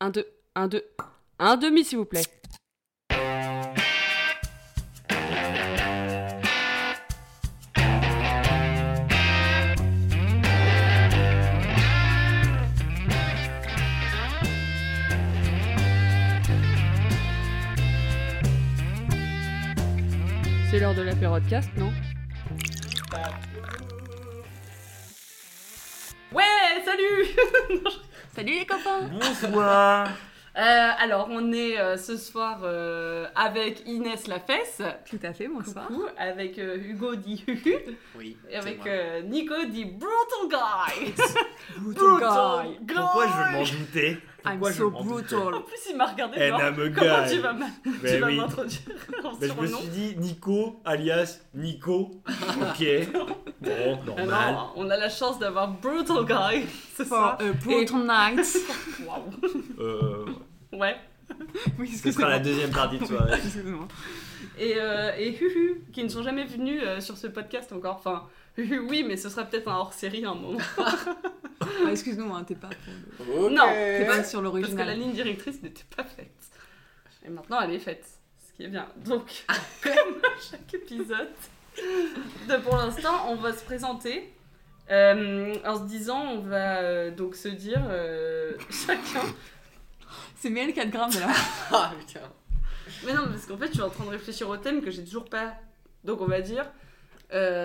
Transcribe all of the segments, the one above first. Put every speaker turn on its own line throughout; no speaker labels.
Un, deux, un, deux, un demi, s'il vous plaît. C'est l'heure de la podcast, non Ouais, salut Salut les copains
Bonsoir
Euh, Alors, on est euh, ce soir euh, avec Inès Lafesse,
Tout à fait, bonsoir.
Coucou. avec euh, Hugo dit Hugu,
Oui,
et
c'est
avec
moi.
euh, Nico dit Brutal Guy
Brutal
Guy
Pourquoi je veux m'en doutais
I'm
Pourquoi je
so
m'en doutais
En
brutal.
plus, il m'a regardé
And
genre,
I'm a
Eh ben, Comment
guy.
tu vas m'a-
Ben
tu vas
oui.
m'introduire en
Ben, je me
surnom
suis dit Nico alias Nico. Ok. bon,
Ah
normal.
non, on a la chance d'avoir Brutal Guy ce
For uh,
soir.
a brutal night.
Waouh.
Euh,
Ouais.
oui,
ce sera la
excusez-moi.
deuxième partie de soirée.
Excusez-moi.
et, euh, et Huhu, qui ne sont jamais venus euh, sur ce podcast encore. Enfin, Huhu, oui, mais ce sera peut-être un hors-série à un moment.
Ah, Excuse-nous, hein, t'es pas, pour le- t'es
Ouais,
pas
Parce que la
sur l'original.
ligne directrice n'était pas faite. Et maintenant, elle est faite. Ce qui est bien. Donc, comme à chaque épisode de Pour l'instant, on va se présenter. euh, en se disant, on va euh, donc se dire euh, chacun.
C'est Miel 4 grammes là.
Ah putain.
Mais non, parce qu'en fait, je suis en train de réfléchir au thème que j'ai toujours pas. Donc, on va dire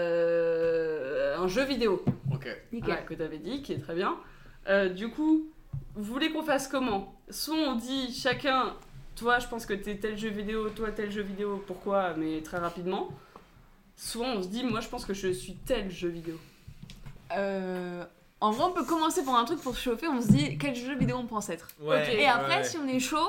euh, un jeu vidéo.
Ok.
Voilà, que t'avais dit, qui est très bien. Euh, du coup, vous voulez qu'on fasse comment Soit on dit chacun, toi je pense que t'es tel jeu vidéo, toi tel jeu vidéo, pourquoi, mais très rapidement. Soit on se dit, moi je pense que je suis tel jeu vidéo.
Euh, en vrai, on peut commencer par un truc pour se chauffer. On se dit quel jeu vidéo on pense être.
Ouais,
Et après, si on est chaud,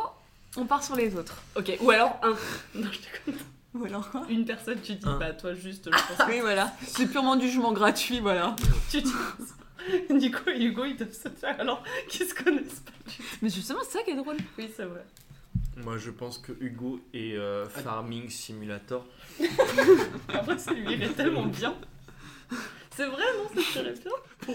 on part sur les autres.
Ok, ou alors un. Non, je déconne.
Ou alors quoi
Une personne, tu dis
Un.
pas, toi juste, je pense
Oui, voilà. C'est purement du jugement gratuit, voilà.
que tu dis. Nico et Hugo, ils doivent se faire alors qu'ils se connaissent pas.
Mais justement, c'est ça qui est drôle.
Oui, c'est vrai.
Moi je pense que Hugo est euh, Farming Simulator.
Après, ça lui irait tellement bien. C'est vrai, non Ça te irait bien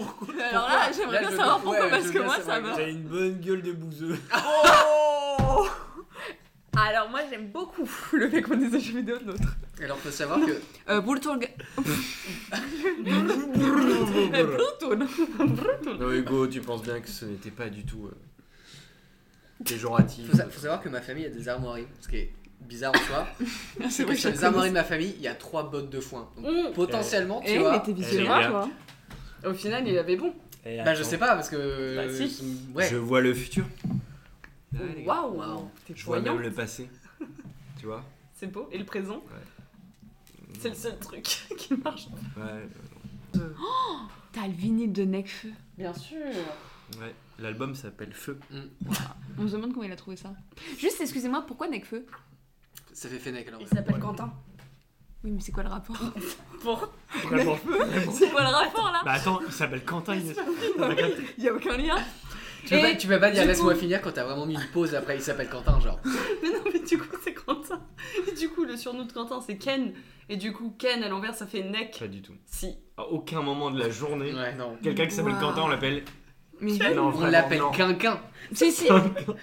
Alors là, j'aimerais
Là,
bien
je-
savoir
ouais,
pourquoi,
je
parce
veux
que
bien
moi,
savoir
ça va.
T'as une bonne gueule de bouseux.
Oh Alors moi j'aime beaucoup le fait qu'on ait des jeux vidéo de l'autre.
Alors faut savoir que
Euh, Brutal... Euh,
non
Brutal
Hugo, tu penses bien que ce n'était pas du tout euh, péjoratif.
faut, sa- faut savoir que ma famille a des armoiries, ce qui est bizarre en soi.
C'est
Parce que
vrai que
sur les
je
armoiries de ma famille, il y a trois bottes de foin. Donc,
Mmh.
potentiellement, tu
Eh mais
vois.
t'es
Eh,
visionnaire
les
toi.
Au final, il avait bon.
Eh,
Bah je
attends.
sais pas parce que.
Bah, si.
Ouais.
Je vois le futur.
Waouh,
Waouh.
t'es
Je vois
voyant.
même le passé. Tu vois
C'est beau. Et le présent, c'est le seul truc qui marche.
Ouais,
T'as le vinyle de Necfeu.
Bien sûr.
ouais. L'album s'appelle Feu.
On se demande comment il a trouvé ça. Juste excusez-moi, pourquoi Necfeu
Ça fait Fennec alors.
Il s'appelle Quentin.
Oui mais c'est quoi le rapport
Pour
Vraiment.
C'est quoi le rapport là
Bah attends, il s'appelle Quentin. Il...
Il y a aucun lien.
Tu, peux
Et
pas, tu peux pas dire
du
laisse-moi
coup-
finir quand t'as vraiment mis une pause après il s'appelle Quentin genre.
Mais non, mais du coup, c'est Quentin. Et du coup, le surnom de Quentin, c'est Ken. Et du coup, Ken à l'envers, ça fait Neck.
Pas du tout.
Si.
À aucun moment de la journée,
Ouais non.
quelqu'un qui s'appelle
Waouh.
Quentin, on l'appelle.
Mais
Non,
On
vraiment,
l'appelle
non.
Quinquin.
si si.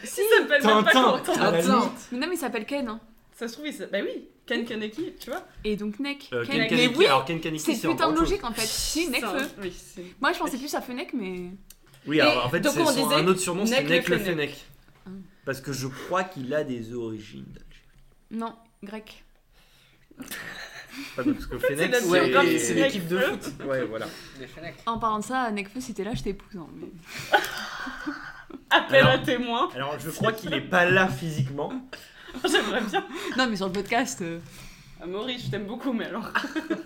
Si. Il s'appelle même pas
Tintin.
Quentin.
À la
Attends.
limite.
Mais non mais il s'appelle Ken hein.
Ça se trouve, il s'appelle. Bah oui, Ken Kaneki, tu vois.
Et donc Nec.
Euh,
Ken
Ken
Mais
Kaneki.
oui,
Alors Ken Kaneki,
c'est
encore
putain de
autre chose.
logique en fait. Si
C'est un-
Necfeu.
Oui, c'est.
Moi je pensais plus à Feu Nec mais
Oui,
Et
alors en fait,
donc,
c'est
on
son-
disait
un autre surnom, c'est
Nec
Nec
le
le
Fennec.
Fennec.
Ah.
Parce que je crois qu'il a des origines d'Algérie.
non grec.
Pas parce que Fennec,
la-
Ouais,
c'est-
et-
c'est l'équipe de foot. Ouais, voilà.
Les Fennec.
En parlant de ça, Necfeu c'était là, je t'épousant. Mais...
Appel à
Alors.
témoin.
Alors je crois qu'il est pas là physiquement.
J'aimerais bien.
Non, mais sur le podcast. euh,
Ah, Maurice, je t'aime beaucoup, mais alors.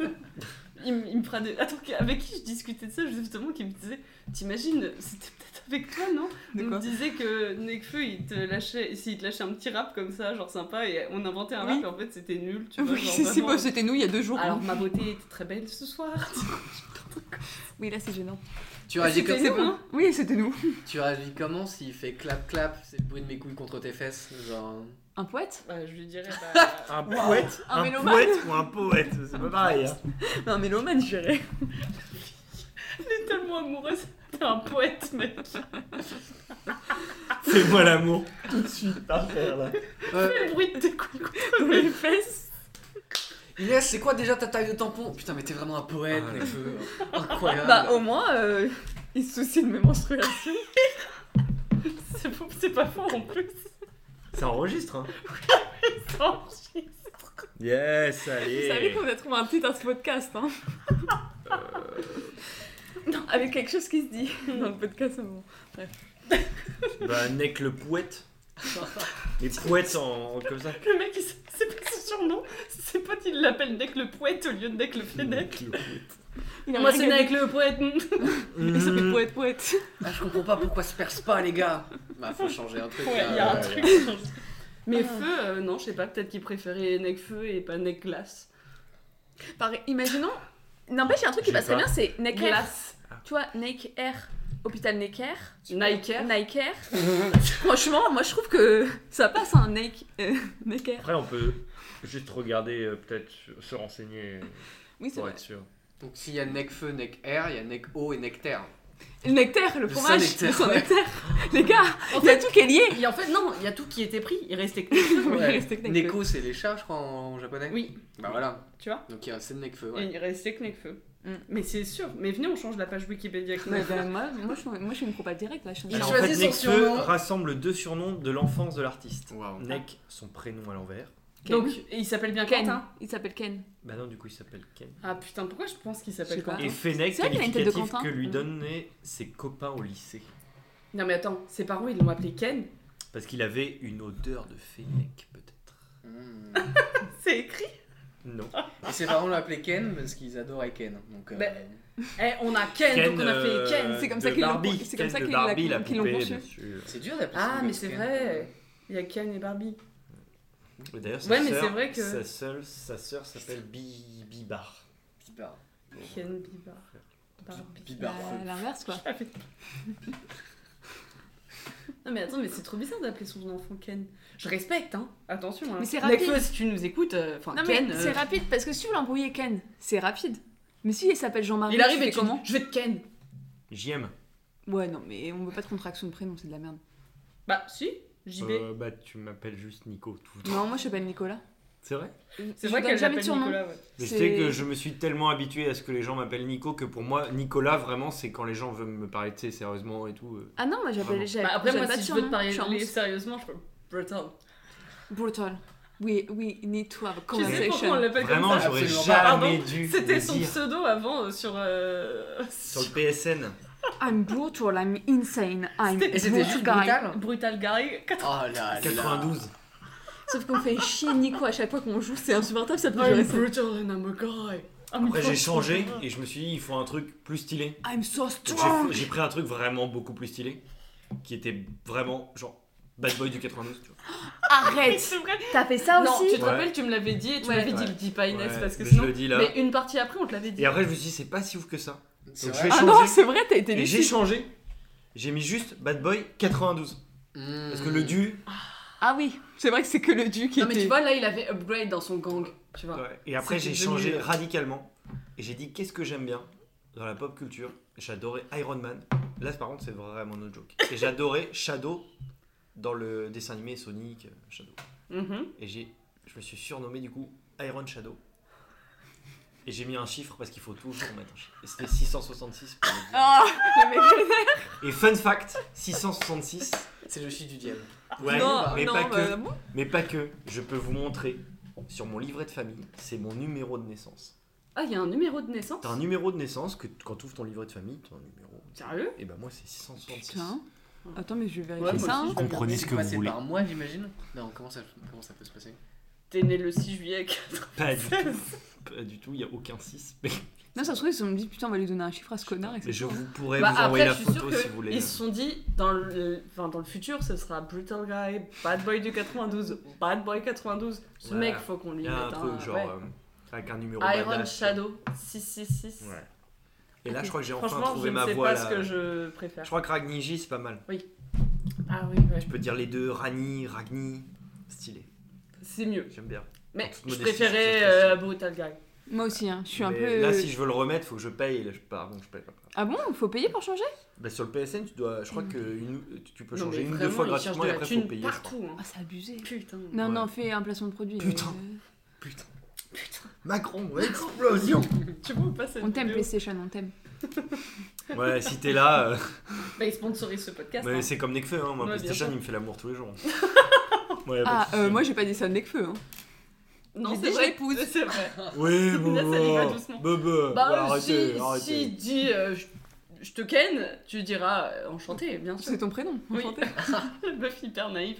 il, me- il me fera des. Attends, avec qui je discutais de ça justement qui me disait T'imagines, c'était peut-être avec toi, non
De
On me
quoi
disait que Nekfeu, il te lâchait, s'il te lâchait un petit rap comme ça, genre sympa, et on inventait un
Oui.
rap et en fait c'était nul, tu vois.
Oui,
genre
c'est si
vraiment.
beau, c'était nous il y a deux jours.
Alors
hein.
ma beauté était très belle ce soir.
Oui, là c'est gênant.
Tu réagis
C'était
comme
nous,
ça
hein.
Oui, c'était nous.
Tu réagis comment s'il fait clap clap, c'est le bruit de mes couilles contre tes fesses, genre.
Un poète
Bah, je lui dirais. Bah...
Un poète,
Un
un,
mélomane.
poète ou un poète, c'est pas pareil. hein.
Un mélomane, je dirais.
elle est tellement amoureuse, t'es un poète, mec.
Fais-moi l'amour tout de suite par terre là.
Fais le bruit de tes couilles contre mes fesses.
Inès, c'est quoi déjà ta taille de tampon Putain, mais t'es vraiment un poète,
Ah,
mec.
ouais.
euh, Incroyable.
Bah, au moins, euh, il se soucie de mes menstruations.
C'est pas- C'est pas fort en plus.
Ça enregistre hein
Oh, j'ai-
Yes,
Vous savez qu'on a trouvé un titre à ce podcast, hein Non, avec quelque chose qui se dit dans le podcast. Bon.
Bah, Nec le poète. Les poètes en. comme ça.
Le mec, il sait- c'est pas son surnom. Ses potes, ils l'appellent Nec le poète au lieu de Nec le Fennec.
Nec le poète.
Il
Moi, c'est Nec le poète.
Il s'appelle poète poète.
Ah, je comprends pas pourquoi se perce pas, les gars. Bah, faut changer un truc.
Ouais,
là.
il y a un
ouais,
truc. Mais
Ah.
feu, euh, non, je sais pas, peut-être qu'ils préféraient Nec feu et pas Nec glace.
Par, imaginons. N'empêche, il y a un truc qui
J'ai
passerait
pas.
bien, c'est Necker.
Glace.
Tu vois, Nike Air, hôpital Necker.
Nike Air.
Nike Air. Franchement, moi je trouve que ça passe un Nike, euh, Nike Air.
Après, on peut juste regarder, euh, peut-être se renseigner euh,
Oui, c'est
pour
vrai.
être sûr.
Donc, s'il y a nec feu, nec air, il y a nec eau et nec terre.
Le nectar, le
Le
fromage,
Saint-Nectaire,
le
ouais.
nectar. Les gars, il y a tout qui est lié.
Et en fait, non, il y a tout qui était pris. Il restait que.
Oui, il restait que Nike.
Neko, c'est les chats, je crois, en, en japonais.
Oui,
Bah voilà.
tu vois.
Donc, il y a assez de nec feu,
Et
ouais.
il restait que Necfeu.
Mm.
Mais c'est sûr. Mais venez, on change la page Wikipédia. avec
Mais
Necfeu.
ben, moi, moi, je suis, moi je suis une propale directe là. Je suis
Il
Alors, en
choisit
fait,
son
Nec Feu
surnom.
rassemble deux surnoms de l'enfance de l'artiste.
Waouh.
Nec, son prénom à l'envers.
Ken.
Donc, et il s'appelle bien
Ken.
Quentin.
Il s'appelle Ken.
Bah non, du coup, il s'appelle Ken.
Ah putain, pourquoi je pense qu'il
Je
s'appelle
sais pas.
Quentin
Et Fennec,
C'est vrai qu'il a une tête de
qualificatif
Quentin.
que lui
Mm.
donnaient ses copains au lycée.
Non mais attends, ses parents ils l'ont appelé Ken.
Parce qu'il avait une odeur de Fennec, peut-être.
Mmh.
C'est écrit.
Non.
Et ses parents l'appelaient Ken parce qu'ils adoraient Ken. Donc, euh,
Bah, Eh, on a Ken,
Ken,
donc on a fait Ken.
euh,
c'est comme
de
ça qu'ils l'ont-
Barbie.
c'est comme
Ken
ça
de
qu'ils l'a-
Barbie, la
qu'ils l'ont
poupée
conçu.
dessus.
c'est dur d'appeler son
Ah mais
gosse
c'est
Ken.
vrai. Il y a Ken et Barbie.
Et D'ailleurs, sa
Ouais, mais
sœur-
c'est vrai que-
sa sœur- sa sœur s'appelle Bi- Bibar.
Bibar.
Ken Bibar. Barbie.
Bibar.
Bah, L'inverse quoi.
Ah, Non mais attends, mais c'est trop bizarre d'appeler son enfant Ken. Je respecte, hein. Attention. Hein.
Mais c'est rapide.
Nekfeu, si tu nous écoutes, euh, enfin
Non mais
Ken.
c'est
euh,
rapide parce que si vous l'embrouillez Ken, c'est rapide. Mais si il s'appelle Jean-Marie,
Il arrive
tu
et
fais
tu dis, Je vais te Ken.
JM.
Ouais non mais on veut pas de contraction de prénom, c'est de la merde.
Bah si, j'y vais.
Euh, bah, tu m'appelles juste Nico. tout le temps.
Non moi je m'appelle Nicolas.
C'est vrai
C'est
Je
vrai
donne
qu'elle
jamais
l'appelle
de surnom.
Nicolas. ouais.
Mais je
C'est-
sais que je me suis tellement habitué à ce que les gens m'appellent Nico que pour moi, Nicolas, vraiment, c'est quand les gens veulent me parler, tu sais, sérieusement et tout. euh.
Ah non moi
Vraiment.
j'appelle j'appelle-
Bah, après moi
j'appelle
si
pas
je
de
veux te
surnom, je
parler
suis en mousse.
sérieusement, je peux pretend.
Brutal. We, we need to have a
Tu sais pourquoi on
conversation.
l'appelle comme
Vraiment,
ça
j'aurais
absolument
pas.
jamais dû
C'était
le
son
dire
pseudo avant euh, sur. euh,
sur le PSN.
I'm brutal, I'm insane, I'm
C'était-
Et c'était
brute
juste
guy.
brutal
Brutal Guy.
Oh là là.
92.
Sauf qu'on fait chier Nico à chaque fois qu'on joue, c'est insupportable, ça peut durer
I'm
ça.
brutal and I'm a guy. Ah, I'm
Après, j'ai
brutal.
changé et je me suis dit, il faut un truc plus stylé.
I'm so
Donc,
strong.
j'ai- J'ai pris un truc vraiment beaucoup plus stylé qui était vraiment genre Bad Boy du 92. Tu vois.
Arrête
C'est vrai.
T'as fait ça
non,
Ah, aussi
tu te
Ouais.
rappelles, tu me l'avais dit et tu
Ouais.
m'avais dit,
Ouais.
dis pas Ah, Inès
Ouais,
parce que
mais
sinon.
je le dis là.
Mais une partie après, on te l'avait dit.
Et après, je me suis dit, c'est pas si ouf que ça.
C'est
Donc,
vrai.
je
Ah
j'ai
non,
changé.
c'est vrai, t'as été
Et j'ai
déçu.
changé. J'ai mis juste Bad Boy 92.
Mmh.
Parce que
Mm.
le du.
Ah oui, c'est vrai que c'est que le duc
Non, mais
était...
tu vois, là, il avait upgrade dans son gang. Tu vois.
Ouais. Et après, j'ai
Ah. C'était
changé
devenu-
radicalement. Et j'ai dit, qu'est-ce que j'aime bien dans la pop culture J'adorais Iron Man. Là, par contre, c'est vraiment no joke. Et j'adorais Shadow dans le dessin animé Sonic euh, Shadow.
Mhm.
Et j'ai, je me suis surnommé du coup Iron Shadow. Et j'ai mis un chiffre parce qu'il faut toujours mettre un chiffre. Et c'était 666. pour le dire.
Ah, le mec-
Et fun fact, 666.
C'est le chi du diable.
Ouais,
non,
mais
non,
pas
bah,
que.
bon.
Mais pas que. Je peux vous montrer sur mon livret de famille, c'est mon numéro de naissance.
Ah, il y a un numéro de naissance
T'as un numéro de naissance que t- quand tu ouvres ton livret de famille, t'as un numéro.
Sérieux
Et bah moi c'est 666.
Putain. Attends, mais je vais
Ouais,
vérifier
moi aussi,
ça. hein.
je l'ai regardé.
Comprenez ce
C'est
que vous
passé
voulez.
par moi, j'imagine Non, comment ça, comment ça peut se passer
T'es né le 6 juillet.
Pas du tout. Pas du tout, il n'y a aucun 6. Mais,
Non, ça se trouve, ils se sont dit, putain, on va lui donner un chiffre à ce connard. Et Ah, c'est
mais je
tout.
vous pourrais
Bah,
vous envoyer
après, je
la
suis
photo
sûre
si vous voulez.
qu'ils se sont dit, dans le, enfin, dans le futur, ce sera Brutal Guy, Bad Boy du 92, Bad Boy 92. Ce
Ouais.
mec, faut qu'on lui
Il y
mette
a un
un.
truc genre
ouais.
euh, avec un numéro
Iron
badass.
Shadow 666.
Ouais. Et là, je crois que j'ai enfin
Franchement, je
trouvé ma
ne sais
voix.
pas ce
là.
que
je...
je préfère.
crois que Ragniji, c'est pas mal.
Ah oui, ouais.
Je peux dire les deux, Rani, Ragni. Stylé,
C'est mieux.
j'aime bien.
Mais
toute
je
modestie,
préférais
je trouve ça
euh, Brutal Guy.
Moi aussi, hein, je suis un
Mais
peu.
Là, si je veux le remettre, faut que je paye. Là, je pars, donc je paye pas.
Ah bon, faut payer pour changer
Bah, sur le PSN, tu dois, je crois que une- tu peux
Mm. Non,
changer
mais
une ou deux
vraiment,
fois
ils cherchent
gratuitement
de
et
la
après
thune
faut payer. je crois.
Partout, hein.
Ah, c'est abusé.
Putain.
Non,
Ouais.
non, fais un placement de produit.
Putain.
euh,
Putain. Macron, explosion
Tu vois pas cette
euh, On t'aime,
vidéo
PlayStation, on t'aime.
Ouais, si t'es là, euh,
Bah, ils sponsorisent ce podcast.
mais
hein.
c'est comme Nekfeu, hein, moi,
Ouais, bien
PlayStation,
sûr.
il me fait l'amour tous les jours. Ouais, y a pas
Ah,
de
euh,
souci.
moi j'ai pas dit ça de feu. Hein.
Non,
J'ai
c'est
dit,
vrai.
je l'épouse.
C'est vrai.
Oui, bon,
Là, ça y va
bon,
doucement.
bon, bon, bon,
Bah,
arrêtez,
si, si
arrêtez.
dit euh, je, je te ken, tu diras euh, enchanté, bien sûr.
C'est ton prénom,
Oui.
enchanté.
Le meuf hyper naïf.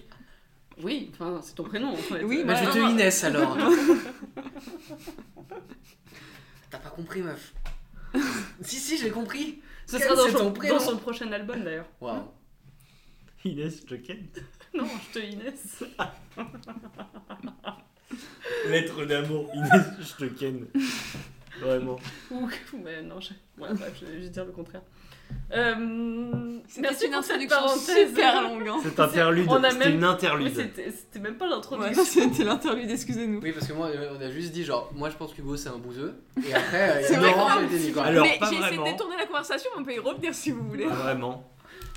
Oui, enfin, c'est ton prénom en fait. Euh,
Oui,
mais
Bah,
Ouais,
je
non,
te
non.
Inès alors. T'as pas compris, meuf. si, si, j'ai compris.
Ce
Ken,
sera dans
c'est ton
son,
prénom.
dans son prochain album d'ailleurs.
Waouh.
Inès, je te
Non, je te Inès.
Lettre d'amour, Inès, je te ken. Vraiment.
Ou, mais non, je, ouais, bref, je je vais dire le contraire. Euh,
C'était une
pour cette
introduction
parenthèse.
super longue. Hein.
Cette interlude,
on a
c'était
même-
une
Mais
interlude.
c'était c'était même pas
Ouais,
l'introduction.
ça, c'était l'interlude, excusez-nous.
Oui, parce que moi, euh, on a juste dit genre, moi je pense qu'Hugo c'est un bouseux. Et après, euh, il
C'est
y a
vrai
Laurent
qu'on a-
qui a été dit, quoi.
Alors,
Mais
pas
j'ai essayé de
vraiment.
détourner la conversation, mais on peut y revenir si vous voulez.
Ah, Vraiment.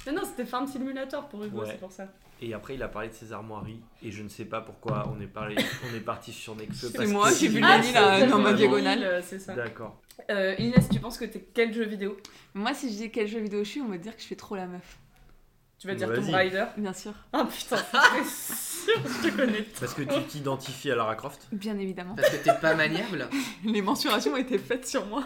Mais non, c'était Farm Simulator pour Hugo,
Ouais.
c'est pour ça.
Et après, il a parlé de ses armoiries, et je ne sais pas pourquoi on est, parlé, on est parti sur Nekfeu.
C'est
parce
moi,
que-
j'ai vu
Ah,
Lali,
c'est
là,
la
dans ma
Lali,
diagonale.
euh, C'est ça.
D'accord.
Euh, Inès, tu penses que t'es quel jeu vidéo
Moi, si je dis quel jeu vidéo je suis, on va dire que je fais trop la meuf.
Tu vas dire
Vas-y.
Tomb Raider
Bien sûr,
Ah putain, c'est sûr, je te connais.
Parce que tu t'identifies à Lara Croft,
bien évidemment.
Parce que t'es pas maniable.
Les mensurations ont été faites sur moi.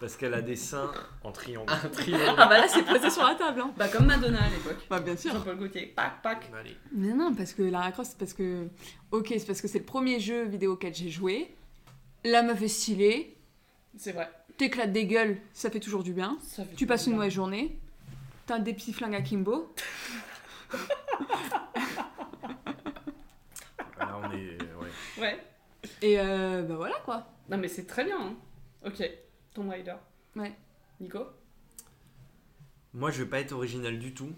parce qu'elle a des seins en triangle.
Un trio.
Ah bah là, c'est posé sur la table. Hein.
Bah comme Madonna à l'époque.
Bah bien sûr.
Jean-Paul Gaultier, pac pac.
Bah,
Allez.
Mais non, parce que Lara Croft, c'est parce que. Ok, c'est parce que c'est le premier jeu vidéo auquel j'ai joué. La meuf est stylée.
C'est vrai.
T'éclates des gueules, ça fait toujours du bien.
Ça fait
Tu passes une
bien.
mauvaise journée. T'as des petits flingues à Kimbo.
Là, on est. Ouais.
Ouais.
Et euh, bah voilà quoi.
Non mais c'est très bien. hein. Ok. Tomb Raider.
Ouais.
Nico
Moi, je vais pas être original du tout.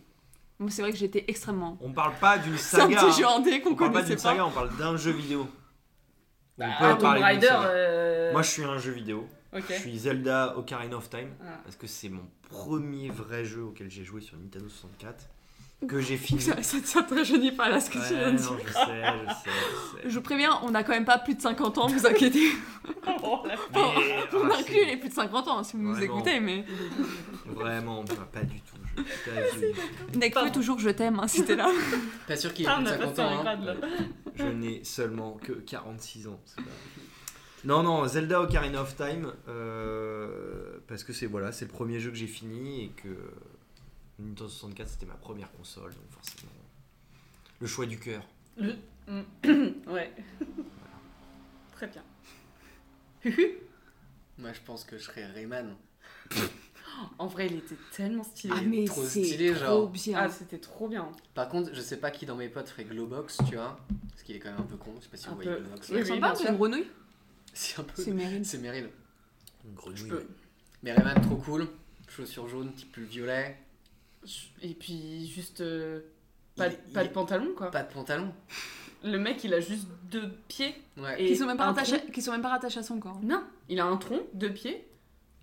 Moi, c'est vrai que j'étais extrêmement.
On parle pas d'une
C'est un
saga.
petit
hein.
jeu indé qu'on
On parle pas
connaissait
d'une
pas.
saga, on parle d'un jeu vidéo. On
Bah,
peut
Tomb
parler d'une
Raider.
saga.
euh,
Moi, je suis un jeu vidéo.
Ok.
Je suis Zelda Ocarina of Time.
Ah.
Parce que c'est mon premier vrai jeu auquel j'ai joué sur Nintendo 64. Que j'ai fini.
Ça, ça, ça te rajeunit pas là ce que tu
Ouais,
viens de
non,
dire.
je sais, je sais, je sais.
Je vous préviens, on a quand même pas plus de 50 ans, vous inquiétez.
Oh, la-
hein.
Mais,
On
ah,
inclut
c'est-
les plus de 50 ans hein, si vous nous
Vraiment.
écoutez, mais.
Vraiment, bah, pas du tout. Je, je t'avoue,
Nekfeu,
Pardon.
toujours je t'aime, hein, si t'es là.
Pas sûr qu'il ait
Ah,
plus
on
de
a
50
passé un
ans. hein.
grade là.
je n'ai seulement que 46 ans. c'est pas- Non, non, Zelda Ocarina of Time. euh, parce que c'est voilà, c'est le premier jeu que j'ai fini et que Nintendo 64 c'était ma première console, donc forcément. Le choix du cœur.
Le- ouais. Très bien.
Moi je pense que je serais Rayman.
En vrai, il était tellement stylé.
Ah, mais
trop
c'est
stylé,
trop
genre.
Ah,
bien.
c'était trop bien.
Par contre, je sais pas qui dans mes potes ferait Glowbox, tu vois. Parce qu'il est quand même un peu con. Je sais pas si
Un
vous voyez
peu.
Glowbox.
Oui,
Il
oui,
ressemble
bien
pas à
sûr.
une grenouille
C'est un peu.
C'est Meryl.
C'est Meryl.
Une
Je
grenouille.
peux. Mais Rayman, trop cool. Chaussures jaunes, petit pull violet.
Et puis, juste. euh, Pas,
Il- il-
pas de pantalon quoi.
Pas de pantalon.
Le mec, il a juste deux pieds.
Ouais.
Et
Qui sont, même pas
un
rattachés,
tronc.
qui sont même pas rattachés à son corps. hein,
Non, il a un tronc, deux pieds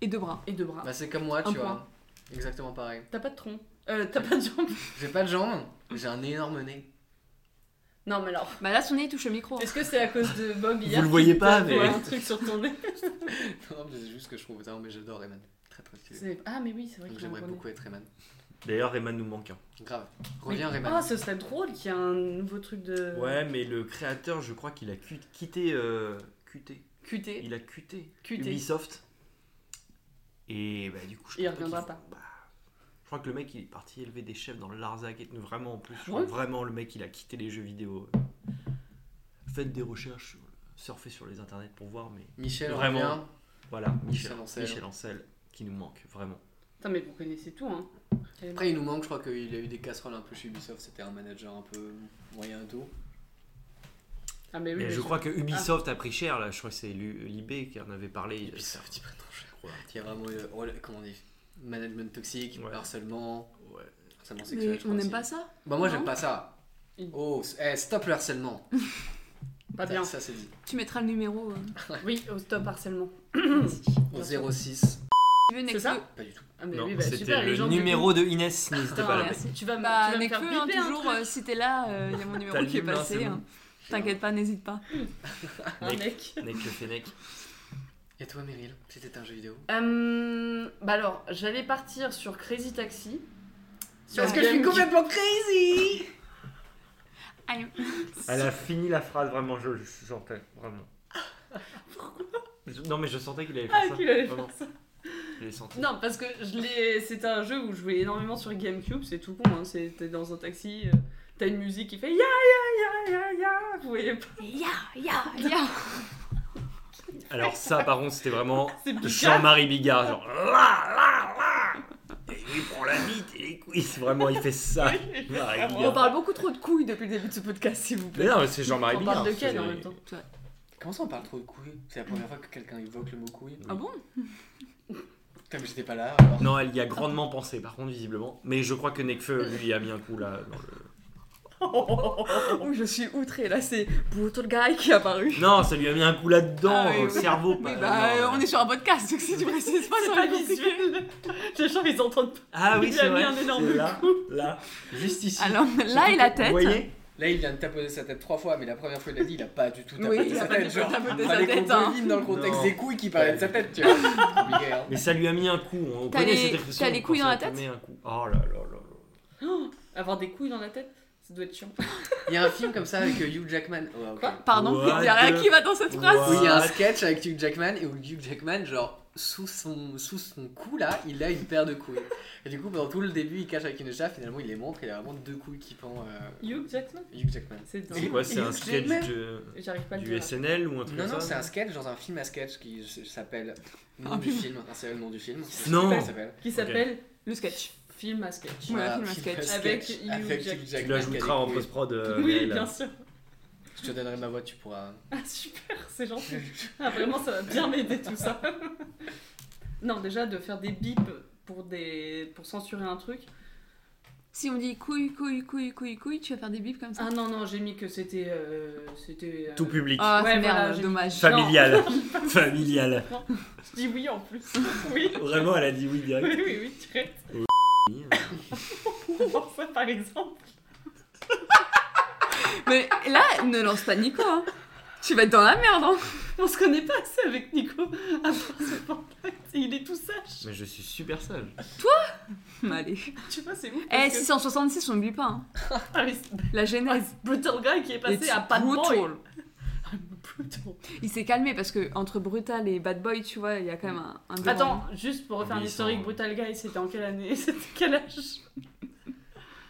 Et deux bras.
et deux bras.
Bah, c'est comme moi,
Un
tu
point.
vois. Exactement pareil.
T'as pas de tronc. Euh, t'as pas de jambes.
J'ai pas de jambes, j'ai un énorme nez.
Non, mais alors.
Bah là, son nez il touche le micro.
Est-ce que c'est à cause de Bob hier
Vous le voyez
qui
pas,
t'a
mais-
fait un truc sur ton nez
Non, mais c'est juste que je trouve ça, mais j'adore Rayman. Très très stylé.
C'est- Ah, mais oui, c'est vrai
Donc
qu'il a un
j'aimerais
gros nez.
beaucoup être Rayman.
D'ailleurs, Rayman nous manque. hein.
Grave. Reviens Rayman.
Ah, ce serait drôle qu'il y ait un nouveau truc de.
Ouais, mais le créateur, je crois qu'il a cu- quitté. euh, quitté.
QT.
Il a quitté
Quitté.
Ubisoft. Et bah, du coup, je
Il
pense qu'ils
reviendra
font-
pas.
bah, je crois que le mec, il est parti élever des chefs dans le Larzac et tout. Vraiment, en plus, je
Ah Ouais.
crois vraiment, le mec, il a quitté les jeux vidéo. Faites des recherches, sur le- surfez sur les internets pour voir, mais
Michel,
Vraiment.
reviens.
voilà, Michel,
Michel
Michel,
Ancel.
Ancel, hein. qui nous manque, vraiment.
Putain, mais vous connaissez tout, hein.
Après, il nous manque, je crois qu'il a eu des casseroles un peu chez Ubisoft. C'était un manager un peu moyen et tout.
Ah, mais oui.
Mais
mais
je crois que Ubisoft a pris cher, là. Je crois que c'est Lu- l'IB qui en avait parlé. il-
Ubisoft, il pas trop cher.
Ouais.
Il y a vraiment, euh, rela- comment on dit, management toxique,
Ouais.
harcèlement,
Ouais.
harcèlement sexuel.
Mais
je
on
crois
n'aime
aussi.
pas ça
Bah, moi,
Non.
j'aime pas ça.
Il-
Oh, s- eh, stop le harcèlement.
Pas bien.
Ça, c'est dit.
Tu mettras le numéro. euh.
Oui, au stop harcèlement.
Au 06.
Tu veux
C'est ça
Nekfeu
Pas du tout.
Ah, mais
Non,
oui, bah,
c'était
super, les
le
gens Ah,
numéro de Inès, n'hésitez
Putain,
pas à l'appeler.
merci. Tu vas me,
Bah,
tu vas me
Nekfeu,
faire
hein,
piper un
toujours,
truc.
euh, si t'es là, il y a mon numéro
T'as le
qui est
numéro,
passé.
c'est bon.
hein. T'inquiète pas, n'hésite pas.
Un hein, mec.
Avec le Fennec.
Et toi, Meryl, c'était un jeu vidéo
Hum, bah alors, j'allais partir sur Crazy Taxi. Sur
Parce que je suis
Game Gear.
complètement crazy
Elle a fini la phrase, vraiment, je le sentais, vraiment. Pourquoi Non, mais je sentais qu'il allait
Ah,
faire ça.
qu'il allait
Vraiment,
faire ça.
je l'ai senti.
Non, parce que je l'ai. C'était un jeu où je jouais énormément sur GameCube, c'est tout con. Hein. c'est- T'es dans un taxi, euh, t'as une musique qui fait ya ya ya ya ya. Vous voyez pas
Ya, ya, ya.
Alors, ça, par contre, c'était vraiment
C'est bizarre.
Jean-Marie Bigard, genre. La, la, la Et lui, il prend la bite et les couilles. Vraiment, il fait ça. Jean-Marie
On
Bigard.
parle beaucoup trop de couilles depuis le début de ce podcast, s'il vous
Mais
plaît.
non, mais c'est Jean-Marie
On
Bigard.
parle de
c'est-
Ken en même temps.
Comment ça, on parle trop de couilles C'est la première fois que quelqu'un évoque le mot couille.
Ah bon
Comme j'étais pas là, alors.
Non, elle y a grandement pensé, par contre, visiblement. Mais je crois que Nekfeu lui a mis un coup là. dans le-
Ouh, je suis outrée là, c'est Brutal Guy qui est apparu.
Non, ça lui a mis un coup là-dedans,
Ah oui,
dans le
oui.
cerveau.
Oui,
pas-
bah,
non.
euh, on est sur un podcast, donc si tu précises pas,
C'est
ça
pas
va être compliqué.
visuel. Les gens, ils entendent pas.
Ah
Il
oui,
lui
c'est
a mis
vrai.
un énorme
c'est là, là, juste ici.
Alors là, il a tête.
Vous voyez
Là, il vient de tapoter sa tête trois fois, mais la première fois, il a dit, il a pas du tout tapoté
Oui, il
sa
a pas
tête.
du tout
Genre,
tapoté sa
fallait qu'on
tête. hein.
devine dans le contexte
Non.
des couilles qui parlait de sa tête, tu vois. C'est compliqué, hein.
Mais ça lui a mis un coup. On
T'as
connaît
les-
cette expression.
t'as les
quand
couilles
ça
dans la
te
tête
met un coup. Oh là là là là.
Oh, avoir des couilles dans la tête, ça doit être chiant.
Il y a un film comme ça avec euh, Hugh Jackman. Oh, ok.
Quoi
hein. Pardon, il
What
y a rien
the-
qui va dans cette phrase.
Oui, il y a un
What
sketch avec Hugh Jackman et où Hugh Jackman, genre, sous son, sous son cou là, il a une paire de couilles. Et du coup, pendant tout le début, il cache avec une écharpe, finalement, il les montre, il a vraiment deux couilles qui pendent euh,
Hugh Jackman
Hugh Jackman.
C'est dingue.
C'est quoi C'est un
Hugh
sketch
Jackman.
de-
J'arrive pas à le
du
dire.
SNL ou un truc
Non,
comme
non, c'est
ça
un sketch dans un film à sketch qui s- s'appelle. Nom
Un
du
film.
film, un c'est le nom du film.
Non.
Comment il s'appelle
Qui s'appelle
Le sketch.
Film à sketch.
Ouais.
Voilà,
film à sketch.
Avec
sketch
Hugh
avec
Jack-
Hugh
Tu
Jackman.
l'ajouteras en
qui a des couilles.
post-prod. euh,
Oui,
Gaël.
bien sûr.
Je te donnerai ma voix, tu pourras.
Ah, super, c'est gentil. Ah, vraiment, ça va bien m'aider tout ça. non, déjà, de faire des bips pour, des... pour censurer un truc.
Si on dit couille, couille, couille, couille, couille, tu vas faire des bips comme ça. Oh,
Ah non, non, j'ai mis que c'était. euh, C'était. euh,
Tout public.
Ah,
Ouais,
c'est merde,
voilà, j'ai-
dommage.
Fa-
Familial. Familial.
Je dis oui en plus. oui.
Vraiment, elle a dit oui direct.
Oui, oui, oui, direct. Pour ça, par exemple.
Mais là, ne lance pas Nico. hein. Tu vas être dans la merde. Hein.
On se connaît pas assez avec Nico à part ce contact. Et il est tout sage.
Mais je suis super sage.
Mais Allez.
Tu vois, c'est ouf.
Eh,
parce que-
666, on n'oublie pas. hein.
Ah, mais c'est-
La genèse.
Brutal guy qui est passé
It's
à pas de
brutal.
boy. Brutal.
Il s'est calmé parce que entre Brutal et Bad Boy, tu vois, il y a quand même un. un
Attends, juste pour refaire
Mais
un
ils
historique,
sont-
Brutal Guy, c'était en quelle année C'était quel âge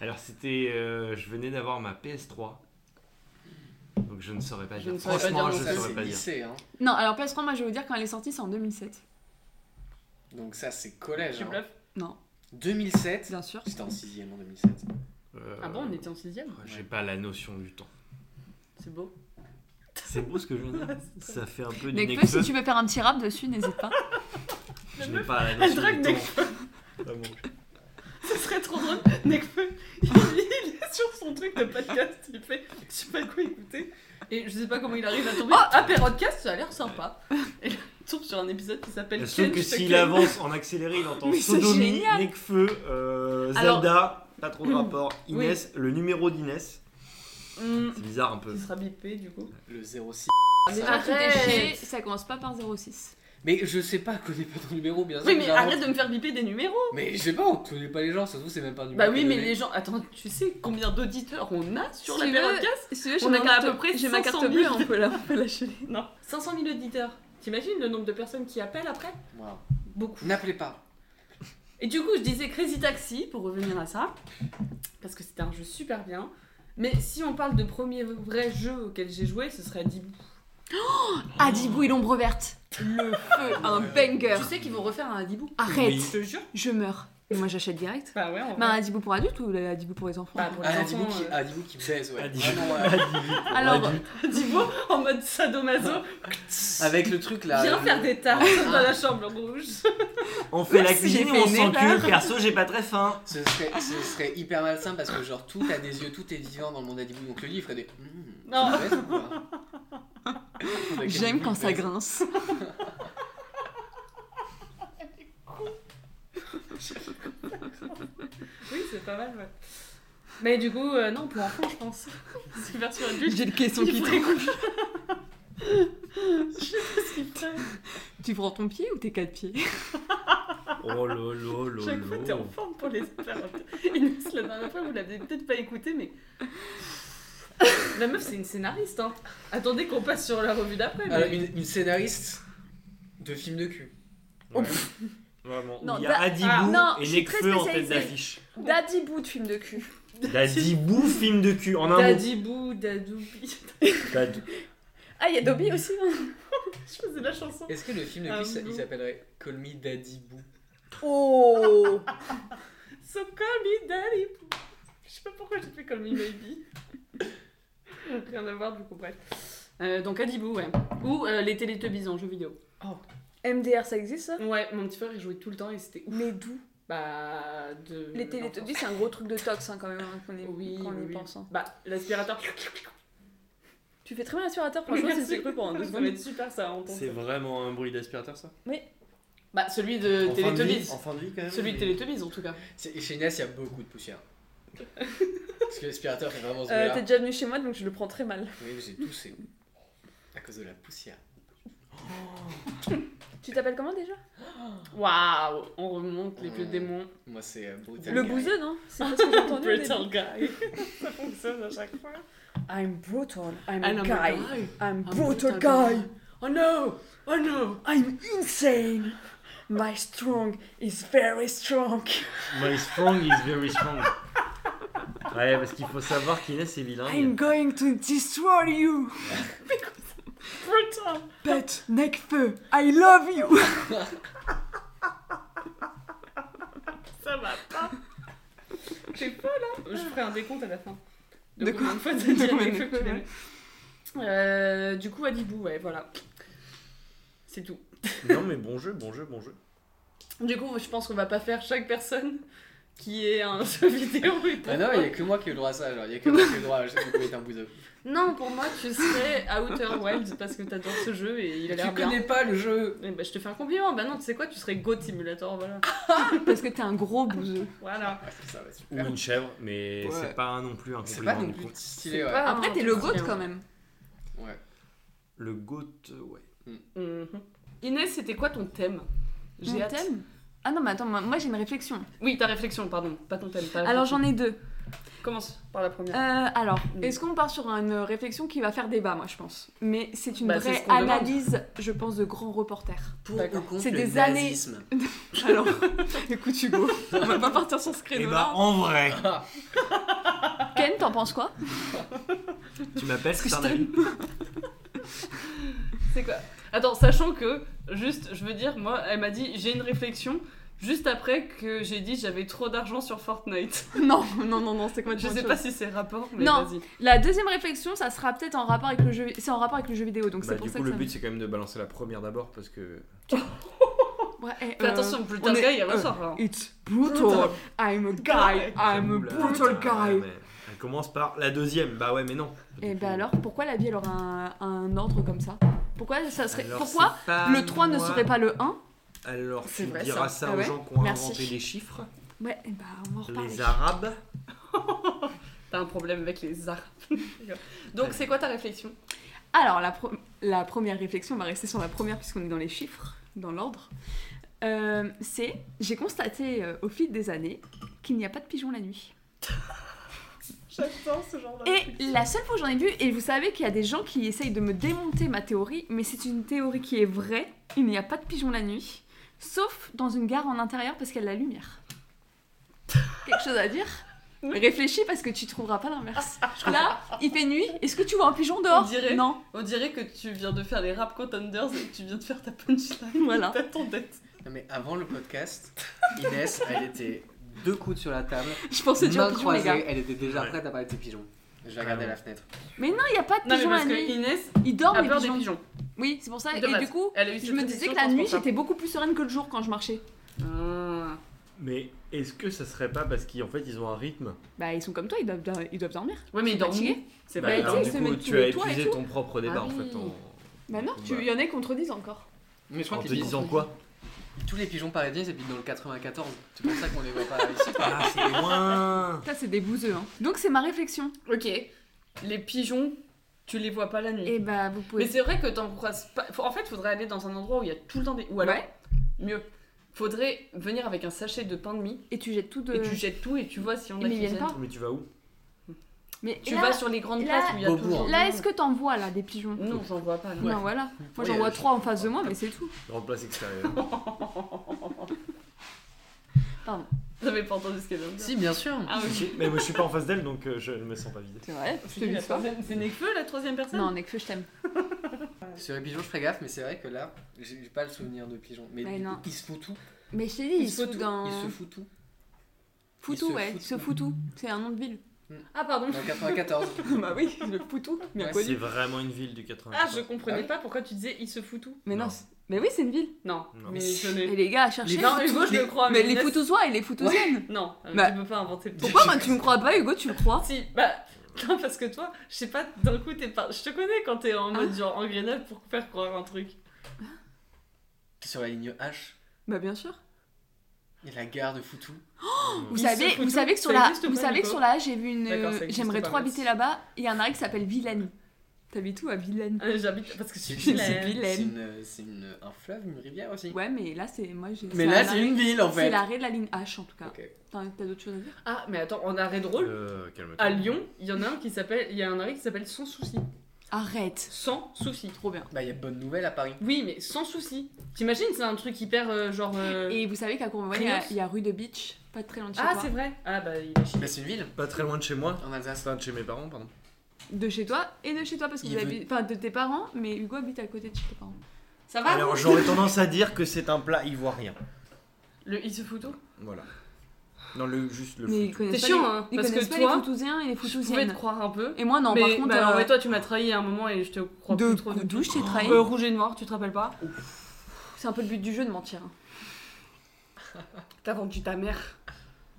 Alors, c'était. euh, je venais d'avoir ma PS3. Donc, je ne saurais pas
Je
dire.
ne saurais pas dire
Franchement,
non
je
plus.
ne
Ça,
saurais
c'est
pas dire.
lycée, hein.
Non, alors PS3, moi je vais vous dire quand elle est sortie, c'est en 2007.
Donc, ça, c'est
Je
collège.
suis
hein.
bluff.
Non,
2007.
bien sûr.
J'étais en 6 en 2007.
Euh,
Ah bon, on était en 6
J'ai pas la notion du temps.
C'est beau.
C'est beau ce que je viens de dire. Ça fait un peu du
Nekfeu, si
Nekfeu.
tu veux faire un petit rap dessus, n'hésite pas.
Je
La
n'ai
meuf,
pas la
Elle
notion
drague
du
des
temps. Vraiment.
Ce serait trop drôle. Nekfeu, il, il est sur son truc de podcast. Il fait Je sais pas quoi écouter. Et je sais pas comment il arrive à
Oh,
tomber. Ah, podcast, ça a l'air sympa. Et là, il tombe sur un épisode qui s'appelle
Sauf
Ken,
que
je te
s'il
ken.
avance en accéléré, il entend
Mais c'est
Sodomie,
génial.
Nekfeu, euh, Zelda,
Alors-
pas trop de rapport,
Oui.
Inès, le numéro d'Inès.
Hmm,
C'est bizarre un peu.
Il sera bipé du coup.
Le 06.
Les gens qui déchirent, ça commence pas par 06.
Mais je sais pas, connais pas ton numéro, bien sûr.
Oui,
que
mais
j'invente.
arrête de me faire biper des numéros.
Mais je sais pas, on connaît pas les gens, ça se trouve, c'est même pas un numéro.
Bah oui, mais les gens. Attends, tu sais combien d'auditeurs on a sur
Si
la
tu veux-
podcast
Si tu veux, j'ai
On
ma
en a
carte-
à peu près
J'ai ma carte
500
bleue,
000.
on peut la, on peut la geler.
Non. 500 000 auditeurs. T'imagines le nombre de personnes qui appellent après
gens.
Beaucoup.
N'appelez pas.
Et du coup, je disais Crazy Taxi pour revenir à ça, parce que c'était un jeu super bien. Mais si on parle de premier vrai jeu auquel j'ai joué, ce serait Dibou.
Adibou et l'ombre verte. Le feu, un banger.
Je sais qu'ils vont refaire un Dibou.
Arrête,
Oui.
Je te jure.
je meurs. Mais moi j'achète direct.
Bah ouais, on
Bah, un
va.
Adibou pour adultes ou Adibou pour les enfants
Bah, pour les enfants.
Ah, Adibou qui,
euh,
ah, Adibou Ah qui baise, ouais.
Adibou.
Vraiment, ouais.
Alors,
Dibou en mode sadomaso.
Avec le truc là.
Viens
le-
faire des tartes dans la chambre rouge.
On fait la
Oups, j'ai
cuisine
fait
et on
une
s'encule,
erreur.
perso j'ai pas très faim.
Ce serait, ce serait hyper malsain parce que, genre, tout a des yeux, tout est vivant dans le monde d'Adibou. Donc le livre, il ferait des. Hmm,
Non.
tu baises ou quoi
J'aime quand ça grince.
Oui, c'est pas mal, ouais. Mais du coup, euh, non, pour enfants, je pense. Parce que version adulte,
J'ai le caisson
il
qui
ferait
tombe.
je sais pas ce qu'il ferait.
Tu prends ton pied ou tes quatre pieds
Oh lolo, lolo.
Chaque fois, t'es en forme pour les faire. Inès, la dernière fois, vous l'avez peut-être pas écouté, mais. La meuf, c'est une scénariste, hein. Attendez qu'on passe sur la revue d'après.
Ah,
Mais...
Alors, une, Euh, une scénariste de film de cul.
Ouais. Vraiment.
Non,
il y
da-
a Adibou
Ah,
non, je
et
suis très
Nekfeu en tête
spécialisée.
d'affiche.
Daddy bout de film de cul.
D'Adibou, film de cul, en un mot.
Dadibou, Dadoubi.
D'Adi-
Ah, il y a Dobby aussi. hein.
Je faisais la chanson.
Est-ce que le film de
Ah,
cul, ça-
non.
il s'appellerait Call Me Daddy Boo
Oh
So call me Dadibou. Je sais pas pourquoi j'ai fait call me baby. Rien à voir, du coup, bref. Euh, donc, Adibou, ouais. Ou euh, les Teletubbies en jeu vidéo.
MDR, ça existe ça
Ouais, mon petit frère, il jouait tout le temps et c'était ouf.
Mais d'où
Bah, de.
Euh,
Les télétobbies, c'est un gros truc de tox hein, quand même, hein, qu'on y,
Oui,
qu'on y
oui, oui.
pense. hein.
Bah, l'aspirateur.
Tu fais très bien l'aspirateur, franchement, c'est secret pour un deux
Ça va
secondes.
être super ça à entendre.
C'est vraiment un bruit d'aspirateur ça
Bah, celui de
en fin, de vie,
Teletubbies.
en fin de vie quand même
Celui de
mais-
Teletubbies en tout cas.
C'est- Chez Inès, il y a beaucoup de poussière. Parce que l'aspirateur fait vraiment ce
Euh,
bruit-là.
T'es déjà venu chez moi, donc je le prends très mal.
Oui, j'ai toussé. À cause de la poussière.
Tu t'appelles comment déjà
Waouh, on remonte les vieux
Mm.
démons.
Moi, c'est euh, brutal.
Le
Guy.
bouseux, non C'est pas ce que j'ai entendu. au début.
Brutal guy. ça fonctionne à chaque fois.
I'm brutal, I'm
Ah
a
non, mais
guy.
guy.
I'm
Ah,
brutal
brutal
guy.
Oh no, oh no.
I'm insane. My strong is very strong.
My strong is very strong. Ouais, parce qu'il faut savoir qu'Inès est
Ah,
bilingue.
I'm going to destroy you,
Brutal.
but Nekfeu, I love you.
Ça va pas. T'es folle, hein Je ferai un décompte à la fin.
De quoi
combien de fois t'as
De
dit
combien
avec
de
le
fois,
culé
ouais.
Euh, Du coup, Adibou, ouais, voilà. C'est tout.
Non, mais bon jeu, bon jeu, bon jeu.
Du coup, je pense qu'on va pas faire chaque personne qui est un jeu vidéo. et
Ah
pourquoi.
non, il y a que moi qui ai le droit à ça. Genre, il y a que moi qui ai le droit à je sais pas, être un bouseux.
Non, pour moi, tu serais à Outer Wilds parce que t'adores ce jeu et il a l'air
Tu
bien.
connais pas le jeu
Eh ben, je te fais un compliment. Bah non, tu sais quoi, tu serais Goat Simulator, voilà.
Parce que t'es un gros bouseux.
Voilà.
Ah, ça va
Ou
super.
une chèvre, mais
Ouais.
c'est pas non plus un
C'est pas
compliment.
non
du coup.
plus stylé, ouais.
pas- Ah,
Après, t'es
t'es
le
bien.
goat quand même.
Ouais.
Le goat, euh, ouais.
Mhm. Inès, c'était quoi ton thème
Mon
hâte.
thème Ah non, mais attends, moi moi, j'ai une réflexion.
Oui, ta réflexion, pardon. Pas ton thème.
Alors j'en ai deux.
Commence par la première.
Euh, alors,
Mm.
est-ce qu'on part sur une réflexion qui va faire débat, moi je pense Mais c'est une
Bah, c'est
vraie
ce qu'on demande.
analyse, je pense, de grands reporters.
Pour
D'accord.
ou contre
C'est
le
des années.
nazisme
Alors, écoute Hugo, on va pas partir sur ce
Et
créneau
bah, en vrai, Eh ben.
Ken, t'en penses quoi
tu m'appelles,
Parce que
c'est un
je
avis.
C'est quoi Attends, sachant que, juste, je veux dire, moi, elle m'a dit, j'ai une réflexion. Juste après que j'ai dit j'avais trop d'argent sur Fortnite.
Non, non, non, non, c'est quoi
Je sais pas si c'est rapport, mais
Non.
vas-y.
La deuxième réflexion, ça sera peut-être en rapport avec le jeu, c'est en rapport avec le jeu vidéo, donc
Bah,
c'est pour
du
ça
coup,
que
le
ça
but c'est quand même de balancer la première d'abord parce que.
me- Ouais, eh,
Fais
euh,
attention, plus tard,
on est-
gars, il
euh,
ressort. hein.
It's brutal. I'm a guy. I'm a
Ouh là,
brutal
putain, ouais,
guy.
mais Elle commence par la deuxième, bah ouais, mais non.
Et bah alors, pourquoi la vie elle aura un, un ordre comme ça Pourquoi ça serait
Alors,
Pourquoi
c'est pas
le 3 ne
moi.
serait pas le 1
Alors, tu
C'est vrai,
diras ça,
ça. Ah
aux
ouais
gens qui ont
Merci.
inventé les chiffres,
Ouais, et bah on va en reparler.
les arabes.
T'as un problème avec les arts. Donc, c'est quoi ta réflexion
Alors, la, pro- la première réflexion, on va rester sur la première puisqu'on est dans les chiffres, dans l'ordre. Euh, c'est, j'ai constaté euh, au fil des années qu'il n'y a pas de pigeons la nuit.
J'adore ce genre
Et la seule fois que j'en ai vu, et vous savez qu'il y a des gens qui essayent de me démonter ma théorie, mais c'est une théorie qui est vraie, il n'y a pas de pigeons la nuit, sauf dans une gare en intérieur parce qu'il y a de la lumière. Quelque chose à dire
Oui.
Réfléchis parce que tu trouveras pas l'inverse. Là, il fait nuit, est-ce que tu vois un pigeon dehors
On dirait.
Non,
On dirait que tu viens de faire les rap contenders et que tu viens de faire ta punchline.
voilà.
T'as ton dette.
Non, mais avant le podcast, Inès, elle était deux coudes sur la table,
Je pensais du
main
pigeon, les gars.
croisée, elle était déjà
Ouais.
prête à parler de ses pigeons. Je vais regarder à la fenêtre.
Mais non, il n'y a pas de
Non, mais
pigeons la
parce
nuit.
que Inès
Ils dorment
a
les
peur des
pigeons.
pigeons.
Oui, c'est pour ça.
De
Et
base.
du coup,
Elle a eu
je
cette
me disais
réflexion,
que la
je pense,
nuit,
pour ça.
j'étais beaucoup plus sereine que le jour quand je marchais.
Ah.
Mais est-ce que ça serait pas parce qu'en fait ils ont un rythme
Bah, ils sont comme toi, ils doivent, ils doivent dormir.
Ouais, mais
Ils sont
dormir,
fatigués.
c'est
Bah,
vrai.
tu sais, ils se mettent tous
tu as
les toits et
épuisé
tout.
ton propre débat
Ah
en
oui.
fait. en-
Bah non, tu- il y en a qui contredisent encore.
Mais je
En
crois
te
qu'ils
disant quoi
Tous les pigeons parisiens ils habitent dans le 94. C'est pour ça qu'on les voit pas ici.
Ah, c'est loin
Ça, c'est des bouseux. Hein. Donc, c'est ma réflexion.
Ok. Les pigeons, tu les vois pas la nuit.
Et bah, vous
Mais
pouvez.
c'est vrai que t'en croises pas. faut- En fait, faudrait aller dans un endroit où il y a tout le temps des. Ou alors,
Ouais.
mieux, faudrait venir avec un sachet de pain de mie
Et tu jettes tout de.
et tu jettes tout et tu vois si on a
Mais ils
qui
viennent
viennent.
pas.
Mais tu vas où
Mais
Tu
là,
vas sur les grandes
là-
places où il y a
Beaubourg.
toujours.
là est-ce que t'en vois là des pigeons
Non, j'en vois pas. non.
Non, voilà. Moi,
Ouais,
j'en vois
je-
trois en face de moi, mais c'est tout.
Grande place extérieure.
J'avais pas entendu ce qu'elle vient de dire.
Si, bien sûr.
Ah, ok.
mais moi, je suis pas en face d'elle, donc euh, je ne me sens pas visé.
C'est vrai, je te
C'est la
vis pas.
troisième- c'est Nekfeu la troisième personne
Non, Nekfeu, je t'aime.
Sur les pigeons, je ferai gaffe, mais c'est vrai que là, j'ai j'ai pas le souvenir de pigeons. Mais,
Mais
du
non.
coup, il se fout tout.
Mais je t'ai dit, ils
se
sont
fout tout.
dans.
Il se fout tout.
Foutou,
il se
ouais,
fout
se
tout.
Foutou. C'est un nom de ville.
Ah, pardon.
Dans le 94.
bah oui, le Foutou, bien
Ouais,
connu.
C'est vraiment une ville du 80.
Ah, je comprenais pas pourquoi tu disais il se fout tout.
Mais non,
Non.
c'est- mais oui, c'est une ville.
Non,
Non.
mais je
Et
l'ai.
les gars, cherchez.
Les-
Non, Hugo, je le crois.
mais les
Inès-
Foutousois et les Foutousiennes.
Non, euh,
Bah.
tu peux pas inventer le
Pourquoi moi tu me crois pas, Hugo, tu le crois
Si, bah. Non, parce que toi, je sais pas, d'un coup, t'es pas. Je te connais quand t'es en mode genre en grenade pour faire croire un truc.
Sur la ligne H,
Bah bien sûr.
il y a la gare de Foutou.
Mmh.
Vous
Ils
savez,
se foutent
vous
tout.
savez que sur
Ça
la,
existe ou
vous
pas,
savez que
Nico
sur la, j'ai vu une.
D'accord, ça existe
J'aimerais
pas,
trop
merci.
habiter là-bas. Il y a un arrêt qui s'appelle Villani. T'habites où à Villani
Euh, J'habite parce que je suis
C'est
vilaine.
une ville.
C'est
Vilaine.
une- c'est une- un fleuve, une rivière aussi.
Ouais, mais là c'est moi j'ai.
Mais là,
un
c'est
arrêt-
une ville en
C'est
fait.
l'arrêt de la ligne H en tout cas.
Ok.
T'as t'as d'autres choses à dire
Ah, mais attends, en arrêt drôle,
Euh, calme-toi.
à Lyon, il y en a un qui s'appelle. Il y a un arrêt qui s'appelle Sans souci.
Arrête.
Sans souci.
Trop bien.
Bah, il y a bonne nouvelle à Paris.
Oui, mais sans souci. T'imagines, c'est un truc hyper euh, genre. euh,
Et vous savez qu'à Courbevoie, il y a-
Crayon.
il y, a rue de Beach, pas très loin de chez
Ah,
toi.
c'est vrai. Ah, bah, il est chiant.
Bah, c'est une ville
Pas très loin de chez moi.
en Alsace.
Enfin, de chez mes parents, pardon.
De chez toi et de chez toi parce que
Il
vous
veut-
habitez, enfin de tes parents, mais Hugo habite à côté de chez tes parents.
Ça va
Alors, j'aurais tendance à dire que c'est un plat ivoirien.
Le il se fout tout
Voilà. Non, le, juste le
Mais ils
foutu.
connaissent
C'est
pas
chiant,
les-
hein,
ils
parce que
connaissent pas
toi,
les Foutousiens et les
Je pouvais te
Foutousiennes.
croire un peu.
Et moi non,
mais,
par contre.
bah, non,
euh,
mais toi, tu m'as trahi à un moment et je te crois
de
plus trop.
coups de
depuis.
douche, t'es trahi.
Euh, rouge et noir, tu te rappelles pas
C'est un peu le but du jeu de mentir. hein.
T'as vendu ta mère.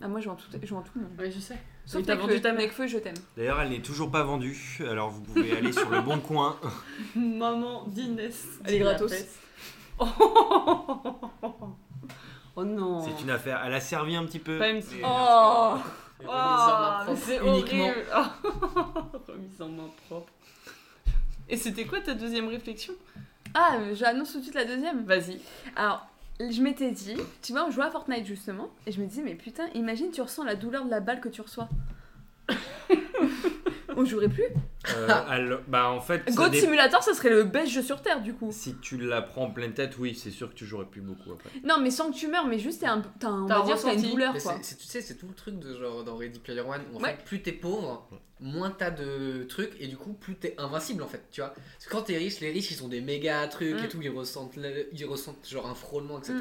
Ah, moi, je vends tout, je vends tout le monde.
Oui, je sais.
Sauf
Et t'as
Nekfeu.
vendu ta mère.
Nekfeu, je t'aime.
D'ailleurs, elle n'est toujours pas vendue. Alors, vous pouvez aller sur le bon coin.
Maman d'Inès.
Elle est
dit la
gratos.
peste. Oh, non.
C'est une affaire. Elle a servi un petit peu.
Oh. Pas une-
mais-
Oh
Et remise en main
Ah, mais
propre
c'est
uniquement.
horrible. Ah, Remise en main propre. Et c'était quoi ta deuxième réflexion
Ah, euh, j'annonce tout de suite la deuxième.
Vas-y.
Alors, je m'étais dit, tu vois, on jouait à Fortnite justement, et je me disais, mais putain, imagine, tu ressens la douleur de la balle que tu reçois. on jouerait plus.
Euh, elle- Bah, en fait, ça
Goat
dé-
Simulator, ça serait le best jeu sur terre du coup.
si tu la prends en pleine tête, oui, c'est sûr que tu jouerais plus beaucoup après.
Non, mais sans que tu meurs, mais juste, t'as un, t'as un- on
T'as
va dire, t'as une
ressenti.
douleur
Mais
quoi.
c'est- c'est- tu sais, c'est tout le truc de genre dans Ready Player One où en
Ouais.
fait, plus t'es pauvre, moins t'as de trucs et du coup plus t'es invincible en fait, tu vois. Parce que quand t'es riche, les riches ils ont des méga trucs
Mm.
et tout, ils ressentent, le- ils ressentent genre un frôlement, etc.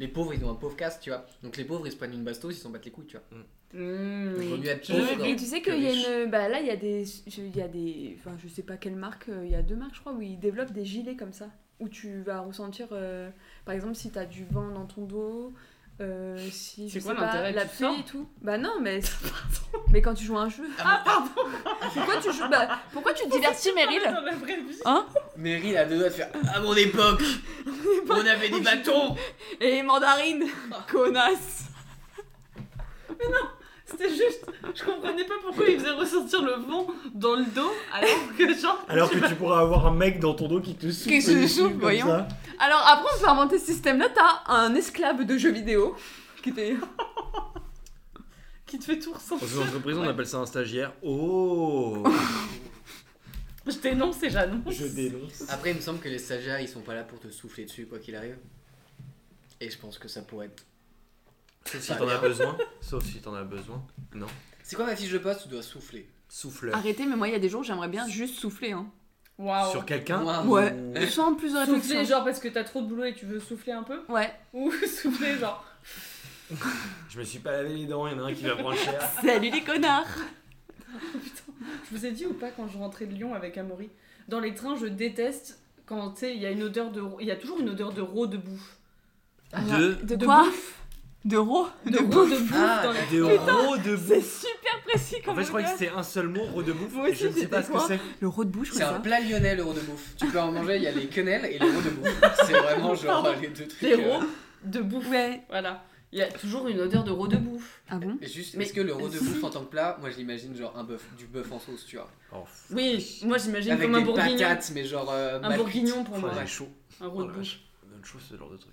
Les pauvres ils ont un pauvre casse, tu vois. Donc les pauvres ils se prennent une bastos, ils s'en battent les couilles, tu vois. Donc,
Hmm.
vaut mieux être
Et,
pauvre.
et tu sais
que
qu'il y a
riche.
une. Bah là, il y a des. je- Il y a des. Enfin, je sais pas quelle marque. euh, Il y a deux marques, je crois, où ils développent des gilets comme ça. Où tu vas ressentir. euh, par exemple, si t'as du vent dans ton dos. euh, si.
C'est
je
quoi
sais pas,
l'intérêt
La
Tu
pluie
sors
et tout. Bah non, mais. mais quand tu joues à un jeu. Ah, pardon Pourquoi tu joues. Bah, pourquoi tu te divertis, Meryl
Dans la vraie vie.
Mary elle a deux doigts de faire À mon époque, on avait des bâtons
Et mandarine Connasse
C'était juste, je comprenais pas pourquoi il faisait ressentir le vent dans le dos alors que genre.
Alors que tu pourras avoir un mec dans ton dos qui te souffle.
Qui se dessus, souffle, comme voyons. ça. Alors après, on peut inventer ce système-là. T'as un esclave de jeux vidéo. Qui était.
Qui te fait tout
Dans
ressentir.
une entreprise, on appelle ça un stagiaire. Oh
Je t'énonce et j'annonce.
Je dénonce.
Après, il me semble que les stagiaires ils sont pas là pour te souffler dessus, quoi qu'il arrive. Et je pense que ça pourrait être.
Sauf si t'en as besoin. Sauf si t'en as besoin.
C'est quoi ma fiche de poste Tu dois souffler.
Souffleur.
Arrêtez, mais moi, il y a des jours, j'aimerais bien juste souffler. Hein.
Waouh.
Sur quelqu'un
Waouh.
Ouais.
ou-
Sans plus de réflexion.
Souffler genre parce que t'as trop de boulot et tu veux souffler un peu
Ouais,
Ou souffler genre.
Je me suis pas lavé les dents, il y en a un qui va prendre cher.
salut les connards
Je vous ai dit ou pas quand je rentrais de Lyon avec Amaury Dans les trains, je déteste quand tu sais, il y a une odeur de. Il y a toujours une odeur de rot de bouffe.
De,
De quoi De ro De
De, rot de bouffe
Ah,
dans les.
de gros de
C'est super aussi
En
comme
fait, je crois que
regard.
c'était un seul mot, redebouffe,
Moi
et je
aussi,
ne sais pas
c'était
ce que
quoi
c'est.
Le rot de bouche,
C'est un plat lyonnais, le de bouffe. Tu peux en manger, il y a les quenelles et les de bouffe. C'est vraiment genre les deux trucs.
Les
euh,
rots de bouffe.
Ouais.
Voilà. Il y a toujours une odeur de rots de bouffe.
Ah bon
Et Juste,
Mais-
est-ce que le de bouffe en tant que plat, moi je l'imagine genre un bœuf, du bœuf en sauce, tu vois.
Oh, pff,
Oui, moi j'imagine
Avec
comme un
des
bourguignon.
patates, mais genre. euh,
Un
mal
bourguignon pour
oh,
moi.
j'ai chaud.
Un rot
Oh
de
la
bouffe.
vache. Donne chaud ce genre de truc.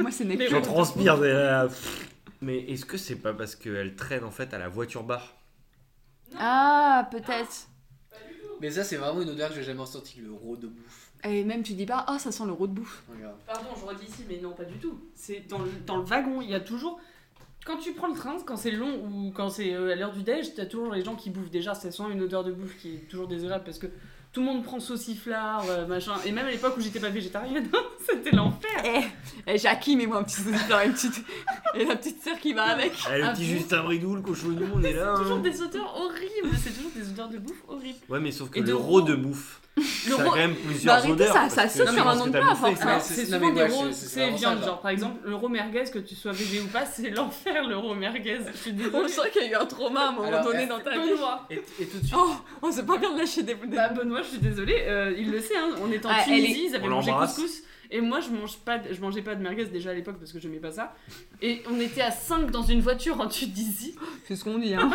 Moi, c'est
Mais
Nekfeu.
Je
bon.
transpire. Mais, euh, pff. Mais est-ce que c'est pas parce qu'elle traîne en fait à la voiture bar
Ah, peut-être.
cuite. Mais ça, c'est vraiment une odeur que j'ai jamais ressentie, le de bouffe.
Et même, tu dis pas, ah, ça sent le rot de bouffe.
Regarde.
Pardon, je redis ici, mais non, pas du tout. C'est dans le, dans le wagon, il y a toujours. Quand tu prends le train, quand c'est long ou quand c'est euh, à l'heure du déj, t'as toujours les gens qui bouffent. Déjà, ça sent une odeur de bouffe qui est toujours désagréable parce que tout le monde prend sauciflard, euh, machin. Et même à l'époque où j'étais pas végétarienne, c'était l'enfer.
Eh, eh Jackie, mets-moi un petit dans une petite. Et la petite sœur qui va avec.
Eh,
Ah
Le petit
bon
Justin Bridoux, le cochonou, on est là.
C'est toujours
hein.
des odeurs horribles, c'est toujours des odeurs de bouffe horribles.
Ouais, mais sauf que
Et de
le
rot.
rot de bouffe,
Le
ça a
rot-
quand même plusieurs
Bah, arrêtez,
odeurs.
ça-
parce
ça
que
sent
je
sur
pense que
un nom
t'as
de plat,
bouffé,
forcément.
Ah,
ça.
c'est
c'est-
souvent
non, mais
des
ouais,
rôles,
c'est- c'est
c'est
vraiment
viande.
ça,
Genre, par exemple, le rot merguez, que tu sois végé ou pas, c'est l'enfer le rot merguez. Je suis
On
désolée.
sent qu'il y a eu un trauma à un moment
Alors,
donné
eh,
dans ta vie.
Benoît.
Et, et tout de suite,
Oh, on sait pas bien de lâcher des. des-
Bah, Benoît, je suis désolée, euh, il le sait, hein, on est en
Ah, elle
Tunisie, ils avaient
On
mangé
l'embrasse.
couscous. Et moi, je, mange pas de- je mangeais pas de merguez déjà à l'époque parce que je n'aimais pas ça. Et on était à 5 dans une voiture en Tunisie.
C'est ce qu'on dit, hein.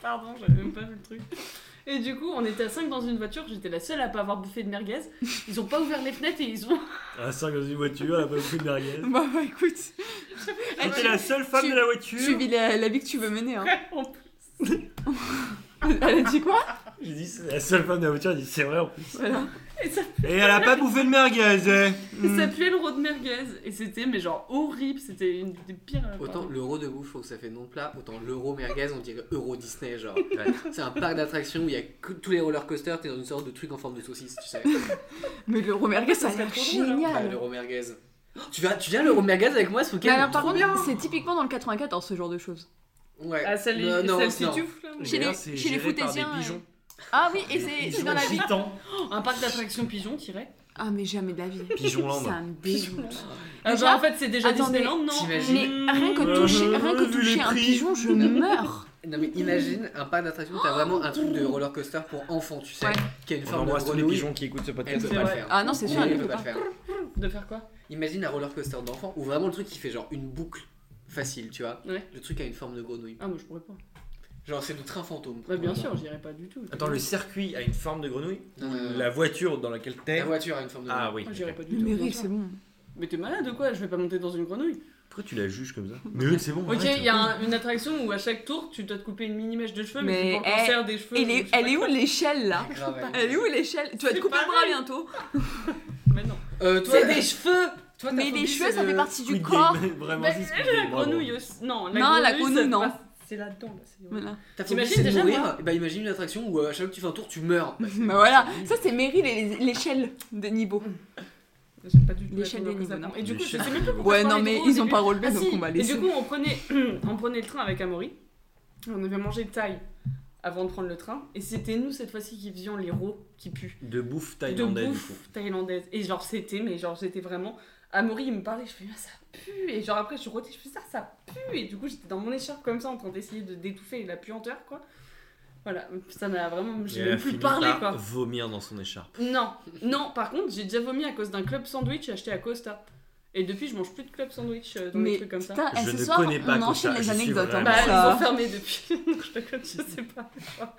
Pardon, j'avais même pas vu le truc. Et du coup, on était à 5 dans une voiture, j'étais la seule à pas avoir bouffé de merguez. Ils ont pas ouvert les fenêttes et ils ont.
À 5 dans une voiture, elle a pas bouffé de merguez.
bah, bah, écoute. Eh,
J'étais
tu,
Ah, la seule femme
tu-
de la voiture.
tu vis la, la vie que tu veux mener, hein.
On
Elle a dit quoi
J'ai dit, c'est la seule femme de la voiture, elle dit, c'est vrai en plus.
Voilà.
Et elle a pas bouffé de merguez, eh.
Il
Hmm.
s'appelait le rod merguez et c'était mais genre horrible, c'était une des pires.
autant l'euro de bouffe, je trouve que ça fait non plat, autant l'euro merguez, on dirait euro Disney, genre. C'est un parc d'attractions où il y a que- tous les roller coasters, t'es dans une sorte de truc en forme de saucisse, tu sais.
Mais le romerguez, ça a
Ça serait
l'air
trop drôle, hein.
Bah,
génial.
l'euro merguez. Tu viens, tu viens l'euro merguez avec moi ce
Mais
Bah,
week-end
alors, par
Trop
contre,
bien
c'est typiquement dans le 94, ce genre de choses.
Ouais.
Ah, celle-ci,
Non, non,
celle-ci
non.
tu fous, là.
Mais
Chez les-
d'ailleurs, c'est
chez les
géré par des
foutaisiens,
pigeons.
Ah oui, et
Des
c'est c'est
pigeons
dans la ville.
gitans.
Un parc d'attractions pigeon, tirait.
Ah, mais jamais de la vie.
Pigeonland.
Ça me dégoûte.
Ah
Déjà,
bah, en fait, c'est déjà
attendez,
Disneyland, non Hmm.
t'imagines
Mais rien que toucher, rien que
Vu les
toucher un
prix.
pigeon, je meurs.
Non mais imagine un parc d'attraction, t'as vraiment un truc de roller coaster pour enfants, tu sais,
Ouais.
qui a une
On
forme de
embrasse tous les
grenouille.
pigeons qui écoutent ce
Elle
podcast.
peut
C'est
pas le
vrai.
faire.
Ah non, c'est sûr,
Elle
elle
peut
peut
pas
pas.
le faire.
De faire quoi
Imagine un roller coaster d'enfant où vraiment le truc il fait genre une boucle facile, tu vois.
Ouais.
Le truc a une forme de grenouille.
Ah, moi je pourrais pas.
Genre c'est du train fantôme.
Bah, bien sûr, j'irais pas du tout.
Attends, le circuit a une forme de grenouille
Non, non, non.
La voiture dans laquelle t'es
La voiture a une forme de
Ah
grenouille.
oui.
Ah, j'irais pas du tout.
Mais
bien
Riff,
sûr.
c'est bon.
Mais t'es malade ou quoi Je vais pas monter dans une grenouille.
Pourquoi tu la juges comme ça Mais oui, c'est bon.
Ok,
arrête.
il y a un- une attraction où à chaque tour tu dois te couper une mini mèche de cheveux, mais,
Mais
c'est pour le
elle-
cancer des cheveux.
Elle
ou je
est,
sais pas
elle est où l'échelle là
Grave, elle.
Elle est où l'échelle Tu vas te
C'est
couper le bras
pareil.
bientôt.
quoi. Mais non.
Euh, toi,
C'est des cheveux.
toi, euh, ta
Mais les
phobie,
cheveux,
c'est
ça
le-
fait partie du
Squid
corps.
Game, Vraiment,
Bah,
Ah, c'est Squid Game,
La
bravo.
grenouille aussi. Non, la
Non, la
grenouille, ça
grenouille, non.
passe- C'est là-dedans, là. c'est-
Voilà.
Ta phobie,
T'imagines
c'est de
déjà,
mourir.
moi
Et bah imagine une attraction où euh, à chaque fois que tu fais un tour, tu meurs. Bah, c'est-
Bah voilà, ça c'est Meryl et l'échelle des niveaux.
J'aime pas du tout.
L'échelle
la
des
couleur que ça
niveaux,
prend. Et du coup, je
L'échelle
sais
des
même plus
niveaux.
pourquoi
Ouais,
je
non,
parlais
mais
trop au
ils ont
début.
pas relevé
Ah,
donc
si.
on va
Et
laisser.
du coup, on prenait, on prenait le train avec Amaury. On avait mangé Thaï avant de prendre le train. Et c'était nous, cette fois-ci, qui faisions les rots qui puent.
De bouffe
De
thaïlandaise. du coup.
bouffe thaïlandaise. Et genre, c'était, mais genre, c'était vraiment. Amaury, il me parlait, je fais, Ah, ça pue. Et genre, après, je suis rotée, je fais, ça, ça pue. Et du coup, j'étais dans mon écharpe comme ça, en train d'essayer de d'étouffer la puanteur, quoi. Voilà, ça m'a vraiment.
Et
J'ai
elle a
même plus
fini
parlé,
par
quoi.
Vomir dans son écharpe.
Non, non, par contre, j'ai déjà vomi à cause d'un club sandwich acheté à Costa. Et depuis, je mange plus de club sandwich euh, dans des
Mais
trucs comme ça.
putain, eh,
Je
ce
ne
soir,
connais pas
on
Costa,
enchaîne
je
les
suis
anecdotes. hein,
vraiment-
Bah,
pour
ils
ça.
ont fermé depuis. je te connais, je sais pas. pourquoi.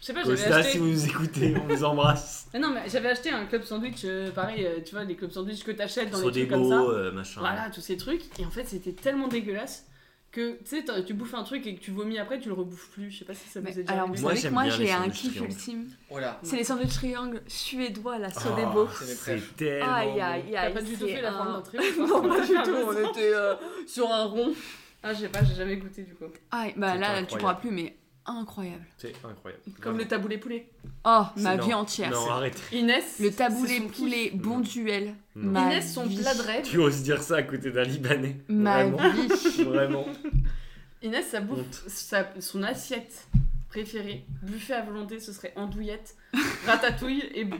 Je sais pas, j'avais
Costa, si
acheté.
vous nous écoutez, on vous embrasse.
Ah non, mais j'avais acheté un club sandwich, euh, pareil, euh, tu vois, les clubs sandwich que t'achètes dans les trucs comme ça.
Sodego, euh, machin.
Voilà, tous ces trucs. Et en fait, c'était tellement dégueulasse que tu sais, t'as- tu bouffes un truc et que tu vomis après, tu le rebouffes plus. Je sais pas si ça
Mais
vous est déjà
alors, vous
arrivé.
Moi,
savez que
j'aime
moi
bien les
j'ai un
sandwichs
kiff
triangles.
ultime.
Voilà.
C'est les hein. sandwichs triangles suédois, la
Ah,
Sodebo.
C'est mes
C'est
préfs.
tellement.
Aïe
bon.
aïe
T'as
aïe.
pas du tout
c'est
fait la forme
un-
d'un truc.
Non, pas du
Ah,
tout,
bon.
on était euh, sur un rond.
Ah, je sais pas, j'ai jamais goûté du coup.
Ah, bah
C'est
là, tu
incroyable.
pourras plus, mais incroyable.
C'est incroyable.
Comme
Vraiment.
le taboulé poulet.
Oh,
C'est
ma
non.
vie entière.
Non, arrête.
Inès.
Le
c'est
taboulé
son kiff.
poulet, bon duel.
Non.
Ma
Inès, son
vie.
plat de rêve.
Tu oses dire ça à côté d'un Libanais.
Ma
Vraiment.
vie.
Vraiment.
Inès, sa bouffe,
Honte.
sa- son assiette préférée, buffet à volonté, ce serait andouillette, ratatouille et bou-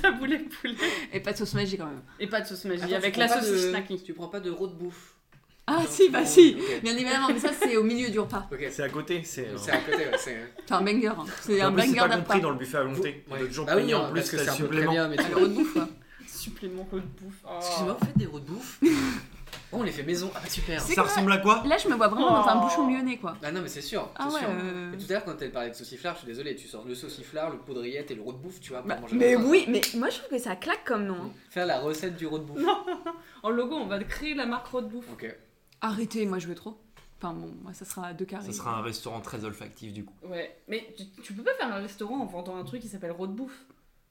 taboulé poulet.
Et pas de sauce magique quand même.
Et pas de sauce magie,
Attends, tu
avec
prends
la
pas
sauce
de-
snacking.
Tu prends pas de road bouffe.
Ah si, bah si
Ok,
Bien évidemment, mais ça c'est au milieu du repas.
Ok.
C'est à côté, c'est.
c'est à côté, ouais, c'est.
C'est un banger. hein. C'est un
En plus,
banger
c'est pas
d'un
compris
repas.
dans le buffet à volonté.
Ouais.
On a toujours
Bah oui,
payé
hein,
en plus
parce que
t'as
c'est un peu
supplément.
très bien, mais tu-
Ah, le rebouffe, quoi.
Supplément de bouffe. Oh.
Excusez-moi, vous faites des routes de bouffe Oh, on les fait maison. Ah, bah, super.
C'est
Ça
quoi
ressemble à quoi
Là, je me vois vraiment dans un
Oh.
bouchon lyonnais, quoi.
Ah non, mais c'est sûr.
Ah
c'est
ouais.
sûr.
euh,
Mais tout à l'heure, quand elle parlait de sauciflard, je suis désolé, tu sors le sauciflard, le poudriette et le road bouffe, tu vois, pour
bah,
manger
mais
ensemble.
oui, mais moi je trouve que ça claque comme nom. hein.
Faire la recette du road bouffe.
En logo, on va créer la marque de bouffe.
Ok.
Arrêtez, moi je veux trop. Enfin bon, moi ça sera deux carrés.
Ça sera un restaurant très olfactif du coup.
Ouais, mais tu, tu peux pas faire un restaurant en vendant un truc qui s'appelle de bouffe.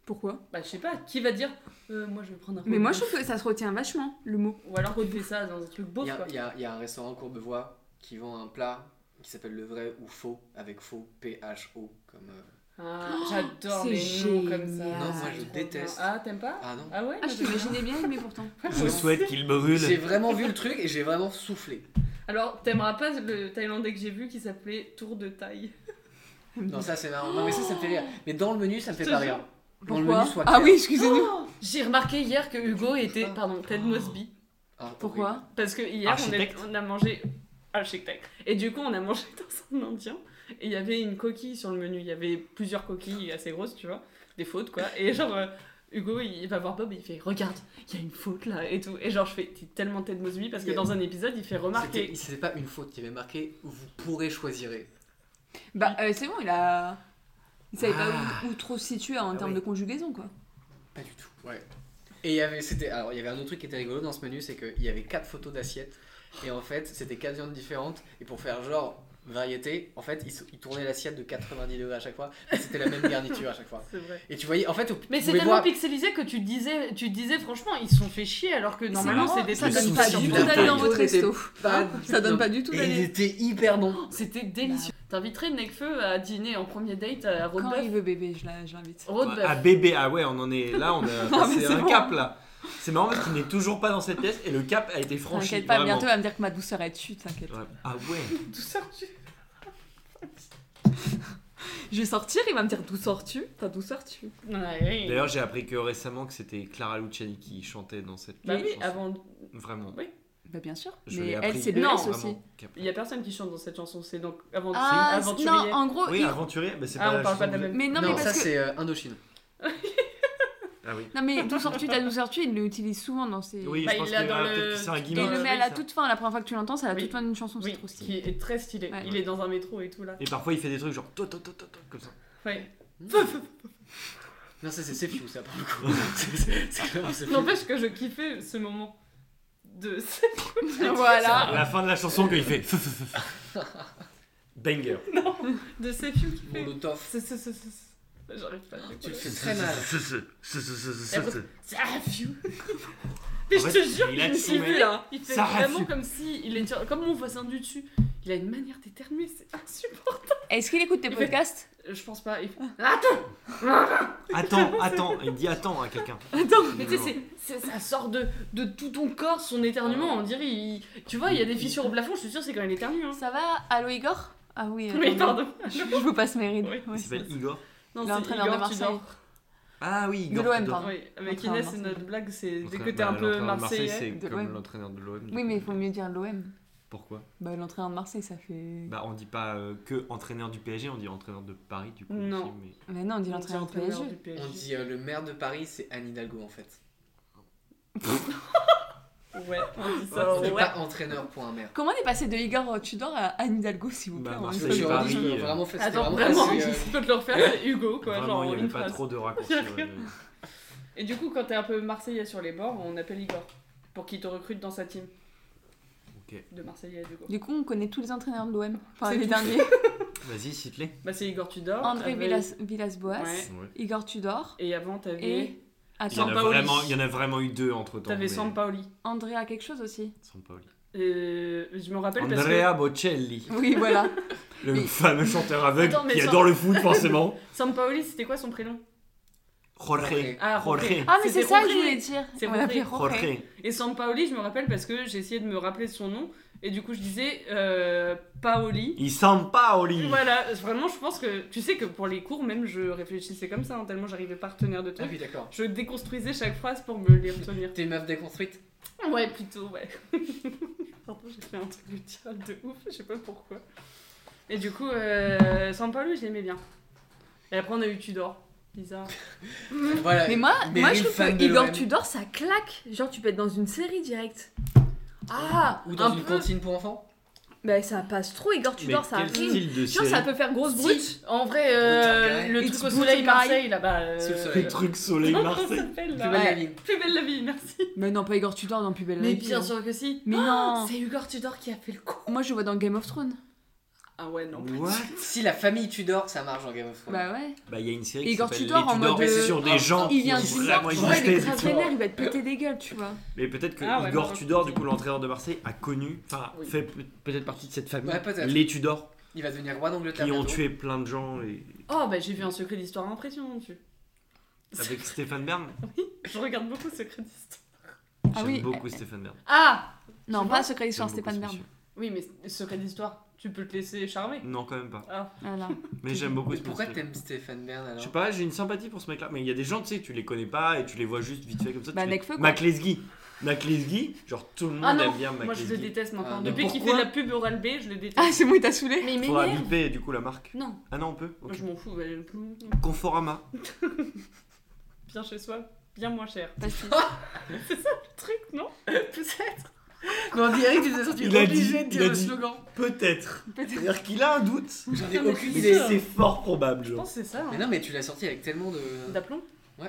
Pourquoi
Bah, je sais pas, qui va dire euh, Moi, je vais prendre un
Mais
road
moi je
bouffe.
trouve que ça se retient vachement, le mot.
Ou alors, tu fais ça dans un truc beau,
Il y,
quoi.
a- il y a- il y a un restaurant Courbevoie qui vend un plat qui s'appelle le vrai ou faux, avec faux, P-H-O. Comme, euh,
Ah,
Oh,
J'adore
c'est
les noms comme ça.
génial. Non,
moi, je
C'est trop bien.
déteste.
Ah, t'aimes pas
Ah non.
Ah ouais
Ah, je
moi, j'aime
t'imaginais bien mais pourtant.
bien.
Je souhaite qu'il
J'ai
brûle.
vraiment vu le truc et j'ai vraiment soufflé.
Alors, t'aimeras pas le Thaïlandais que j'ai vu qui s'appelait Tour de Thaï.
Non, ça c'est marrant. Non, mais ça, ça me fait rire. Mais dans le menu, ça me fait
te
pas
jure.
rire. Dans le
Pourquoi
menu, soit
Ah
clair.
oui, excusez-nous. Oh.
Oh j'ai remarqué hier que Hugo était, pardon, Ted Mosby.
Ah,
Pourquoi
Parce que hier, on, est-
Architecte.
on a mangé. Architecte. Et du coup, on a mangé dans un indien. Et il y avait une coquille sur le menu. Il y avait plusieurs coquilles assez grosses, tu vois. Des fautes, quoi. Et genre, euh, Hugo, il va voir Bob et il fait Regarde, il y a une faute là et tout. Et genre, je fais T'es tellement Ted Mosby parce que
Yeah.
dans un épisode, il fait
C'était
remarquer.
il- c'était pas une faute, il y avait marqué vous pourrez choisirez.
Bah euh, c'est bon, il a. Il savait
Ah.
pas où, où trop se situer en
Ah
termes
oui.
de conjugaison, quoi.
Pas du tout. Ouais. Et il y avait, c'était, alors il y avait un autre truc qui était rigolo dans ce menu, c'est qu'il y avait quatre photos d'assiettes et en fait c'était quatre viandes différentes et pour faire genre variété, en fait ils, se- ils tournaient l'assiette de 90 degrés à chaque fois. et C'était la même garniture à chaque fois.
C'est vrai.
Et tu voyais, en fait, au-
Mais
tu
c'est
pouvais
tellement
voir-
pixelisé que tu disais, tu disais franchement, ils se sont fait chier alors que normalement
marrant,
c'est des
ça
trucs
Le
donne
comme
pas
ça.
souci
du
du
tout d'aller
détail.
dans votre
Tout était
resto.
pas
Hein Ça donne
non.
pas du tout
Et il
d'aller.
était hyper bon.
C'était délicieux. T'inviterais Nekfeu à dîner en premier date à
Quand il
Roadbuff
veut bébé, je la- je l'invite.
Ah
Roadbuff.
bébé, ah ouais, on en est là, on a
mais
passé
c'est
un
bon.
cap là. C'est marrant parce qu'il n'est toujours pas dans cette pièce et le cap a été franchi.
T'inquiète pas,
vraiment.
bientôt elle va me dire que ma douceur est dessus, t'inquiète.
Ouais. Ah ouais.
Tout ça, tu-
Je vais sortir, il va me dire d'où sors-tu T'as d'où sors-tu
Ouais.
D'ailleurs, j'ai appris que récemment que c'était Clara Luciani qui chantait dans cette
Bah oui,
chanson.
avant.
Vraiment.
Bah bien sûr.
Je
mais
l'ai
elle,
appris
c'est le
Non,
S aussi.
vraiment qu'après.
Il y a personne qui chante dans cette chanson, c'est donc avant
Ah,
c'est
c'est-
aventurier.
non, en gros,
Oui,
il-
aventurier, mais c'est
Ah,
pas
on parle pas de la
chanson
même.
mais non,
Non,
mais
ça
parce que
c'est euh, Indochine.
Ah oui.
non mais d'où sors-tu T'as d'où sors-tu Il l'utilise souvent dans ses.
Oui,
Bah,
je
il
pense
l'a
que
dans
ah,
le-
peut-être que c'est un
il
Et il
guimard.
le
Ouais,
met à la
ça.
toute fin, la première fois que tu l'entends, c'est à la
Oui.
toute fin d'une chanson, c'est
Oui,
trop stylé.
qui est très stylé.
Ouais.
Il est dans un métro et tout là.
Et parfois, il fait des trucs genre to, to, to, to, to, comme ça.
Ouais.
Non, ça c'est Sefiu, ça pour le coup. C'est- c'est- C'est clairement Sefiu.
N'empêche que je kiffais ce moment de.
À
voilà.
la fin de la chanson, qu'il fait. Banger.
de ces films qui fait.
Molotov.
C'est- c'est- c'est- c'est- J'arrive pas à le
Tu le
décoller.
fais très mal.
C'est un film. Mais je
En
te
fait,
jure,
il a
je me
tout
suis
mêlé.
vu là. Il fait
Ça a
vraiment
vu.
comme si. Il est sur- comme mon voisin du dessus. Il a une manière d'éternuer, c'est insupportable.
Est-ce qu'il écoute tes
Il fait-
podcasts
Je pense pas. Il fait-
Attends, attends. Il dit attends à quelqu'un.
Attends, mais tu sais, c'est- c'est- ça sort de, de tout ton corps, son éternuement. On dirait. il- tu vois, il y a des fissures au plafond, je suis sûre, c'est quand il éternue. Hein.
Ça va Allô Igor Ah oui.
Oui,
attendez.
pardon.
Je, je vous passe mes rides.
Oui.
Ouais,
Il s'appelle
c'est-
Igor.
Non,
L'entraîneur de
tu
Marseille.
dors.
Ah oui, Igor.
l'OM,
tu dois-
pardon.
Oui, avec
L'entraîneur
Inès, c'est
de Marseille.
notre blague, c'est dès
L'entraîneur-
que t'es un
bah,
peu
l'entraîneur de Marseille,
marseillais.
de
C'est comme
l'OM.
l'entraîneur de l'OM.
oui, mais il faut mieux dire l'OM.
Pourquoi
Bah, l'entraîneur de Marseille, ça fait.
Bah, on dit pas euh, que entraîneur du PSG, on dit entraîneur de Paris, du coup.
Non.
aussi, mais-
Mais non, on
On dit
dit l'entraîneur de
entraîneur
PSG.
du PSG.
On dit euh, le maire de Paris, c'est Anne Hidalgo en fait.
Ouais, on dit ça.
On n'est
ouais.
pas entraîneur pour un maire.
Comment on est passé de Igor Tudor à Anne Hidalgo, s'il vous plaît
Bah,
en
Marseille,
une
Je
seconde
leur dis,
Paris,
je-
euh,
vraiment, fait- c'était
Attends,
vraiment
Ah vraiment,
assez, euh,
tu peux te le refaire, c'est Hugo, quoi.
Vraiment,
genre,
il n'y
une
avait pas
phrase.
trop de raccourcis.
Il y a rien.
ouais.
Et du coup, quand t'es un peu marseillais sur les bords, on appelle Igor pour qu'il te recrute dans sa team.
Ok.
De marseillais, du coup.
Du coup, on connaît tous les entraîneurs de l'OM. Enfin,
C'est
les
tout.
derniers.
Vas-y, cite-les.
Bah, c'est Igor Tudor.
André
t'avais-
Villas- Villas-Boas,
Ouais.
Igor Tudor
Et avant, t'avais.
et.
Il y, en
Attends,
Sans
a
Paoli.
vraiment, il y en a vraiment eu deux entre temps.
T'avais Sampaoli.
Andrea quelque chose aussi
Sampaoli.
Euh, je me rappelle parce que
Andrea Bocelli,
Oui, voilà.
le
Mais-
fameux chanteur aveugle
Attends, mais
qui
sans-
adore le foot, forcément.
Sampaoli, c'était quoi son prénom
Jorge.
Ah, Jorge.
Jorge.
Ah, mais c'est
C'était
ça que
Roré.
je voulais dire.
C'est
On
Roré.
l'appelait Roré.
Jorge.
Et Sampaoli, je me rappelle parce que j'ai essayé de me rappeler son nom et du coup je disais euh, Paoli.
Il Sampaoli.
Voilà, vraiment je pense que tu sais que pour les cours même je réfléchissais comme ça hein, tellement j'arrivais pas à retenir de
Ah
trucs.
oui, d'accord.
Je déconstruisais chaque phrase pour me les retenir.
T'es une meuf déconstruite
Ouais, plutôt ouais. Pardon, j'ai fait un truc littéral de ouf, je sais pas pourquoi. Et du coup, euh, Sampaoli, je l'aimais bien. Et après, on a eu Tudor. Bizarre.
Voilà.
Mais moi,
Mais
moi
une
je trouve
fan
que
de
Igor
l'OM.
Tudor, ça claque. Genre, tu peux être dans une série directe. Ah
Ou dans
un
une
peu.
cantine pour enfants
Bah, ça passe trop, Igor Tudor, ça
quel
arrive.
style de
Genre,
série
ça peut faire grosse
Si.
brute.
En vrai, euh,
Boutangaille.
le
It's
truc au soleil
Boutangaille.
Marseille, là-bas. euh,
Sous le soleil.
Les trucs soleil
Comment ça
Marseille.
s'appelle
Plus
là
belle la
Ouais.
vie.
Plus belle la vie, merci.
Mais non, pas Igor Tudor dans Plus belle la
Mais
vie,
bien
hein.
sûr que si. Oh,
Mais non
Ah, C'est Hugo Tudor qui a fait le coup.
Moi, je vois dans Game of Thrones.
Ah ouais, non.
What
Si la famille Tudor, ça marche en Game of Thrones.
Bah ouais.
Bah, il y a une série
Et
qui
Igor
s'appelle Les
Tudor, en
Tudors,
mode,
mais c'est
euh,
sur des gens
Il vient
qui
du
ont
Nord,
vraiment
tu vois, il est
existé.
grave
tu vois.
vénère, il va te péter des gueules, tu vois.
Mais peut-être que
Ah ouais,
Igor
bah,
Tudor, du
ok.
coup, l'entraîneur de Marseille, a connu, enfin,
Oui.
fait pe- peut-être partie de cette famille.
Ouais, peut-être.
les Tudors,
Il va devenir roi d'Angleterre.
qui ont
bientôt.
tué plein de gens et...
Oh, bah j'ai vu un secret d'histoire impressionnant dessus.
avec Stéphane Bern.
Je regarde beaucoup secret d'histoire.
Ah
J'aime
oui.
beaucoup Stéphane Bern.
Ah
Non,
Tu
pas
vois
Secret
J'aime
d'Histoire,
beaucoup
Stéphane
ce
Bern.
monsieur.
Oui, mais secret d'histoire, tu peux te laisser charmer.
Non, quand même pas.
Ah.
Voilà.
Mais j'aime beaucoup
Mais
ce
pourquoi
monsieur.
t'aimes Stéphane Bern alors
Je sais pas, j'ai une sympathie pour ce mec-là. Mais il y a des gens, tu sais, tu les connais pas et tu les vois juste vite fait comme ça.
Bah,
tu
Necfeu,
fais,
quoi.
Mac Lesguy. Mac Lesguy, genre tout le monde
Ah non,
aime bien Mac
Moi je le
Lesguy.
déteste maintenant.
Ah,
Depuis
mais
qu'il fait de
pourquoi
la pub au B, je le
Ah,
déteste.
c'est bon, il t'a saoulé
Mais il
Faudra
m'énerve.
biper du coup la marque.
Non,
Ah non, on peut Ok.
je m'en fous. bah,
Conforama.
Bien chez soi, bien moins cher.
Parce que-
Truc, non Peut-être.
Mais on dirait que tu t'es senti
Il a
obligé
dit-
de dire
il a
le
dit-
slogan.
Peut-être.
Peut-être.
C'est-à-dire qu'il a un doute.
J'en ai
Non, mais
aucune
c'est
Mais
sûr.
idée.
c'est fort probable.
Je
genre.
pense que c'est ça.
Mais
Hein.
non, mais tu l'as sorti avec tellement de.
D'aplomb
Ouais.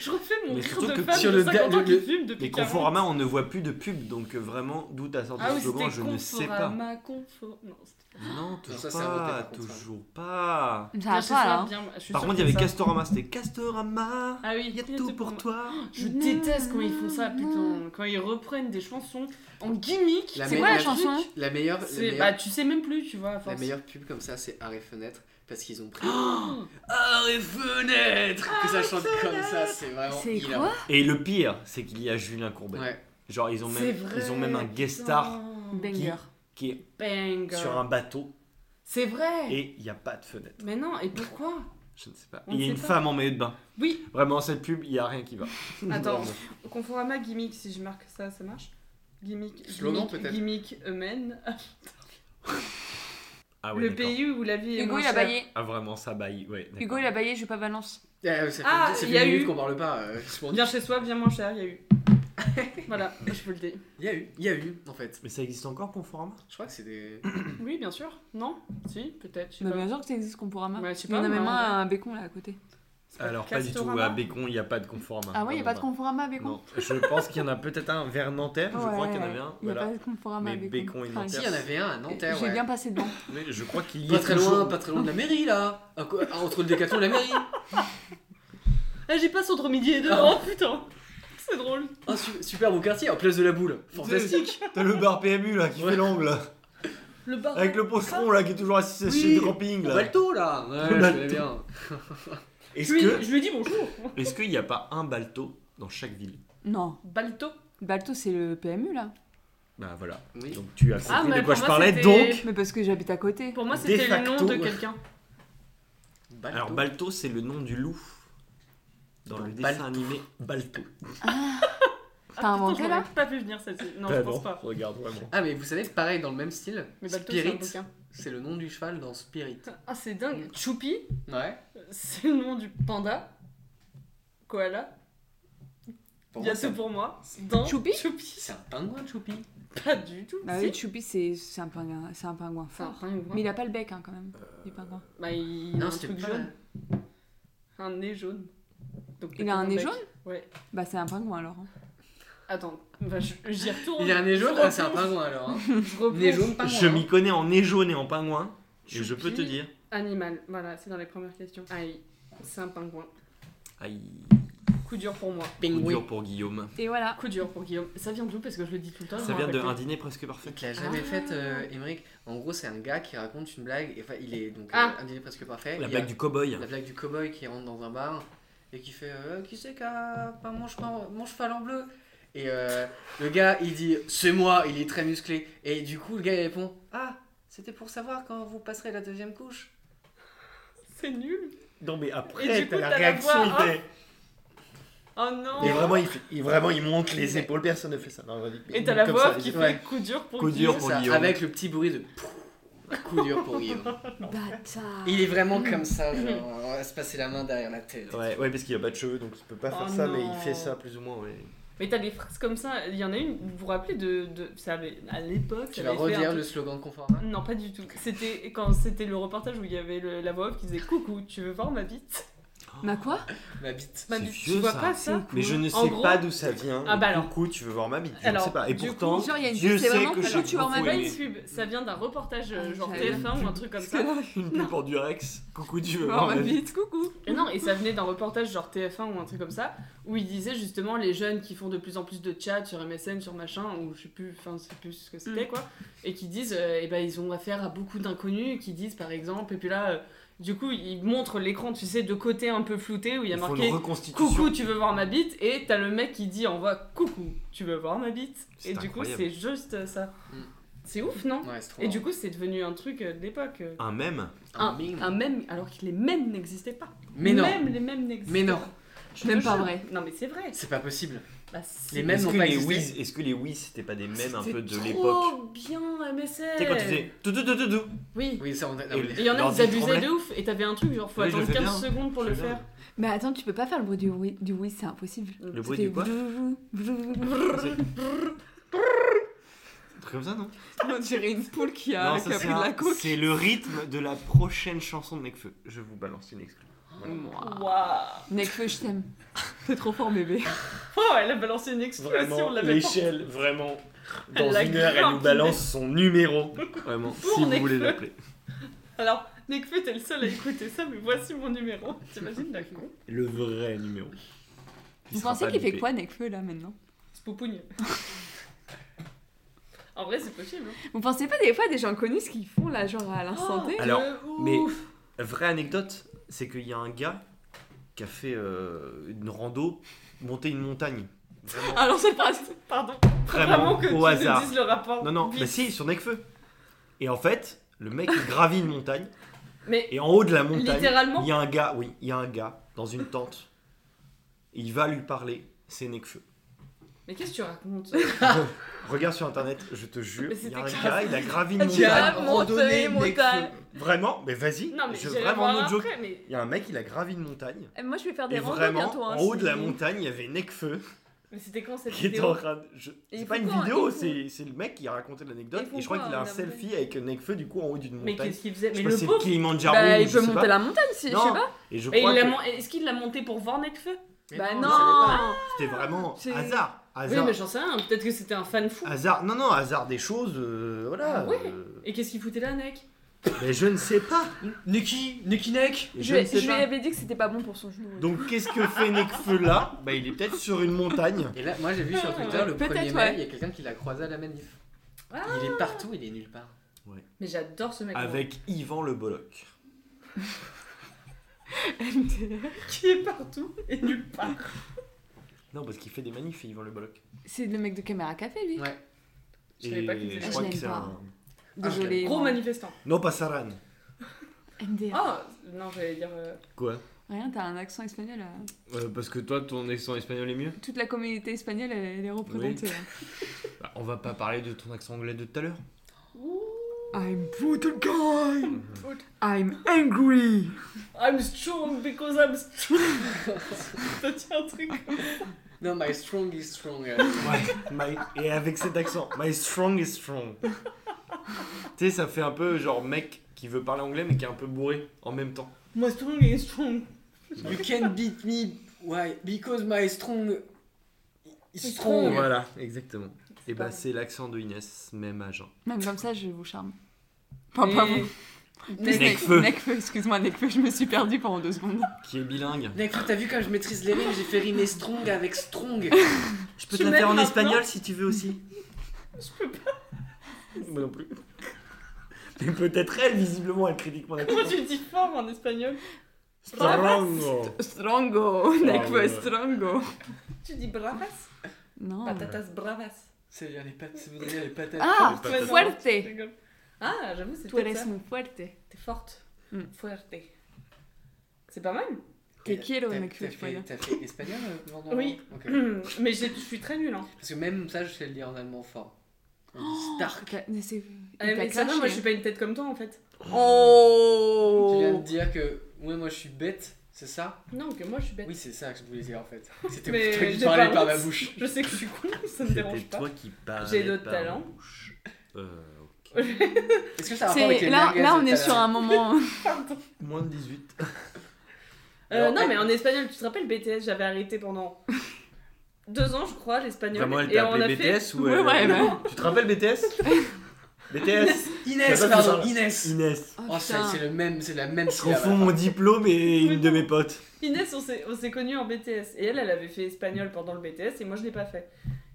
Je refais mon
Mais
rire
surtout
de
que
femme
sur
de
le
50 ans
da-
qui
le-
fume depuis
Mais
40.
Conforama, on ne voit plus de pub, donc euh, vraiment, d'où t'as sorti
Ah
le
oui,
slogan,
c'était
je ne sais pas.
Conforama, Confo... Non, c'était...
Non, toujours
ça, c'est
pas,
inventé, par contre, ça.
toujours pas.
Ça va
Bien chez
pas,
soi,
là. hein.
bien- je suis
Par
sûre
contre, il y
que
avait
ça.
Castorama, c'était Castorama,
Ah oui,
il y a tout pour toi.
Je déteste quand ils font ça, putain. Quand ils reprennent des chansons en gimmick.
La
C'est
me-
quoi la
la-
chanson
La meilleure. la
C'est-
meilleure-
Bah, tu sais même plus, tu vois. à
La
force.
meilleure pub comme ça, c'est Arrêt Fenêtre parce qu'ils ont pris.
Oh
Arrêt Fenêtre Ah, Que ça chante comme ça, c'est vraiment.
C'est
hilarant.
quoi
Et le pire, c'est qu'il y a Julien Courbet.
Ouais.
Genre, ils ont,
C'est
même,
vrai,
ils ont même un guest star
putain.
Banger.
qui est
Banger.
sur un bateau
C'est vrai.
et il n'y a pas de fenêtre.
Mais non, et pourquoi
Je ne sais pas.
On
Et Il y a
ne
une
sait pas.
femme en maillot de bain.
Oui.
Vraiment, cette pub, il n'y a rien qui va.
Attends,
Vraiment.
Conforama gimmick, si je marque ça, ça marche Gimmick,
Slogan,
gimmick,
peut-être.
gimmick humaine.
Ah ouais,
le
d'accord.
pays où la vie est
Hugo,
moins
il a
chère.
baillé.
Ah vraiment, ça baille. Ouais, d'accord.
Hugo, il a baillé, je pas Valence.
Ah, ça fait,
Ah,
ça fait
il y a
une minute
eu.
qu'on parle pas. euh, je m'en dis.
Bien chez soi, bien moins cher, il y a eu. voilà, je vous le dis.
Il y a eu, il y a eu en fait.
Mais ça existe encore, Conforama
Je crois que c'est des.
Oui, bien sûr. Non Si, peut-être. je sais
Bah,
pas.
bien sûr que ça existe, qu'on pourra
Ouais, je sais
Il y en
pas,
a même
moi.
un à Bécon, là, à côté.
C'est
Alors pas du tout.
Castorama
À Bécon, il n'y a pas de Conforama.
Ah ouais, il y a pas de Conforama à Bécon
Non, je pense qu'il y en a peut-être un vers Nanterre. Je crois qu'il y en avait un.
Il y a
voilà.
pas de Conforama à
Mais
Bécon.
Bécon et
Si,
Nanterre,
il y en avait un à
J'ai
Nanterre, ouais.
bien passé devant.
Mais je crois qu'il y
Pas
est
très
toujours.
loin, pas très loin de la mairie là. À quoi- ah, Entre le décathlon et la mairie.
Ah, j'ai pas entre midi et deux.
Ah.
Oh putain C'est drôle.
Un su- super beau quartier, en place de la boule. Fantastique.
T'as le bar PMU là qui
Ouais.
fait l'angle là,
Le Ah. bar.
avec le pocheron là qui est toujours assis
Oui.
sur le camping
Le
là.
Balto là.
Le
Ouais, je
Balto.
connais bien.
Je
Est-ce
lui,
que
je lui dis bonjour.
est-ce qu'il n'y a pas un balto dans chaque ville
Non.
Balto.
Balto, c'est le PMU, là.
Bah voilà.
Oui.
Donc tu as
Ah,
compris
mais
de
pour
quoi je
moi,
parlais.
c'était-
Donc
Mais parce que j'habite à côté.
Pour moi,
De
c'était le nom
facto.
de quelqu'un.
Balto.
alors balto c'est le nom du loup dans
Dans
le
Balto.
dessin animé Balto.
T'as inventé,
je
là
l'aurais Ah, pas pu venir celle-ci.
Bah
Non, je pense pas.
regarde vraiment.
Ah mais vous savez, pareil dans le même style.
Mais Balto, c'est un
Spirit,
bouquin.
c'est le nom du cheval dans Spirit.
Ah, c'est dingue. Choupi,
Ouais.
c'est le nom du panda. Koala.
Pour
Il y a
moi, c'est
tout
un-
pour moi. Dans
Choupi
Choupi.
C'est un pingouin, Choupi.
Pas du tout.
Bah
Si.
oui, Choupi, c'est c'est un pingouin, c'est un pingouin
C'est un
fort.
pingouin.
Mais il a pas le bec, hein, quand même, du pingouin.
Bah, il a un truc jaune. Un nez jaune. Donc,
Il a un
peut-être
nez
bec.
jaune
Ouais.
Bah, c'est un pingouin, alors. hein.
Attends, bah, je- j'y retourne.
Il a un nez jaune,
Je
ah, c'est un
replonge.
pingouin alors. Hein.
Je replonge.
nez jaune, pingouin.
Je
hein.
m'y connais en nez jaune et en pingouin et je
Choupi.
peux te dire.
Animal, voilà, c'est dans les premières questions. Aïe, c'est un pingouin.
Aïe.
Coup dur pour moi.
Coup
Pingouin.
dur pour Guillaume.
Et voilà.
Coup dur pour Guillaume. Ça vient d'où Parce que je le dis tout le
Ah,
temps. je
Ça
m'en
vient de
rappelle
un
plus.
dîner presque parfait.
Il te l'a jamais
Ah.
faite, euh, Émeric. En gros, c'est un gars qui raconte une blague. Et, enfin, il est donc euh,
Ah.
un dîner presque parfait.
La
Il y a
blague du cow-boy.
La blague du cowboy qui rentre dans un bar et qui fait euh, Qui c'est qui a pas mon cheval, mon cheval en bleu Et euh, le gars, il dit C'est moi, il est très musclé. Et du coup, le gars, il répond Ah, c'était pour savoir quand vous passerez la deuxième couche.
C'est nul.
Non mais
Et du coup, t'as la voix, hein. Oh non
Et vraiment, il, fait- il- vraiment, il monte les épaules, personne ne fait ça. Non, Rodrigue,
Et
il
t'as
monte
la
comme
voix
ça,
off qui
il-
fait
ouais.
coup dur pour
Coup dur
Guillaume.
pour
Ça,
Guillaume.
avec le petit bruit de coup dur pour Guillaume.
Bâtard.
Il est vraiment comme ça, genre, on va se passer la main derrière la tête.
Ouais, ouais, parce qu'il a pas de cheveux, donc il peut pas faire
Oh
ça, mais
non.
il fait ça plus ou moins. ouais.
Mais t'as des phrases comme ça. Il y en a une, vous vous rappelez de. de ça avait, à l'époque,
Tu
ça
vas
avait fait hein. un
redire
truc-
le slogan de confort. hein.
Non, pas du tout. C'était quand c'était le reportage où il y avait le- la voix off qui disait Coucou, tu veux voir ma bite
Ma Bah, quoi
Ma bite.
Ma
C'est
bite, tu
vieux,
vois
ça.
pas ça
Mais je ne
En
sais
gros-
pas d'où ça vient.
Ah,
et
bah alors.
Du coup, tu veux voir ma bite, je ne
Alors,
sais pas. Et
du
pourtant,
coup,
Genre, il y a une
Dieu
vidéo, c'est
sait
vraiment
que
Coucou,
j'ai
tu vois ma
C'est Ah, pas
beaucoup
une
aimé.
pub, ça vient d'un reportage euh,
Ah,
genre
j'avais
TF1 ou un truc comme ça.
Une pub pour Durex. Coucou, tu veux
Voir
voir
ma
ma bite.
bite, bah, coucou.
Et non, et ça venait d'un reportage genre TF1 ou un truc comme ça, où il disait justement les jeunes qui font de plus en plus de chats sur MSN, sur machin, ou je sais plus, enfin, je sais plus ce que c'était
Mm.
quoi, et qui disent, euh, eh ben ils ont affaire à beaucoup d'inconnus, qui disent par exemple, et puis là, euh, du coup, ils montrent l'écran, tu sais, de côté un peu flouté, où il y a
Ils font
marqué
une reconstitution.
Coucou, tu veux voir ma bite, et t'as le mec qui dit en voix Coucou, tu veux voir ma bite,
C'est
et du coup,
incroyable.
c'est juste euh, ça.
Mm.
C'est ouf, non
Ouais, c'est trop.
Et du coup, c'est devenu un truc euh, de l'époque. euh,
Un mème.
un,
mime.
un mème, alors que les mêmes n'existaient pas.
Mais non.
Même les mêmes n'existaient
Mais non.
pas. Je
Même
te
pas
jure.
vrai.
Non, mais c'est vrai.
C'est pas possible.
Bah, c'est
Les mêmes
Est-ce
n'ont
que
pas
les
existé.
Wiz- Est-ce que les Wiz, c'était pas des mèmes un peu de
C'était
l'époque
Trop bien, MSN.
Tu sais, quand tu faisais tout, tout, tout, tout, tout.
Oui.
Oui, ça on a. non,
Et-
mais-
Et il y en a
L'ordi
qui abusaient
tremblait.
de ouf. Et t'avais un truc, genre, faut
Oui, je
attendre
fais
15
bien.
secondes pour
Je
le
fais bien.
faire.
Mais attends, tu peux pas faire le bruit du oui, du oui c'est impossible.
Le bruit du
C'était
quoi
brrr, brrr, brrr.
Un truc comme ça, non
On dirait une poule qui a,
Non,
qui a
ça,
pris de la
c'est un-
coke.
c'est le rythme de la prochaine chanson de Necfeu. Je vous balance une exclue.
Waouh.
Waouh.
Nekfeu, je t'aime. T'es trop fort, bébé.
Oh, elle a balancé une explosion.
Vraiment,
on l'avait pas.
l'échelle, vraiment.
Elle
Dans
l'a
une heure, elle nous
grave
balance son numéro.
Vraiment,
Pour
si vous
Nekfeu.
voulez l'appeler.
Alors, Nekfeu, t'es le seul à écouter ça, mais voici mon numéro. T'imagines la con
Le vrai numéro.
Il
Vous
sera
pensez
pas
qu'il fait
loupé.
quoi, Nekfeu, là, maintenant
Spoupougne. en vrai, c'est possible. hein.
Vous pensez pas des fois à des gens connus ce qu'ils font, là, genre à l'instant T
Oh,
Alors,
de
mais-
ouf.
Vraie anecdote, c'est qu'il y a un gars qui a fait euh, une rando, monter une montagne. Vraiment.
Alors, Ah c'est pas...
Pardon.
Vraiment,
Vraiment, que
au
tu nous
hasard.
dises le rapport.
Non, non,
Ah, vite.
mais si, sur Necfeu. Et en fait, le mec il gravit une montagne,
Mais
et en haut de la montagne,
littéralement,
il y a un gars, oui, il y a un gars dans une tente. Il va lui parler, c'est Necfeu.
mais qu'est-ce que tu racontes
Regarde sur internet, je te jure,
Mais
il y a un
c'était
gars, il a gravi une
Ah, tu
montagne.
as
montagne,
monté,
randonnée,
montagne.
Vraiment, mais vas-y,
Non, mais
je
j'irai
vraiment
voir
no joke.
après, mais...
Il y a un mec, il a gravi une montagne.
Eh, Moi, je vais faire
Et
des randos
vraiment,
bientôt. hein,
en haut
si-
de la montagne, il y avait Necfeu
mais c'était quand cette
qui était en
vidéo
train de. je-
Et
C'est
ils
pas
font
une
quoi
vidéo,
Ils font-
c'est c'est le mec qui a raconté l'anecdote.
Ils font
Et je crois
quoi,
qu'il a
en
un
avant
selfie avec Necfeu du coup en haut d'une
Mais
montagne.
qu'est-ce qu'il faisait
Je
Mais
sais pas
le
si c'est le
pauvre
Kilimanjaro
Bah,
ou
il
je
peut
sais
monter
pas.
la montagne, si, je
Non.
sais pas.
Et je
Et
crois
il l'a
que
mon- Est-ce qu'il l'a monté pour voir Nekfeu
Mais
Bah
non,
non,
ça n'est pas.
c'était vraiment
C'est-
hasard.
Oui,
Hasard.
mais j'en sais rien. Peut-être que c'était un fan fou.
Hasard, non, non, hasard des choses, euh,
Ah
voilà.
ouais.
euh,
Et qu'est-ce qu'il foutait là, Nek
mais je ne sais pas.
Neki, Neki Nek.
Je,
Je,
ne
je
sais
lui
pas.
avais dit que c'était pas bon pour son genou.
Donc qu'est-ce que fait Necfeu là Bah, il est peut-être sur une montagne.
Et là, moi j'ai vu sur Twitter
Ouais,
le
peut-être,
1er
ouais.
mai, il y a quelqu'un qui l'a croisé à la manif.
Ah.
Il est partout, il est nulle part.
Mais j'adore ce mec.
Ah,
moi.
Avec Yvan Le Bolloc.
Qui est partout et nulle part.
Non, parce qu'il fait des manifs, Yvan Le Bolloc.
C'est le mec de Caméra Café, lui.
Ouais.
Je savais pas qu'il
Et
faisait ça.
je crois
Je
que
l'aime
c'est
pas.
un. Ah,
Désolé.
Gros manifestant.
Non, pas Saran.
MDR.
Ah Non, j'allais dire... euh,
Quoi
Rien, t'as un accent espagnol. euh.
Parce que toi, ton accent espagnol est mieux
Toute la communauté espagnole, elle, elle est représentée. hein. là.
Bah, On va pas parler de ton accent anglais de tout à l'heure.
I'm brutal guy. I'm angry.
I'm strong because I'm strong. T'as dit un truc
Non, my strong is strong.
et avec cet accent, my strong is strong. tu sais, ça fait un peu genre mec qui veut parler anglais mais qui est un peu bourré en même temps.
My strong is strong.
You can beat me. Why? Because my strong is
strong.
strong.
Voilà, exactement. Et
pas
bah,
vrai.
c'est l'accent de Inès, même hein. agent.
Même comme ça, je vous charme. Enfin, pas vous.
Mais-
Nec-
Necfeu. Necfeu, excuse-moi, Necfeu, je me suis perdue pendant deux secondes.
qui est bilingue.
Mec, t'as vu comme je maîtrise les rimes, j'ai fait rimer strong avec strong.
Je peux
Tu
te la faire en
m'aimes
espagnol
maintenant
si tu veux aussi.
Je peux pas.
Moi non plus. Mais peut-être elle, visiblement, elle critique mon accent.
Quand tu dis fort en espagnol,
Strong.
Strongo. Necfeu,
Ah, ouais.
strongo.
tu dis bravas. Oh.
Non.
Patatas bravas.
Ça veut dire les patates. Ça veut dire les patates.
Ah,
Patatas.
fuerte.
Je rigole. Eh. Ah, j'avoue, c'est
Tu
peut-être
eres
ça. Hmm.
muy fuerte.
T'es forte.
Mm.
Fuerte. C'est pas mal.
Te quiero,
T'as-
me culo,
t'as
tu vois,
fait-
là.
T'as fait espagnol euh, Jordan
Oui.
Ok.
Mais j'ai- je suis très nulle. Hein.
Parce que même ça, je sais le dire en allemand fort. On dit
Ah,
Stark.
t'as- Mais c'est.
Eh,
il t'a
mais ça, moi,
clashé.
je suis pas une tête comme toi en fait.
Tu viens de
Oh
dire que ouais, moi je suis bête, c'est ça
Non, que moi, je suis bête.
Oui, c'est ça que je voulais dire en fait. C'était
Mais
toi qui
j'ai
parlais
pas
par
honte.
ma bouche.
Je sais que je suis con, ça me
C'était
dérange pas.
toi qui parlais.
J'ai d'autres
par la
talents.
bouche. Euh, ok.
Est-ce que ça a rapport avec
C'est-
les
Là,
merguez
là, on
de
est
tout à
sur
l'heure
un moment. euh,
Moins de 18.
Euh,
Alors,
non,
elle-
mais en espagnol, tu te rappelles BTS J'avais arrêté pendant deux ans, je crois, l'espagnol.
Vraiment, elle
et
t'a
on a
appelé BTS
fait.
ou
Ouais,
elle-
ouais, ouais.
Tu te rappelles BTS BTS
Inès,
Ça va,
pardon,
ça va.
Inès.
Inès.
Oh,
Oh, c'est
putain.
c'est le même, c'est la même
Je
syllabe.
confonds mon diplôme et une de mes potes.
Inès, on s'est, on s'est connus en BTS. Et elle, elle avait fait espagnol pendant le BTS et moi, je l'ai pas fait.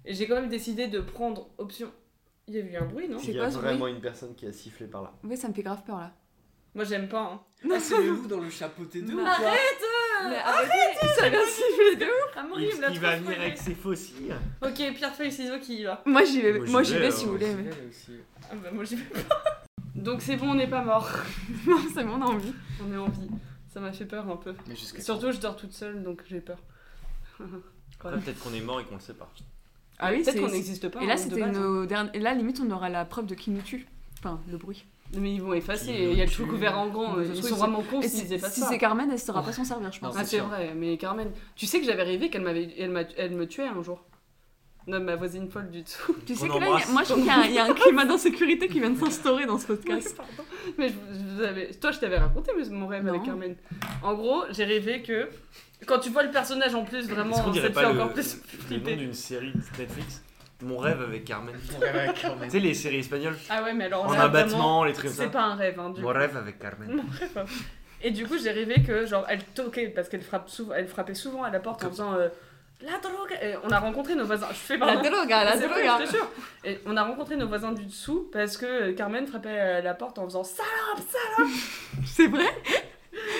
Et j'ai quand même décidé de prendre option. Il y a eu un bruit, non
C'est
Il y
quoi
a
ce
vraiment une personne qui a sifflé par là.
Ouais, ça me fait grave peur là.
Moi, j'aime pas. hein.
Ah, c'est le loup dans le chapeau Ah, T2 ou
Non.
quoi
Mais arrêtez, ça vient siffler de ouf.
Ah, Marie, il me l'a trop spoilé.
ses fossiles.
Ok, Pierre Feuille Ciseaux qui y va.
Moi j'y vais,
Moi, j'y
moi j'y
vais,
vais
hein.
si vous voulez. mais-
C'est elle aussi.
Ah bah, moi, j'y vais pas. Donc, c'est bon, on n'est pas mort.
Non, c'est bon, on a envie.
On est en vie. Ça m'a fait peur un peu.
Mais jusqu'à
Surtout, je dors toute seule, donc j'ai peur. Voilà.
Peut-être qu'on est mort et qu'on le sait pas.
Ah oui,
Peut-être
c'est-
qu'on n'existe pas.
Et
hein,
là,
de
c'était
base, hein.
nos derniers. Et là, limite, on aura la preuve de qui nous tue. Enfin, le bruit.
Mais ils vont effacer,
Qui
il y a le
nous
truc
tue.
ouvert en grand,
Mais
euh, ils
ce truc,
sont
c'est-
vraiment cons
Et
s'ils
si
effacent
si
ça.
c'est Carmen, elle saura pas s'en servir, je pense.
Non,
Ah
c'est
c'est
sûr.
vrai, mais Carmen, tu sais que j'avais rêvé qu'elle m'avait, elle, m'a- elle me tuait un jour. Non, ma voisine folle du tout.
Tu sais
On
que là, il y
embrasse.
a- moi je trouve qu'il y a un- il y, a un climat d'insécurité qui vient de s'instaurer dans ce podcast.
Mais je, je vous avais- toi, je t'avais raconté mais mon rêve
Non.
avec Carmen. En gros, j'ai rêvé que quand tu vois le personnage en plus, vraiment,
Est-ce qu'on
ça
dirait
te
pas
fait
le,
encore plus
le nom
flipper.
d'une série de Netflix Mon rêve avec Carmen.
Mon rêve avec Carmen.
tu sais, les séries espagnoles
Ah ouais, mais alors
En
là, vraiment,
abattement, les trucs
c'est
comme ça.
pas un rêve. Hein, du
Mon
coup.
rêve avec Carmen.
Et du coup, j'ai rêvé que, genre, elle toquait, parce qu'elle frappe souvent, elle frappait souvent à la porte en faisant euh, La drogue Et On a rencontré nos voisins. Je fais
La
pardon.
droga, la hein.
C'est vrai,
droga.
je te jure. Et on a rencontré nos voisins du dessous parce que euh, Carmen frappait à la porte en faisant ça.
C'est vrai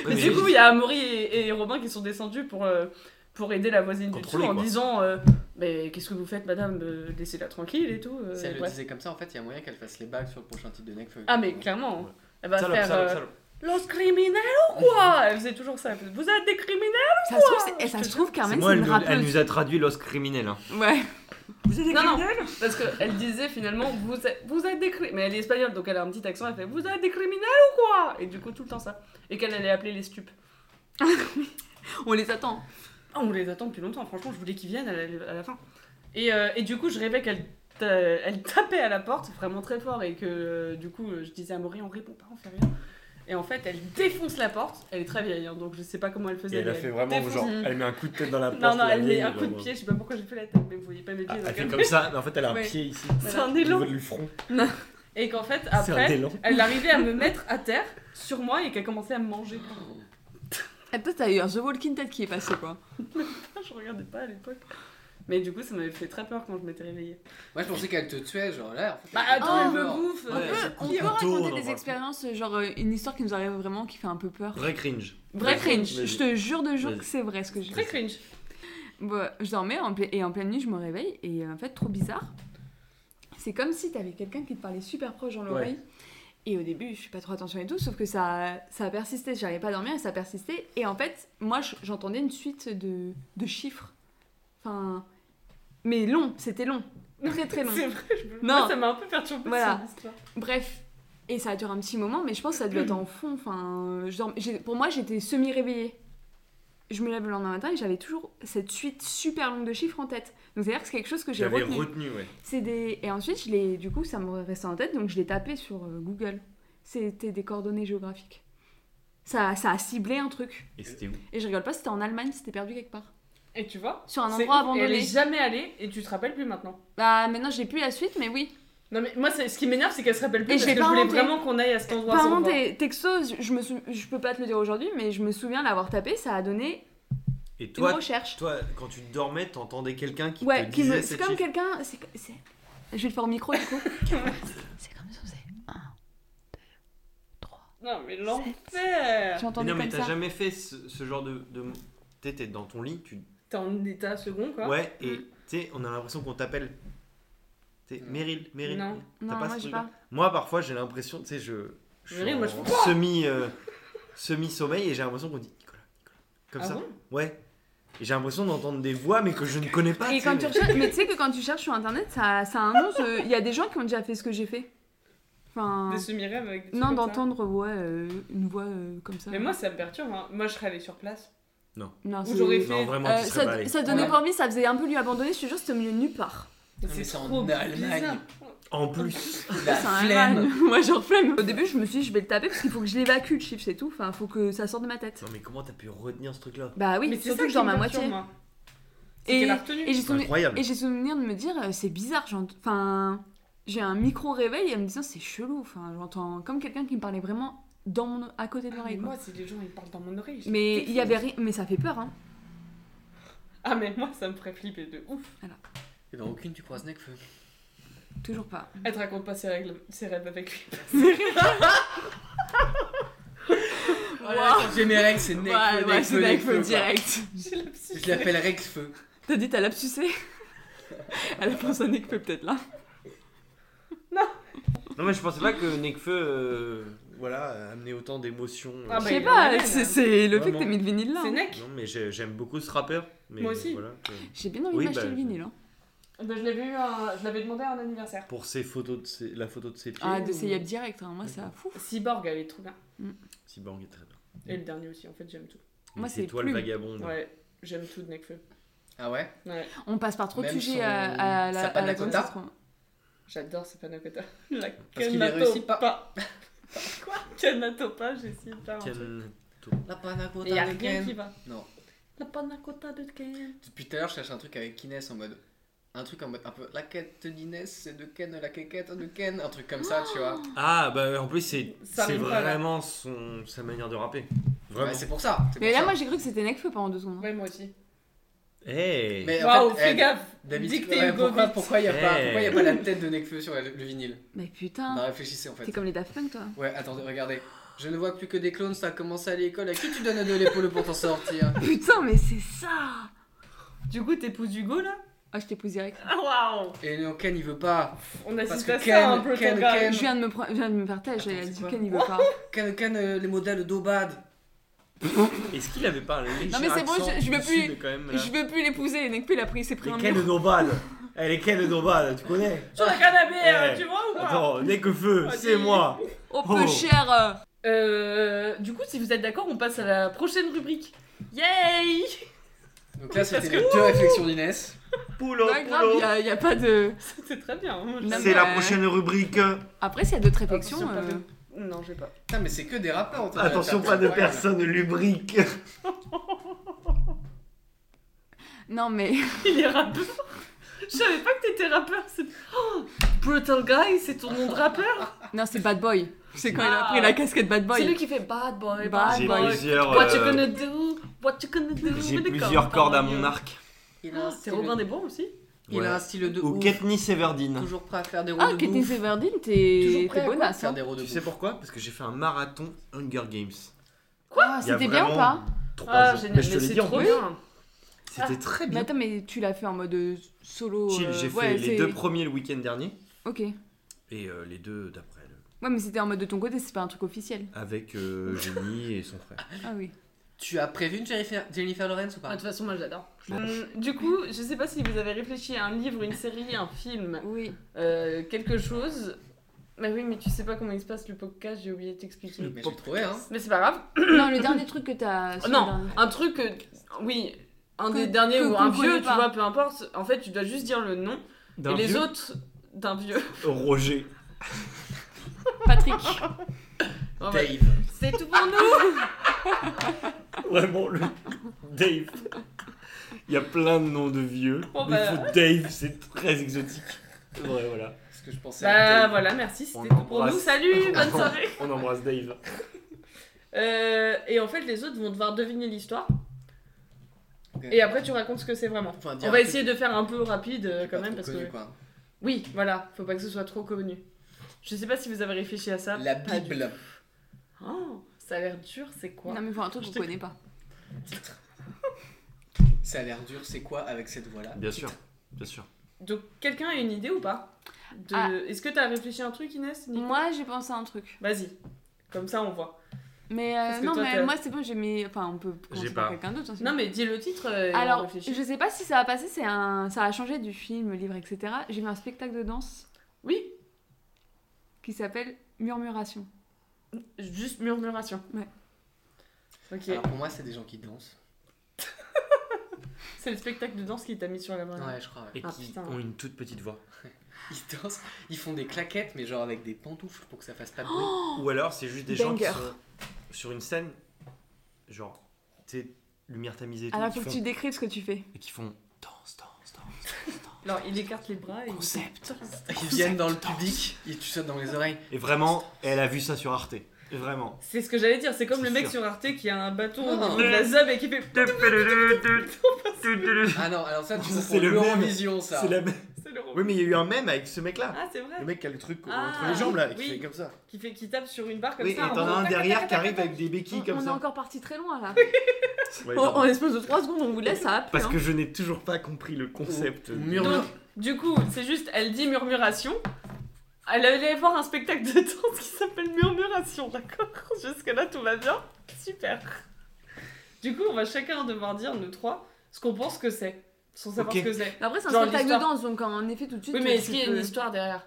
Et du coup, il y a Amaury et, et Robin qui sont descendus pour, euh, pour aider la voisine du dessous
Contrôler,
en
quoi.
disant euh, Mais qu'est-ce que vous faites, madame Euh, Laissez-la tranquille et tout. euh,
Si elle le
bref.
disait comme ça, en fait, il y a moyen qu'elle fasse les bagues sur le prochain type de Necfeu.
Ah, mais clairement,
Ouais.
elle va
Salope,
faire
salope,
euh,
salope.
Los criminels ou quoi Elle faisait toujours ça. elle faisait, Vous êtes des criminels
Ça se trouve, c'est- eh, ça se trouve
C'est
Carmen,
moi,
c'est
elle,
une
nous- elle
rappeuse.
nous a traduit Los Criminels. hein.
Ouais.
Non, non, parce qu'elle disait finalement vous êtes, vous êtes des criminels. Mais elle est espagnole donc elle a un petit accent, elle fait vous êtes des criminels ou quoi Et du coup, tout le temps ça. Et qu'elle allait appeler les stupes.
On les attend.
Ah, on les attend depuis longtemps, franchement, je voulais qu'ils viennent à la, à la fin. Et, euh, et du coup, je rêvais qu'elle ta- elle tapait à la porte vraiment très fort et que euh, du coup, je disais à Maury on répond pas, on fait rien. Et en fait, elle défonce la porte, elle est très vieille hein, donc je sais pas comment elle faisait.
Et elle a
mais
fait vraiment
défonce-
genre, elle met un coup de tête dans la porte.
Non, non,
la
elle met
vieille,
un coup de
genre.
pied, je sais pas pourquoi j'ai fait la tête, mais vous voyez pas mes pieds.
Ah,
donc
Elle fait
elle-
comme ça, mais en fait elle a un
Ouais.
pied ici.
C'est un
Au
élan.
niveau du front.
Et qu'en fait,
C'est un
après,
élan.
elle arrivait à me mettre à terre sur moi et qu'elle commençait à me manger.
Et peut-être t'as eu un The Walking Dead qui est passé quoi.
Je regardais pas à l'époque. Mais du coup, ça m'avait fait très peur quand je m'étais réveillée.
Moi, je pensais qu'elle te tuait, genre là. en fait,
Bah
elle te
attends, elle
tuait,
me
genre.
bouffe
On
Ouais,
peut,
c'est
on
cool.
peut
Euh, On tourne, on en
Euh, raconter
parle
des
plus.
expériences, genre euh, une histoire qui nous arrive vraiment, qui fait un peu peur.
Vrai cringe.
Vrai cringe,
Vas-y.
je te jure de jure
Vas-y.
que c'est vrai ce que je dis.
Très cringe.
Bon, Bah, je dormais en ple- et en pleine nuit, je me réveille et euh, en fait, trop bizarre. C'est comme si t'avais quelqu'un qui te parlait super proche dans l'oreille. Et au début, je fais pas trop attention et tout, sauf que ça, ça a persisté. J'arrivais pas à dormir et ça persistait. Et en fait, moi, je- j'entendais une suite de, de chiffres. Enfin. Mais long, c'était long. Très très long.
C'est vrai, je me...
Non.
Moi, ça m'a un peu perturbée
Voilà.
cette histoire.
Bref. Et ça a duré un petit moment, mais je pense que ça devait être en fond. Enfin, je dorm- j'ai- Pour moi, j'étais semi-réveillée. Je me lève le lendemain matin et j'avais toujours cette suite super longue de chiffres en tête. Donc c'est-à-dire que c'est quelque chose que j'ai
J'avais
retenu.
retenu, ouais.
C'est des... Et ensuite, je l'ai... du coup, ça me restait en tête, donc je l'ai tapé sur euh, Google. C'était des coordonnées géographiques. Ça, ça a ciblé un truc.
Et c'était où
Et je rigole pas, c'était en Allemagne, c'était perdu quelque part.
Et tu vois
Sur un
c'est
endroit
ouf, et Elle
abandonné.
est jamais allée et tu te rappelles plus maintenant.
Bah maintenant, j'ai plus la suite, mais oui.
Non mais moi, c'est- ce qui m'énerve, c'est qu'elle se rappelle plus
Et je
parce
l'ai
que
pas
je voulais
inventé.
vraiment qu'on aille à cet endroit.
Par
sans
contre,
voir.
des textos, je, je me sou- je peux pas te le dire aujourd'hui, mais je me souviens l'avoir tapé, ça a donné
Et
une
toi,
recherche.
toi, quand tu dormais, t'entendais quelqu'un qui
ouais,
te
qui me-
disait
c'est
cette
comme
chiffre.
quelqu'un. c'est- c'est- Je vais le faire au micro du coup. c'est comme ça, c'est.
Non mais l'enfer
J'entendais
Ah, Mais non, mais
comme
t'as
ça.
jamais fait ce, ce genre de. de... T'étais dans ton lit, tu.
T'es en état second quoi.
ouais, et
Mm.
tu sais, on a l'impression qu'on t'appelle. T'es
Non.
Meryl, Meryl.
Non.
T'as
Non,
pas
moi
ce
j'ai
truc-là
pas.
Moi, parfois, j'ai l'impression, tu sais, je. je suis
Meryl, moi, je
en
fais quoi
semi. euh, semi-sommeil et j'ai l'impression qu'on dit Nicolas, Nicolas, Comme
Ah
ça.
bon
ouais. Et j'ai l'impression d'entendre des voix, mais que je ne connais pas.
Et
tu
quand tu
sais,
recherches, mais tu sais que quand tu cherches sur internet, ça, ça a un nom. ce- Il y a des gens qui ont déjà fait ce que j'ai fait. Enfin,
Des semi-rêves avec des trucs
non,
comme ça.
d'entendre ouais, euh, une voix euh, comme ça.
Mais moi, ça me perturbe. hein. Moi, je rêvais sur place.
Non,
Ou
c'est-
j'aurais
Euh,
fait.
Non, vraiment, tu serais pas
ça,
allé.
ça donnait
Ouais.
pas envie, ça faisait un peu lui abandonner. Je te jure, c'était au milieu de nulle part.
Mais
mais c'est
C'est
en
trop
Allemagne.
bizarre.
En plus,
La
C'est un
flemme.
van. Moi, genre flemme. Au début, je me suis dit, je vais le taper parce qu'il faut que je l'évacue le chiffre, c'est tout. Enfin, faut que ça sorte de ma tête.
non mais comment t'as pu retenir ce truc-là
Bah oui,
Mais c'est
surtout
ça
que
qui
je dors
me
ma
perturbe,
moitié.
moi. C'est
Et,
qu'elle a retenu.
et j'ai
C'est
souvenu-
incroyable.
et j'ai souvenir de me dire, euh, c'est bizarre. j'ent- Enfin, j'ai un micro réveil et en me disant, c'est chelou. Enfin, j'entends comme quelqu'un qui me parlait vraiment dans mon... à
Ah,
côté de
mais
l'oreille. quoi.
moi, si les gens ils parlent dans mon oreille. je
Mais il y
déteste.
avait rien. Mais ça fait peur, hein.
Ah, mais moi, ça me ferait flipper de ouf.
Et dans aucune, tu croises Necfeu.
Toujours pas.
Elle te raconte pas ses, règles, ses rêves avec lui.
Voilà, quand j'ai mes règles, c'est Necfeu.
ouais, ouais, c'est Necfeu
Necfeu, Necfeu, quoi.
direct.
J'ai la psy.
Je l'appelle Rexfeu.
T'as dit, t'as l'absucé Elle a pensé à Necfeu peut-être là.
Bah,
Non mais je pensais pas que Nekfeu, euh, voilà, amenait autant d'émotions. euh.
Ah,
Je
bah, il
sais
est
pas,
malade,
c'est-
hein.
c'est le fait que
Vraiment.
t'aies mis le vinyle là.
C'est
hein.
Nick.
Non mais j'ai- j'aime beaucoup ce rappeur. Mais
Moi aussi.
voilà, que-
J'ai bien envie
Oui,
d'acheter
bah,
le vinyle. Hein.
Ben, je l'ai vu, euh, je l'avais demandé à un anniversaire.
pour ses photos de ses- la photo de ses pieds.
Ah, de
ou-
Seyab direct, hein. moi ça fou.
Cyborg, elle est trop bien.
Cyborg est très bien.
Et le dernier aussi, en fait, j'aime tout.
Moi,
Moi
c'est
c'est toi le
Plume.
vagabond.
Ouais, j'aime tout de Nekfeu.
Ah ouais
Ouais,
On passe par trop de
Même
sujets
son-
à, à la, à
sa
la
panna cotta.
conversation.
j'adore ce panacota. La
qu'il est réussi pas.
Quoi Canatopa, j'ai essayé de faire un truc.
Quel-
La panna
Et y a
cotta de
rien qui
Ken.
va.
Non.
La panacota de Ken.
Depuis tout à l'heure, je cherche un truc avec Inès en mode. Un truc en mode un peu. La quête d'Inès, c'est de Ken, la quéquette de Ken. Un truc comme ça, tu vois.
Ah bah en plus c'est
Ça
c'est
arrive
hein.
pas, là.
vraiment son sa manière de rapper. Vraiment.
Ouais, c'est pour ça. c'est
Mais
pour
là,
ça.
moi j'ai cru que c'était Necfeu pendant deux secondes. hein.
Ouais, moi aussi.
Hey.
Mais en
Waouh,
fait,
fais
eh,
gaffe.
David,
Dictée
ouais,
Hugo
pourquoi,
Vite.
pourquoi il n'y a, pas-
Eh.
pourquoi y a pas la tête de Necfeu sur la- le vinyle
Mais putain,
Bah, Réfléchissez en fait.
Ah. t'es comme les Daft Punk toi.
Ouais, attendez, regardez. Je ne vois plus que des clones, ça a commencé à l'école. À qui tu donnes de l'épaule pour t'en sortir
Putain, mais c'est ça
Du coup, t'épouses Hugo là
Ah, je t'épouse direct.
Ah, waouh
Et non, Ken, il veut pas.
On
Parce
assiste
que
à
Ken-
ça hein, un peu,
Ken-
ton gars.
Ken-
Je viens de me, prendre- je viens de me faire têche,
Attends,
elle a
c'est
dit
quoi
Ken il veut pas.
Ken, Ken euh, les modèles d'Obad.
Est-ce qu'il avait pas un léger
Non, mais c'est bon,
accent
je- je veux
du
plus-
sud, quand même, là
Je veux plus l'épouser, Necfeu il a pris, il s'est pris un
Mais
mur.
quel Dombal Elle est quel Dombal, tu connais
Sur la canapé, euh,
Eh.
tu vois ou
Ah.
pas
Attends, Nekfeu,
Ah,
c'est
dis-
moi
Oh peu
Oh.
cher euh.
Euh, du coup, si vous êtes d'accord, on passe à la prochaine rubrique. Yay
Donc là, c'était
Parce
les deux réflexions d'Inès.
Poulot,
Ouais, Bah, grave, y a, y a pas de.
C'était très bien. hein, moi, je-
Non,
C'est la
mais-
prochaine rubrique.
Après, s'il y a d'autres
Attention,
réflexions.
pas
euh,
de- Non, je vais pas.
Putain, mais c'est que des rappeurs. on t'a fait
Attention,
faire
pas de
ça.
personne lubrique.
Non, mais.
Il est rappeur. Je savais pas que t'étais rappeur. c'est- Oh, Brutal Guy, c'est ton nom de rappeur
Non, c'est Bad Boy. C'est quand il a
Ah.
pris la casquette Bad
C'est lui
Boy.
qui fait Bad Boy,
Bad
Bad
J'ai
boy.
Boy.
plusieurs,
What you
euh,
gonna do What you gonna do
j'ai
with the
plusieurs
company?
cordes à mon arc.
Il a
Ah,
un
C'est
style,
Robin des Bois aussi
il
Ouais.
a un style de
Ou
ouf.
Katniss Everdeen.
Toujours prêt à faire des roues
Ah,
de
Katniss
bouffe.
Everdeen,
Toujours
t'es
prêt
t'es
à quoi
bonasse.
faire
Hein.
des roues de
Tu sais
bouffe.
pourquoi Parce que j'ai fait un marathon Hunger Games.
Ah,
Il y a
C'était bien ou
vraiment
pas Ah.
trois
Ah,
ans.
génial.
Mais je te
mais
l'ai
c'est
dit en
trop
plus.
bien. Ah,
C'était très
Mais
bien.
attends, mais tu l'as fait en mode euh, solo.
Chill,
euh,
j'ai fait
ouais,
les
c'est-
deux premiers le week-end dernier
Ok. Ouais,
et euh, les deux d'après. le-
mais c'était en mode de ton côté, c'est pas un truc officiel.
Avec euh, Jenny et son frère.
Ah oui.
Tu as prévenu Jennifer, Jennifer Lawrence ou
Ah, De
pas
toute façon, moi j'adore. Hum, du coup, je sais pas si vous avez réfléchi à un livre, une série, un film,
Oui.
euh, quelque chose. Mais oui, mais tu sais pas comment il se passe le podcast, j'ai oublié de t'expliquer.
Mais je vais trouver, hein.
Mais c'est pas grave.
non, le dernier truc que t'as. sur le
Oh, Non.
dernier-
Un truc, euh, oui, un
Que-
des derniers
que-
ou
qu'on
un
connaît
vieux, tu
pas.
vois, peu importe. En fait, tu dois juste dire le nom. Et
D'un
les
vieux
autres, d'un vieux.
Euh, Roger.
Patrick.
Oh, ouais.
Dave.
C'est tout pour nous
Vraiment, le Dave. Il y a plein de noms de vieux.
Bon,
mais
bah.
le Dave, c'est très exotique. Ouais, voilà.
Parce que je pensais à
Bah
Dave.
voilà, merci,
On
c'était tout pour
embrasse.
nous. Salut, bonne soirée
On embrasse Dave.
Euh, Et en fait, les autres vont devoir deviner l'histoire.
Ok.
Et après, tu racontes ce que c'est vraiment.
Enfin, dire
On
un
va
truc
essayer de faire un peu rapide
qui
euh,
est
quand
pas
même
trop
parce
connu,
que.
quoi.
Oui, voilà, faut pas que ce soit trop connu. Je sais pas si vous avez réfléchi à ça.
La
Pas du-
Bible.
Oh, ça a l'air dur, c'est quoi
non, mais faut un truc qu'on connaît pas.
Ça a l'air dur, c'est quoi avec cette voix-là
Bien sûr, bien sûr.
Donc, quelqu'un a une idée ou pas De-
Ah.
Est-ce que t'as réfléchi à un truc, Inès Nico
Moi, j'ai pensé à un truc.
Vas-y, comme ça on voit.
Mais euh,
Parce que
non,
toi,
mais
t'as-
moi c'est bon, j'ai mis. Enfin, on peut commencer
J'ai
par
pas.
quelqu'un d'autre. ensuite.
Non, mais dis le titre. euh, et on
Alors,
réfléchit.
je sais pas si ça va passer, c'est un... ça a changé du film, livre, etc. J'ai vu un spectacle de danse
Oui,
qui s'appelle Murmuration.
juste murmuration.
Ouais.
Ok.
Alors pour moi, c'est des gens qui dansent.
C'est le spectacle de danse qui t'a mis sur la main.
Ouais, je crois. ouais.
Et
Ah,
qui
putain.
ont une toute petite voix.
Ils dansent, ils font des claquettes, mais genre avec des pantoufles pour que ça fasse pas de bruit.
Oh
Ou alors, c'est juste des gens qui
Banger.
sont sur une scène, genre, tu sais, lumière tamisée et tout,
Alors,
qui
Ah, faut que
font-
tu décrives ce que tu fais.
et qui font danse, danse, danse.
Alors, il écarte les bras et
Oh,
Concept.
Ils viennent dans le public, ils tu sautes dans les oreilles.
Et vraiment, elle a vu ça sur Arte. Et vraiment.
C'est ce que j'allais dire, c'est comme
C'est
le mec
sûr.
sur Arte qui a un bâton
Non.
au milieu de la zab et qui fait.
Ah non, alors ça, tu
Ça,
vois,
c'est
pour
le même.
l'Eurovision, ça.
C'est la même.
C'est le robot.
Oui, mais il y a eu un mème avec ce mec-là.
Ah, c'est vrai.
Le mec qui a le truc
Ah,
entre les jambes là, et qui
oui.
fait comme ça.
Qui, fait, qui tape sur une barre comme
Oui, et
ça. en
t'en as
faisant
un
tac,
derrière
tac,
qui
tac,
arrive
tac,
avec des
On,
béquilles comme
on est
ça.
encore parti très loin là.
Ouais,
En-
pardon.
en l'espace de 3 secondes, on vous laisse, ça a plu.
Parce
hein.
que je n'ai toujours pas compris le concept.
Ou- ou
de-
murmure.
Donc, du coup, c'est juste, elle dit murmuration. Elle allait voir un spectacle de danse qui s'appelle Murmuration, d'accord Jusque-là, tout va bien Super Du coup, on va chacun devoir dire, nous trois, ce qu'on pense que c'est, sans savoir
Ok.
ce que c'est.
Après, c'est un
Genre
spectacle de
l'histoire.
danse, donc en effet, tout de suite. euh,
Oui, mais
tu
est-ce qu'il y a
peux-
une histoire derrière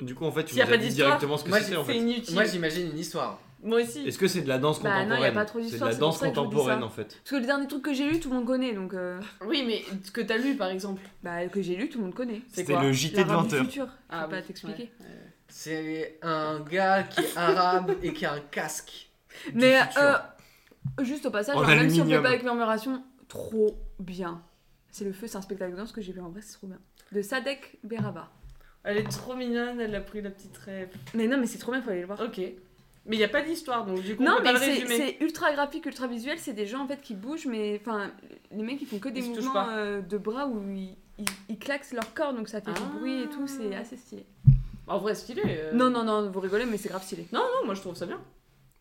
Du coup, en fait, tu
S'il y a
nous as
pas
dit
d'histoire,
directement ce que
moi,
c'est
j'ai
en
C'est
fait.
inutile.
Moi,
Moi,
j'imagine une histoire.
aussi.
Est-ce que c'est de la danse
Bah non,
contemporaine
y a pas trop
C'est de
d'histoire,
la
c'est
danse
pour ça que je vous dis ça.
contemporaine en fait.
Parce que le dernier truc que j'ai lu, tout le monde connaît, donc. euh,
Oui, mais que t'as lu, par exemple.
Bah, que j'ai lu, tout le monde connaît.
C'est
C'était
quoi
le JT de
L'arabe
20
du
h
futur, faut
Ah
pas
oui,
t'expliquer.
C'est un gars qui est arabe et qui a un casque.
Mais
futur.
euh, juste au passage,
En
alors, même si on peut
aluminium.
pas avec murmuration, trop bien. C'est le feu, c'est un spectacle de danse que j'ai vu en vrai, c'est trop bien. De Sadek Beraba.
Elle est trop mignonne, elle a pris la petite rêve.
Mais non, mais c'est trop bien, faut aller le voir.
Ok. Mais il n'y a pas d'histoire, donc du coup, on
Non,
peut
mais
pas le
c'est-
résumer.
c'est ultra graphique, ultra visuel. C'est des gens en fait qui bougent, mais enfin, les mecs ils font que des
Ils se touchent
mouvements
pas.
euh, de bras où ils, ils, ils claquent leur corps, donc ça fait
Ah.
du bruit et tout. C'est assez stylé.
En vrai, stylé. euh.
Non, non, non, vous rigolez, mais c'est grave stylé.
Non, non, moi, je trouve ça bien.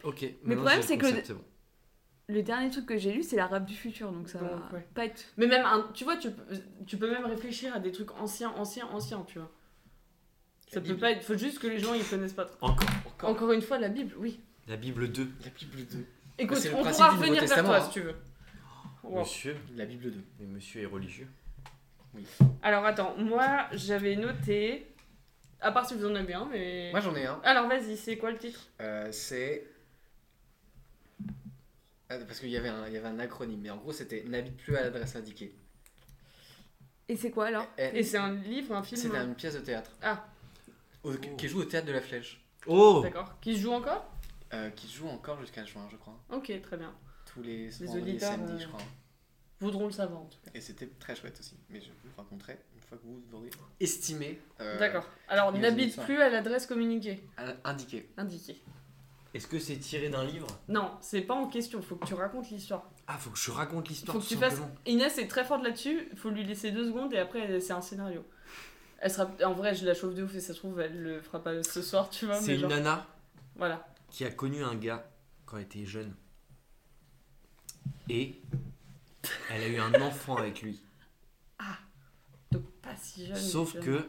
Ok. maintenant,
Mais problème,
le
c'est que-
concept, c'est bon.
Le dernier truc que j'ai lu, c'est l'arabe du futur, donc ça
Donc,
va
ouais.
pas être.
Mais même, un- tu vois, tu, peux- tu peux même réfléchir à des trucs anciens, anciens, anciens, tu vois. Ça
La
peut
Bible.
pas être. Faut juste que les gens ils connaissent pas trop.
Encore.
Encore.
Encore une fois, la Bible, oui.
La Bible 2.
La Bible 2.
Écoute,
Bah, c'est le
on
principe
pourra
du Nouveau
revenir vers
Testament,
toi
hein.
si tu veux. Wow.
Monsieur.
La Bible 2.
Mais monsieur est religieux.
Alors attends, moi j'avais noté. À part si vous en avez un, mais.
Moi, j'en ai un.
Alors vas-y, c'est quoi le titre
Euh, c'est. Ah, Parce qu'il y, avait un- il y avait un acronyme, mais en gros, c'était N'habite plus à l'adresse indiquée.
Et c'est quoi alors
Et
Et
c'est un livre, un film hein.
C'était une pièce de théâtre.
Ah.
Au- Qui joue au théâtre de la Flèche.
Oh
D'accord. Qui se joue encore
Euh, qui joue encore jusqu'à juin, je crois.
Ok, très bien.
Tous les,
Les
vendredis et
auditeurs,
samedis,
euh,
je crois.
Voudrons le savoir en tout cas.
Et c'était très chouette aussi. Mais je vous raconterai une fois que vous aurez estimé. euh,
D'accord. Alors
les
n'habite
auditeurs.
plus à l'adresse communiquée,
à- Indiqué.
indiquée.
Est-ce que c'est tiré d'un livre
Non, c'est pas en question, faut que tu racontes l'histoire.
Ah, faut que je raconte l'histoire.
Faut que
tout
tu fasses.
simplement.
Inès est très forte là-dessus, faut lui laisser deux secondes et après elle- c'est un scénario. Elle sera... En vrai, je la chauffe de ouf et ça se trouve, elle le fera pas ce soir, tu vois.
C'est
mais
une
genre-
nana
Voilà.
qui a connu un gars quand elle était jeune. Et elle a eu un enfant avec lui.
Donc pas si jeune.
Sauf
jeune.
que,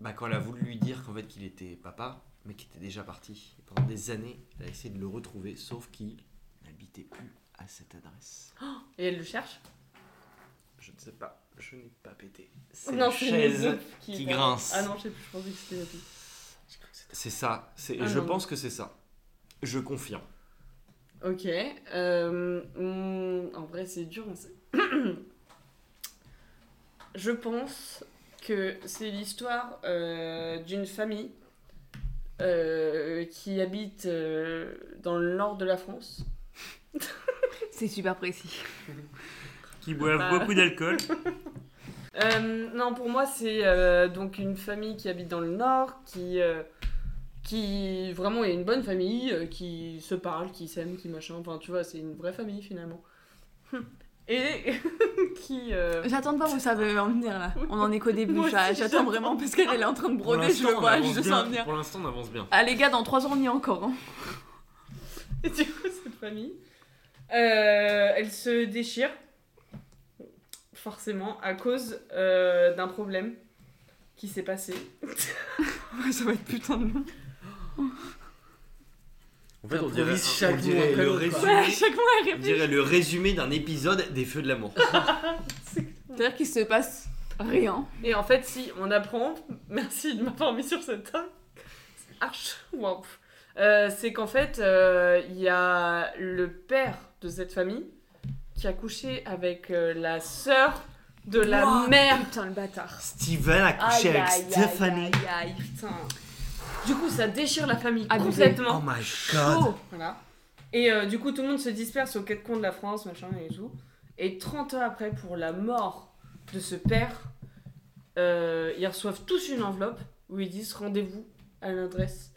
bah, quand elle a voulu lui dire qu'en fait qu'il était papa, mais qu'il était déjà parti, et pendant des années, elle a essayé de le retrouver, sauf qu'il n'habitait plus à cette adresse.
Et elle le cherche
Je ne sais pas, je n'ai pas pété. C'est
Non,
la
c'est
chaise.
une meuf
qui
parle.
grince.
Ah non, je sais plus, je pensais que c'était la fille.
C'est ça. C'est,
Ah
je
non.
pense que c'est ça. Je confirme.
Ok. euh, hmm, en vrai, c'est dur, on sait. Je pense que c'est l'histoire euh, d'une famille euh, qui habite euh, dans le nord de la France.
C'est super précis.
Qui boivent
Bah.
beaucoup d'alcool.
Euh, non, pour moi, c'est euh, donc une famille qui habite dans le nord, qui, euh, qui vraiment est une bonne famille, euh, qui se parle, qui s'aime, qui machin. Enfin, tu vois, c'est une vraie famille finalement. Et qui. euh,
J'attends de voir où ça veut en venir là. On en est qu'au début,
Moi
ça-
aussi,
j'attends vraiment parce qu'elle elle est en train de
Pour
broder, je le
l'instant, on
vois, je
avance
le
bien.
sens venir.
Pour l'instant, on avance bien.
Ah les gars, dans 3 ans on y est encore. Hein.
Et du coup, cette famille, euh, elle se déchire, forcément, à cause euh, d'un problème qui s'est passé.
ça va être putain de long.
En fait, on
T'improvises
dirait,
chaque
on dirait
mot après
le
l'autre, quoi.
Ouais, à
résumé,
chaque mois, elle
on
répète.
dirait le résumé d'un épisode des Feux de l'amour.
C'est-à-dire qu'il se passe rien.
Et en fait, si on apprend, merci de m'avoir mis sur cette table. Arch, waouh. Euh, c'est qu'en fait, euh, il y a le père de cette famille qui a couché avec euh, la sœur de la
Ouah,
mère.
Putain, le bâtard.
Steven a couché
Aïe,
avec
aïe, aïe,
Stephanie.
aïe, aïe.
Putain. Du coup, ça déchire la famille
Abusé.
Oh
complètement.
my god.
Oh,
Voilà. Et euh, du coup, tout le monde se disperse aux quatre coins de la France, machin et tout. Et 30 ans après, pour la mort de ce père, euh, ils reçoivent tous une enveloppe où ils disent rendez-vous à l'adresse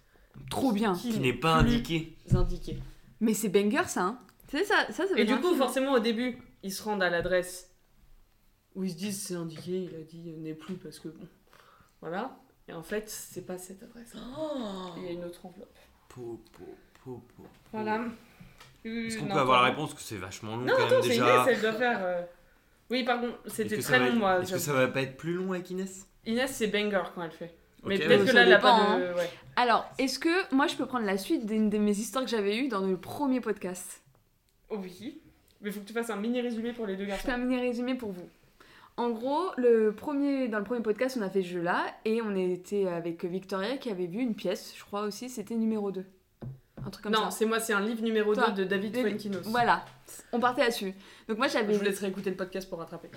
trop bien.
qui
Qui n'est pas
plus
indiqué.
indiquée.
Mais c'est banger ça, hein. C'est ça, ça, hein. ça va
Et
être
du
un
coup,
film.
forcément, au début, ils se rendent à l'adresse où ils se disent c'est indiqué, il a dit euh, n'est plus parce que bon. Voilà. Et en fait, c'est pas cette adresse. Il y a une autre enveloppe.
Po, po, po, po.
Voilà.
Est-ce
Une
qu'on peut avoir la
entente.
réponse Parce que c'est vachement long
Non,
quand
attends,
même
c'est une
déjà.
Inès, elle doit faire. euh, Oui, pardon,
euh, Est-ce
c'était
que ça
très
va
long,
être-
moi.
Est-ce que
j'avoue.
ça va pas être plus long avec Inès
Inès, c'est banger quand elle fait. Mais
Ok,
peut-être
ouais.
que
Ça
là, elle a
dépend,
pas de.
hein.
ouais.
Alors, est-ce que moi je peux prendre la suite d'une de mes histoires que j'avais eues dans le premier podcast
Oh oui. Mais faut que tu fasses un mini résumé pour les deux
Je fais
garçons.
un mini résumé pour vous. En gros, le premier, dans le premier podcast, on a fait ce jeu-là et on était avec Victoria qui avait vu une pièce, je crois aussi, c'était numéro 2. Un truc comme
non,
ça.
c'est moi, c'est un livre numéro
Toi.
2 de David
David-
Fuenkinos.
Voilà, on partait là-dessus. Donc moi
Je
j'avais.
vous laisserai écouter le podcast pour rattraper.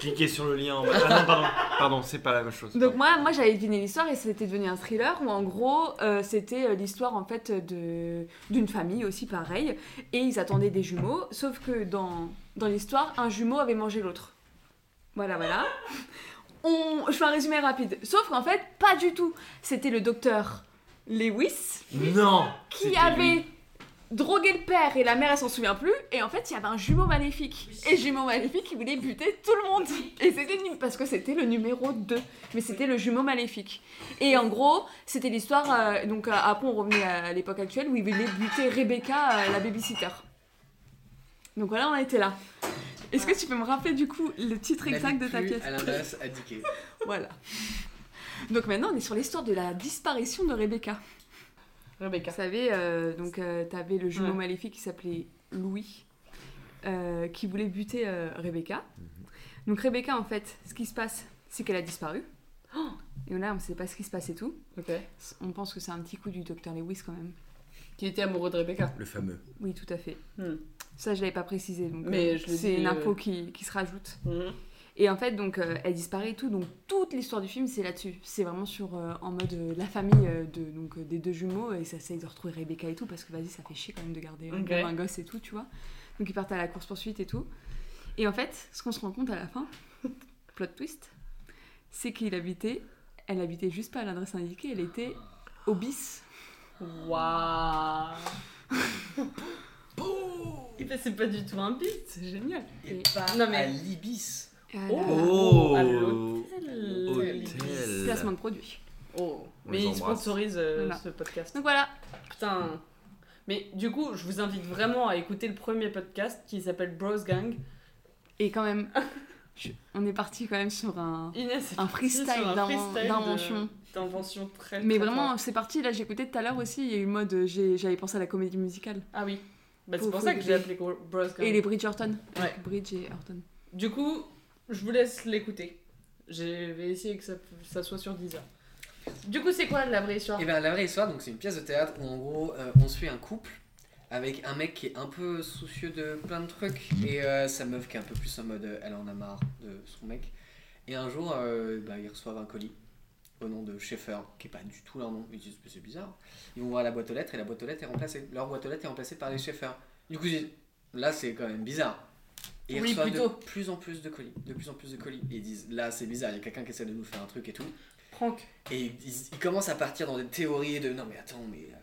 Cliquez sur le lien en bas. Ah non, pardon. Pardon, c'est pas la même chose.
Donc moi, moi j'avais deviné l'histoire et c'était devenu un thriller où en gros euh, c'était euh, l'histoire en fait de d'une famille aussi pareil et ils attendaient des jumeaux sauf que dans dans l'histoire un jumeau avait mangé l'autre. Voilà voilà. On, je fais un résumé rapide. Sauf qu'en fait pas du tout. C'était le docteur Lewis
Non
qui
C'était
avait
lui.
drogué le père et la mère elle s'en souvient plus et en fait il y avait un jumeau maléfique et le jumeau maléfique il voulait buter tout le monde et c'était nul parce que c'était le numéro 2 mais c'était le jumeau maléfique et en gros c'était l'histoire euh, donc euh, après on revenait à l'époque actuelle où il voulait buter Rebecca euh, la babysitter donc voilà on a été là est-ce que tu peux me rappeler du coup le titre exact de ta pièce
À l'inverse, indiqué.
voilà donc maintenant on est sur l'histoire de la disparition de Rebecca
Rebecca.
vous savez, euh, donc euh, t'avais le jumeau
Ouais.
maléfique qui s'appelait Louis, euh, qui voulait buter euh, Rebecca.
Mhm.
Donc Rebecca, en fait, ce qui se passe, c'est qu'elle a disparu.
Oh
Et là, on sait pas ce qui se passe et tout.
Ok.
On pense que c'est un petit coup du docteur Lewis quand même.
Qui était amoureux de Rebecca.
Le fameux.
Oui, tout à fait.
Hmm.
Ça, je l'avais pas précisé. Donc,
Mais
euh,
je le
c'est
dis,
une info
euh,
qui, qui se rajoute.
Mhm.
Et en fait, donc, euh, elle disparaît et tout. Donc, toute l'histoire du film, c'est là-dessus. C'est vraiment sur euh, en mode euh, la famille euh, de, donc, euh, des deux jumeaux. Et ça essaye de retrouver Rebecca et tout. Parce que, vas-y, ça fait chier quand même de garder euh,
Ok.
un gosse et tout, tu vois. Donc, ils partent à la course-poursuite et tout. Et en fait, ce qu'on se rend compte à la fin, plot twist, c'est qu'il habitait. Elle habitait juste pas à l'adresse indiquée. Elle était au bis.
Waouh. Eh ben, c'est pas du tout un beat, c'est génial.
Et-
Non, mais-
à l'Ibis.
Et elle, euh,
Oh
à l'hôtel.
Placement de produit.
Oh.
On
Mais
les
ils
embrasse.
sponsorisent euh,
Voilà.
ce podcast.
Donc voilà.
Putain. Mais du coup, je vous invite vraiment à écouter le premier podcast qui s'appelle Bros Gang.
Et quand même, je- on est parti quand même sur un.
Inès, c'est
Un
parti sur
freestyle
un
d'inven-
freestyle de-
d'invention.
D'invention très
Mais
très
vraiment,
fort.
c'est parti. Là, j'écoutais tout à l'heure aussi. Il y a eu mode. euh, j'ai- J'avais pensé à la comédie musicale.
Ah oui. Bah, c'est
Faut-
pour
faut
ça que j'ai
écouter.
appelé Bros Gang.
Et les Bridgerton.
Ouais.
Bridge et Horton.
Du coup, je vous laisse l'écouter. Je vais essayer que ça, ça soit sur 10 heures. Du coup, c'est quoi la vraie histoire
Et bien, Eh ben, la vraie histoire, donc c'est une pièce de théâtre où en gros euh, on suit un couple avec un mec qui est un peu soucieux de plein de trucs et euh, sa meuf qui est un peu plus en mode euh, elle en a marre de son mec. Et un jour, euh, bah, ils reçoivent un colis au nom de Schaeffer, qui est pas du tout leur nom. Ils disent, mais c'est bizarre. Ils vont voir la boîte aux lettres et la boîte aux lettres est remplacée. Leur boîte aux lettres est remplacée par les Schaeffer. Du coup, ils disent, là c'est quand même bizarre. Et ils
Oui,
reçoivent
plutôt.
de plus en plus de colis, de plus en plus de colis. Et ils disent, là c'est bizarre, il y a quelqu'un qui essaie de nous faire un truc et tout.
Franck.
Et ils, ils commencent à partir dans des théories de non mais attends mais euh,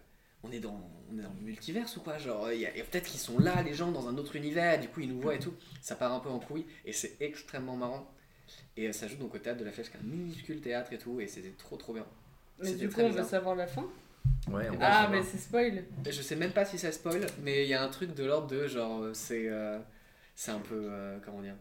on est dans on est dans le multivers ou quoi genre il y a, et peut-être qu'ils sont là les gens dans un autre univers du coup ils nous voient et tout ça part un peu en couille et c'est extrêmement marrant et euh, ça joue donc au théâtre de la Flèche qui est un minuscule théâtre et tout et c'était trop trop bien
Mais
C'était
du coup,
très
on veut
bizarre.
savoir la fin.
Ouais, on
ah,
va
mais
mais...
c'est spoil.
Et je sais même pas si ça spoil mais il y a un truc de l'ordre de genre euh, c'est euh, c'est un peu euh, comment dire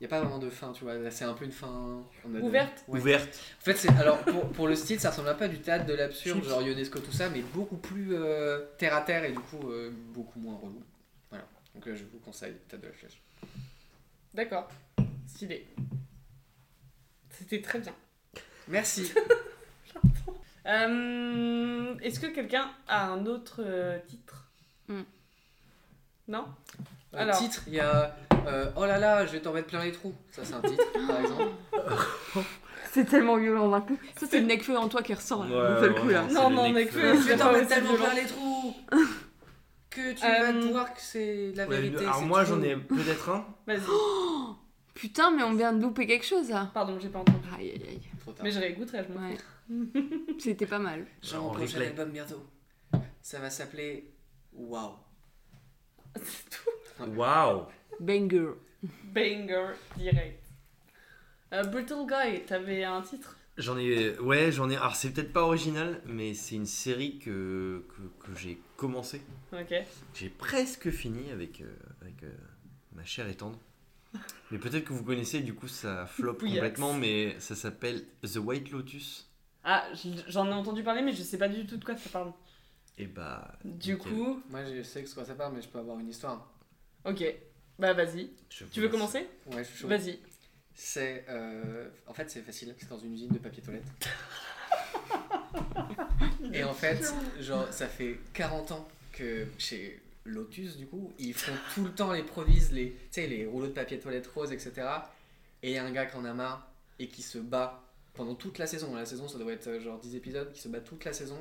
il n'y a pas vraiment de fin, tu vois. Là, C'est un peu une fin. on a de-
Ouverte.
Ouais.
Ouverte.
En fait, c'est alors pour, pour le style, ça ressemble pas du théâtre de l'absurde, genre Ionesco tout ça, mais beaucoup plus euh, terre à terre et du coup euh, beaucoup moins relou. Voilà. Donc là, je vous conseille Théâtre de la Flèche.
D'accord. Stylé. C'était très bien.
Merci.
Euh, Est-ce que quelqu'un a un autre euh, titre
Hmm.
Non
Euh,
Alors.
Titre, il y a euh, Oh là là, je vais t'en mettre plein les trous. Ça, c'est un titre, par exemple.
C'est tellement violent d'un coup. Ça, c'est le Nekfeu en toi qui ressort. Là. On fait le coup là.
Non, non, mec,
Je vais t'en mettre
C'est
tellement
violent.
plein les trous que tu
Euh,
vas te voir que c'est la
Ouais,
vérité.
alors
c'est
moi
tout.
j'en ai peut-être un.
Vas-y.
Putain, mais on vient de louper quelque chose là.
Pardon, j'ai pas entendu.
Aïe aïe aïe.
Trop tard.
Mais je réécouterai, je m'en
Ouais.
fous.
C'était pas mal.
J'ai un
Alors,
prochain
replay.
album bientôt. Ça va s'appeler Waouh.
C'est tout.
Waouh.
Banger.
Banger direct. Euh, Brittle Guy, t'avais un titre
J'en ai. Ouais, j'en ai. Alors c'est peut-être pas original, mais c'est une série que, que, que j'ai commencé.
Ok.
J'ai presque fini avec, euh, avec euh, ma chère et tendre. Mais peut-être que vous connaissez, du coup ça flop
Pouillax.
complètement, mais ça s'appelle The White Lotus.
Ah, je- j'en ai entendu parler, mais je sais pas du tout de quoi ça parle.
Et bah.
Du
nickel.
coup,
Moi, je sais que ce quoi ça part, mais je peux avoir une histoire.
ok. Bah vas-y. Tu
je vous
veux
laisse.
commencer
Ouais, je suis chaud.
Vas-y.
C'est. euh, En fait, c'est facile, c'est dans une usine de papier toilette. Et en fait, genre, ça fait 40 ans que chez Lotus, du coup, ils font tout le temps les provises, les, tu sais, les rouleaux de papier toilette rose, etc. Et il y a un gars qui en a marre et qui se bat pendant toute la saison. La saison, ça doit être euh, genre 10 épisodes, qui se bat toute la saison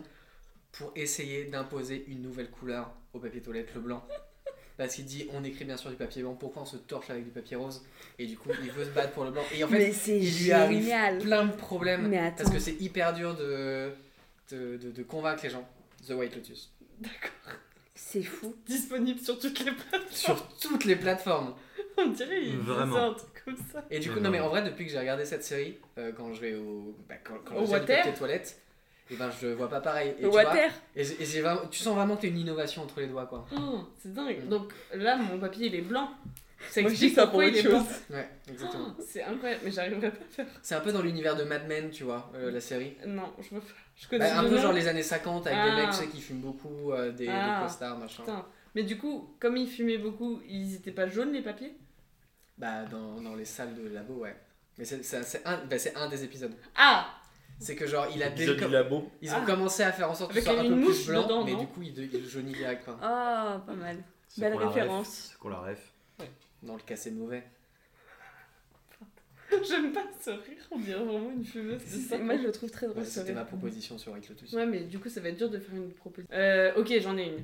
pour essayer d'imposer une nouvelle couleur au papier toilette, le blanc. Parce qu'il dit, on écrit bien sûr du papier blanc, pourquoi on se torche avec du papier rose Et du coup, il veut se battre pour le blanc. Et en fait,
Mais c'est
il lui arrive
génial.
plein de problèmes.
Mais attends.
Parce que c'est hyper dur de, de, de- de convaincre les gens. The White Lotus.
C'est fou.
Disponible sur toutes les plateformes.
Sur toutes les plateformes.
On dirait il
Vraiment.
faisait un truc comme ça.
Et du coup,
Mais
non mais
non.
en vrai, depuis que j'ai regardé cette série, euh, quand je vais au, bah, quand, quand
Au
je jette
water.
du papier toilette, et ben je vois pas pareil. Et tu,
Le
vois,
water.
et j'ai- et j'ai vraiment- tu sens vraiment que t'es une innovation entre les doigts quoi.
Oh, c'est dingue.
Mm.
Donc là, mon papier, il est blanc. Ça
Moi, je dis
explique
ça pour
pourquoi
autre
il est blanc.
Ouais, exactement.
Oh, C'est incroyable, mais j'arriverai pas à faire.
C'est un peu dans l'univers de Mad Men, tu vois,
Mm.
euh, la série.
Non, je veux pas. Je
Bah,
connais
un
le
peu
nom.
genre les années 50 avec
Ah.
des mecs tu sais, qui fument beaucoup, euh, des, des
Ah.
costards, machin.
Putain. Mais du coup, comme ils fumaient beaucoup, ils étaient pas jaunes les papiers
Bah dans, dans les salles de labo, ouais. Mais c'est- c'est c'est un, bah, c'est un des épisodes.
Ah
C'est que genre il a
Épisode
déco-
du labo.
Ils ont
Ah.
commencé à faire en sorte que
Avec
ce soit un
une
peu plus
mouche
blanc,
dedans,
mais
non
du coup, il, de- il jaunit direct, quoi.
Oh, pas mal.
C'est
Belle
qu'on la ref,
référence.
C'est qu'on la ref.
Dans le cas, c'est mauvais.
Oh, J'aime pas ce rire, on dirait vraiment une fumeuse. de ça.
Moi, je le trouve très
Ouais,
drôle. ce
C'était
rire.
ma proposition sur Rick Lotus.
Ouais, mais du coup, ça va être dur de faire une proposition. Euh, ok, j'en ai une.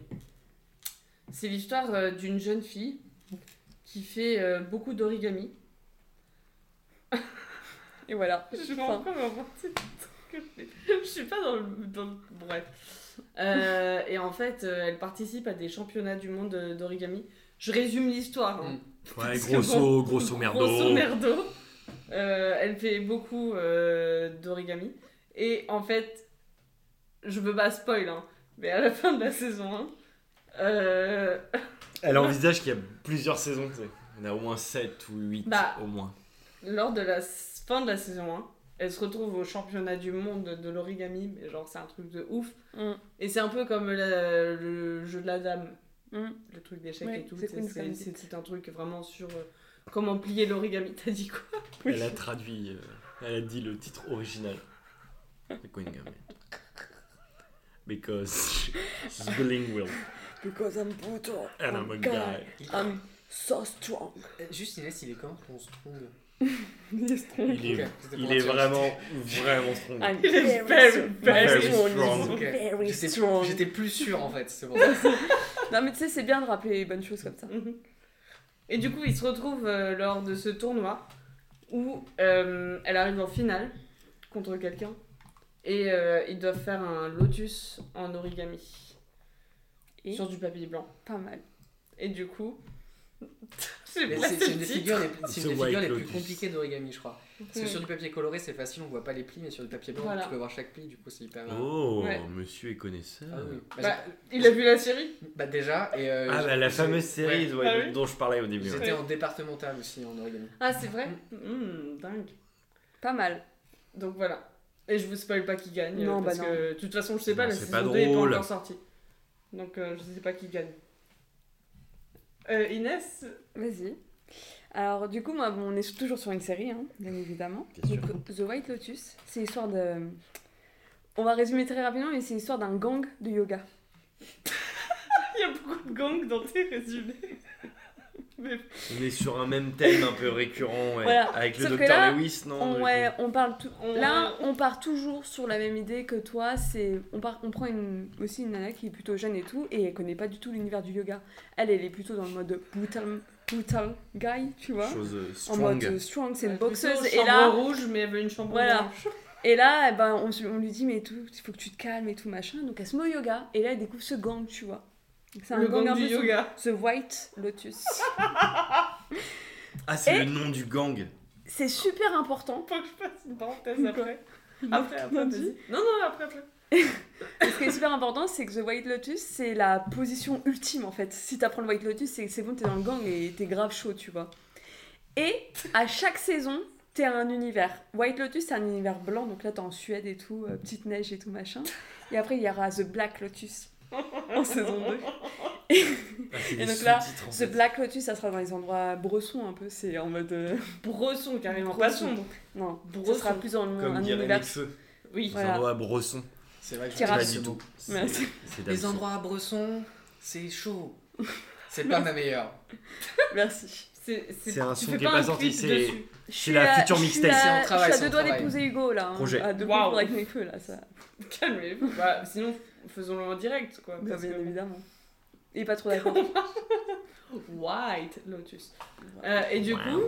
C'est l'histoire euh, d'une jeune fille qui fait euh, beaucoup d'origami.
Et voilà.
Je vais encore inventer des trucs que je fais. Je suis pas dans le. Dans le... Bref. Euh, et en fait, euh, elle participe à des championnats du monde euh, d'origami. Je résume l'histoire. hein.
Ouais,
Parce que bon,
grosso, grosso merdo.
Grosso merdo. Euh, elle fait beaucoup euh, d'origami. Et en fait, je veux pas spoil, hein, mais à la fin de la saison 1, euh,
Elle envisage qu'il y a plusieurs saisons, tu sais. Il y en a au moins 7 ou 8
Bah.
au moins.
lors de la s- fin de la saison 1, elle se retrouve au championnat du monde de l'origami, mais genre c'est un truc de ouf.
Mm.
Et c'est un peu comme la- le jeu de la dame,
Mm.
le truc d'échec
Ouais,
et tout.
c'est
C'est-
Queen's
c'est-
Gambit.
C'est c'est un truc vraiment sur euh, comment plier l'origami. T'as dit quoi
Elle a traduit, euh, elle a dit le titre original. The Queen Gambit. Because she's a bilingual
Because I'm brutal.
and I'm
Oh
a guy.
Ah.
I'm so strong.
Euh, Juste, Inès, il est comment qu'on se trompe
Il est,
Ok, c'était pour
il est
mentir,
vraiment, vraiment strong.
Ah,
I'm
Il est very, very
Very strong.
Ok.
Very
J'étais-
strong.
J'étais plus sûr, en fait. C'est pour ça.
Non, mais tu sais, c'est bien de rappeler les bonnes choses comme ça.
Mhm. Et du coup, ils se retrouvent euh, lors de ce tournoi où euh, elle arrive en finale contre quelqu'un et euh, ils doivent faire un lotus en origami
Et
sur du papier blanc.
Pas mal.
Et du coup, C'est
Mais
placé
C'est c'est une
le
des
titre. Mm.
figures les, c'est une
The
des figures
White
les plus
Lotus.
compliquées d'origami, je crois. Parce que sur du papier coloré, c'est facile, on voit pas les plis, mais sur du papier blanc,
Voilà.
tu peux voir chaque pli, du coup, c'est hyper.
Oh,
Ouais.
monsieur est connaisseur.
Ah oui. Bah,
Bah, il a vu la série
j'ai- bah, déjà, et. euh,
Ah,
j'ai-
bah, la
j'ai-
fameuse série
ouais,
ouais,
Ah oui.
dont je parlais au début.
hein.
J'étais
Ouais.
en départemental aussi en origami.
Ah, c'est vrai Hum, Dingue.
Pas mal.
Donc voilà. Et je vous spoil pas qui gagne.
Non,
euh, parce
bah non.
que de toute façon, je sais pas,
Non,
la
c'est
saison
pas
2 est pas
drôle.
encore sortie. Donc euh, je sais pas qui gagne. Euh, Inès
Vas-y. Alors, du coup, moi, bon, on est toujours sur une série, hein, bien évidemment.
Bien sûr.
Donc, The White Lotus, c'est l'histoire de. On va résumer très rapidement, mais c'est l'histoire d'un gang de yoga.
Il y a beaucoup de gangs dans tes résumés. Mais
On est sur un même thème un peu récurrent, ouais.
Voilà.
Avec le
Sauf que
docteur
là,
Lewis, non euh,
On,
le-
ouais, Oh, on parle tout.
on-
Là, on part toujours sur la même idée que toi. C'est, on, part, on prend une, aussi une nana qui est plutôt jeune et tout, et elle connaît pas du tout l'univers du yoga. Elle, elle est plutôt dans le mode brutal, brutal guy, tu vois.
Chose euh,
En
strong.
mode euh, strong, c'est une boxeuse.
plutôt
Et là,
chambre rouge, mais elle veut une chambre
Voilà.
blanche.
Et là, eh ben, on, se- on lui dit, mais tout, il faut que tu te calmes et tout, machin. Donc elle se met au yoga. Et là, elle découvre ce gang, tu vois. Donc, C'est
Le gang
un
du
peu sombre.
yoga.
The White Lotus.
Ah, c'est
Et-
le nom du gang.
C'est super important.
Faut que je fasse une parenthèse après. Après, après, vas-y. Non, non, après, après.
Ce qui est super important, c'est que The White Lotus, c'est la position ultime, en fait. Si t'apprends le White Lotus, c'est c'est bon, t'es dans le gang et t'es grave chaud, tu vois. Et à chaque saison, t'es à un univers. White Lotus, c'est un univers blanc, donc là, t'es en Suède et tout, euh, petite neige et tout, machin. Et après, il y aura The Black Lotus en saison 2.
Ah, c'est
Et
des
donc là,
sous-titres, en
The
fait.
Black Lotus, ça sera dans les endroits bressons un peu, c'est en mode. euh,
Bresson, carrément. Pas
Bresson.
sombre.
Non,
Bresson.
ce sera plus dans le monde.
Comme
un
dirait
univers.
Nekfeu,
Oui.
les
Voilà.
endroits bressons.
C'est vrai que
Qui
je
Pas
rappe.
du tout. C'est
Merci.
c'est
Les
d'absurde.
endroits à Bresson, c'est chaud. C'est pas ma meilleure.
Merci.
C'est
C'est un
tu
son
fais
qui est pas
un
sorti,
clip
c'est-
dessus.
Je
C'est
suis
la
à-
future
je suis
mixtape.
à-
C'est en travail,
Je suis
c'est
à
en
deux doigts
travail.
d'épouser Hugo là. hein.
Projet.
À deux
Waouh.
coups avec mes feux là, ça.
Calmez-vous. Bah, sinon, faisons-le en direct, quoi.
Bah,
parce
bien
que-
évidemment. Et pas trop d'accord.
White Lotus. Euh, et du coup,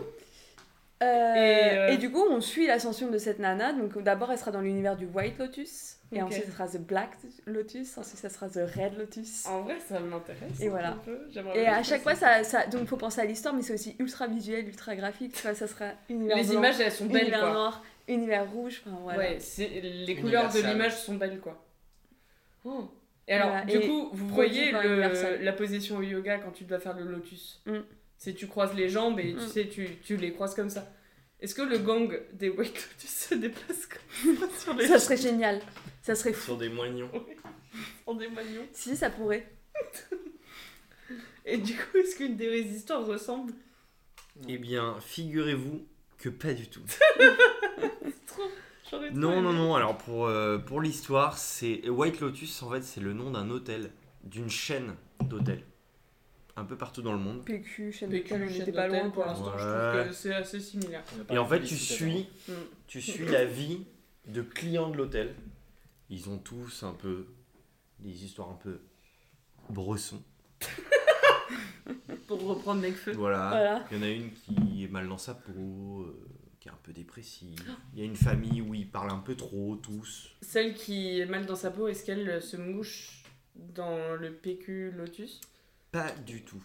Euh,
Et,
et,
euh,
du coup, on suit l'ascension de cette nana. Donc d'abord, elle sera dans l'univers du White Lotus. Et
Ok.
ensuite, ça sera The Black Lotus. Ensuite, ça sera The Red Lotus.
en vrai, ça m'intéresse.
Et voilà.
un peu. J'aimerais
Et
bien
à
que
chaque fois, ça, ça, donc faut penser à l'histoire, mais c'est aussi ultra visuel, ultra graphique. Tu vois, ça sera univers
Les
blanc,
images, elles sont belles,
univers
quoi.
noir, univers rouge. Enfin, voilà.
Ouais, c'est- les couleurs de
Universal.
l'image sont belles, quoi. Oh. Et alors,
Voilà,
du
et
coup, vous
produit
voyez
par
le-
Universal.
la position au yoga quand tu dois faire le lotus.
Mm.
C'est tu croises les jambes et tu
Mm.
sais, tu, tu les croises comme ça. Est-ce que le gang des White Lotus se déplace comme ça sur les
Ça serait génial. Ça serait fou.
Sur des moignons.
en des maillons
Si, ça pourrait.
Et du coup, est-ce qu'une des histoires ressemble
Eh bien, figurez-vous que pas du tout.
C'est trop. j'aurais trop
Non,
aimé.
non, non. Alors pour, euh, pour l'histoire, c'est White Lotus. En fait, c'est le nom d'un hôtel, d'une chaîne d'hôtels, un peu partout dans le monde.
PQ, chaîne
PQ,
d'hôtel, on
chaîne
n'était pas
d'hôtel,
loin.
Pour
quoi.
l'instant, je
Ouais.
trouve que c'est assez similaire.
Et en fait, tu suis,
Mm.
tu suis la vie de clients de l'hôtel. Ils ont tous un peu des histoires un peu bressons.
Pour reprendre Nekfeu.
Voilà.
Voilà.
Il y en a une qui est mal dans sa peau, euh, qui est un peu dépressive. Il y a une famille où ils parlent un peu trop tous.
Celle qui est mal dans sa peau, est-ce qu'elle euh, se mouche dans le PQ Lotus
Pas du tout.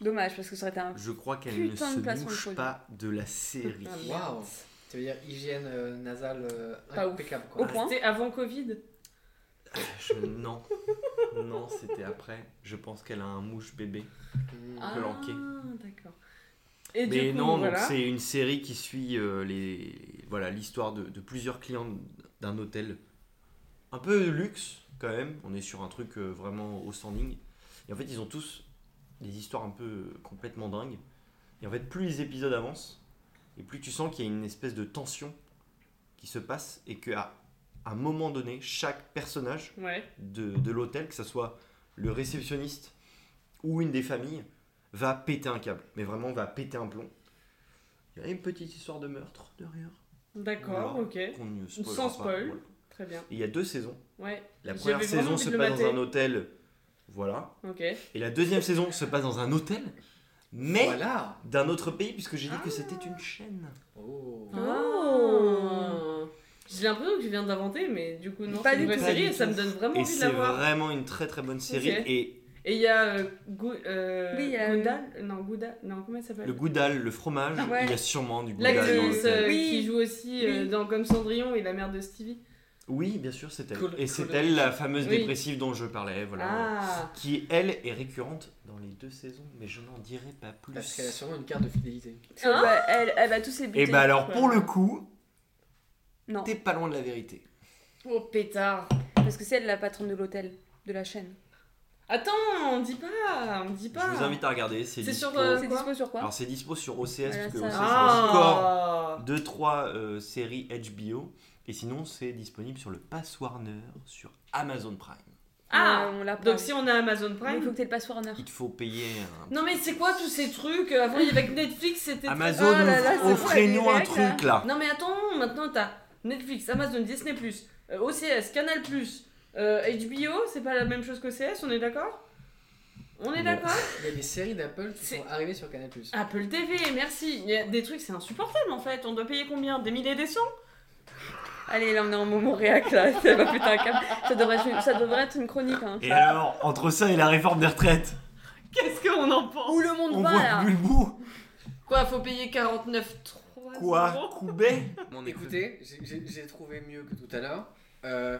Dommage, parce que ça aurait été un.
Je crois qu'elle ne
Putain de
se
placement de
mouche
produit.
pas de la série.
Ah,
Putain de
Waouh Ça veut dire hygiène euh, nasale euh,
Pas ouf.
impeccable
Au
quoi.
Ah.
point.
C'était avant Covid
Je- non. Non, c'était après. Je pense qu'elle a un mouche bébé.
Mmh.
Ah.
peut lanquer.
d'accord. Et
Mais
du coup,
non, donc
voilà.
c'est une série qui suit euh, les voilà l'histoire de, de plusieurs clients d'un hôtel un peu luxe quand même. On est sur un truc euh, vraiment au standing. Et en fait, ils ont tous des histoires un peu euh, complètement dingues. Et en fait, plus les épisodes avancent, et plus tu sens qu'il y a une espèce de tension qui se passe et qu'à un moment donné, chaque personnage
Ouais.
de, de l'hôtel, que ce soit le réceptionniste ou une des familles, va péter un câble. Mais vraiment, va péter un plomb. Il y a une petite histoire de meurtre derrière.
D'accord,
Voilà.
ok.
qu'on ne spoilera
Sans
pas,
spoil.
voilà.
Très bien.
Et il y a deux saisons.
Ouais,
La
J'avais
première
vraiment
saison
envie
se
de le
passe dans
mater.
un hôtel. Voilà.
ok.
Et la deuxième saison se passe dans un hôtel, mais
Voilà
d'un autre pays, puisque j'ai dit
Ah.
que c'était une chaîne.
Oh.
Ah.
Oh. J'ai l'impression que je viens d'inventer, mais du coup, non,
Pas
c'est
du
une vraie
tout. Pas
série
du
et ça me
tout.
donne vraiment
Et
envie de
c'est
la voir.
vraiment une très très bonne série.
Ok.
Et
Et il y a. euh, Gou- euh,
Oui, il y a-
Goudal- Non, Gouda. Non, comment elle s'appelle
Le goudal, le
Ah
fromage,
Ouais.
il y a sûrement du goudal. dans le
L'actrice
thème.
euh,
Oui.
qui joue aussi euh,
Oui.
dans Comme Cendrillon et la mère de Stevie.
Oui, bien sûr, c'est elle.
Cool-
Et c'est
cool.
elle, la fameuse
Oui.
dépressive dont je parlais, voilà.
Ah
Qui, elle, est récurrente dans les deux saisons, mais je n'en dirai pas plus.
Parce qu'elle a sûrement une carte de fidélité.
Eh
Hein
Bah, elle, elle va tous les buter.
Et bah alors,
quoi.
pour le coup,
Non,
t'es pas loin de la vérité.
Oh pétard
parce que c'est elle la patronne de l'hôtel, de la chaîne.
Attends, on dit pas On dit pas
Je vous invite à regarder, c'est
C'est
dispo.
sur, euh,
c'est
quoi
dispo sur quoi
Alors c'est dispo sur OCS,
Voilà,
parce que
ça.
OCS a encore
Ah
2-3 euh, séries HBO. Et sinon, c'est disponible sur le Pass Warner sur Amazon Prime.
Ouais,
Ah
Euh,
on l'a pas.
Donc si on a Amazon
Mais il faut
Prime.
que t'aies le pass Warner.
Il te faut payer un...
Non mais c'est quoi tous ces trucs euh, Avant il y avait que Netflix, c'était. Oh
Amazon,
Ah là là,
offre-
c'est hein.
offrez-nous
vrai,
un
les règles,
truc là.
Non mais attends, maintenant t'as Netflix, Amazon, Disney+, euh, OCS, Canal+, euh, HBO, c'est pas la même chose qu'OCS, on est d'accord On est
Non.
d'accord
Il y a des séries d'Apple qui
C'est- Ah.
sont arrivées sur Canal+.
Apple TV, merci. Il y a des trucs, c'est insupportable en fait. On doit payer combien Des milliers, des cents
Allez, là on est en moment réac là, ça va péter un câble. Ça devrait être une, ça devrait être une chronique. Hein.
Et alors, entre ça et la réforme des retraites,
Qu'est-ce qu'on en pense
Où le monde
on
va
voit
là
plus le bout.
Quoi, faut payer 49,3
Quoi
euros
Coubet
Écoutez, j'ai- j'ai j'ai trouvé mieux que tout à l'heure. Euh,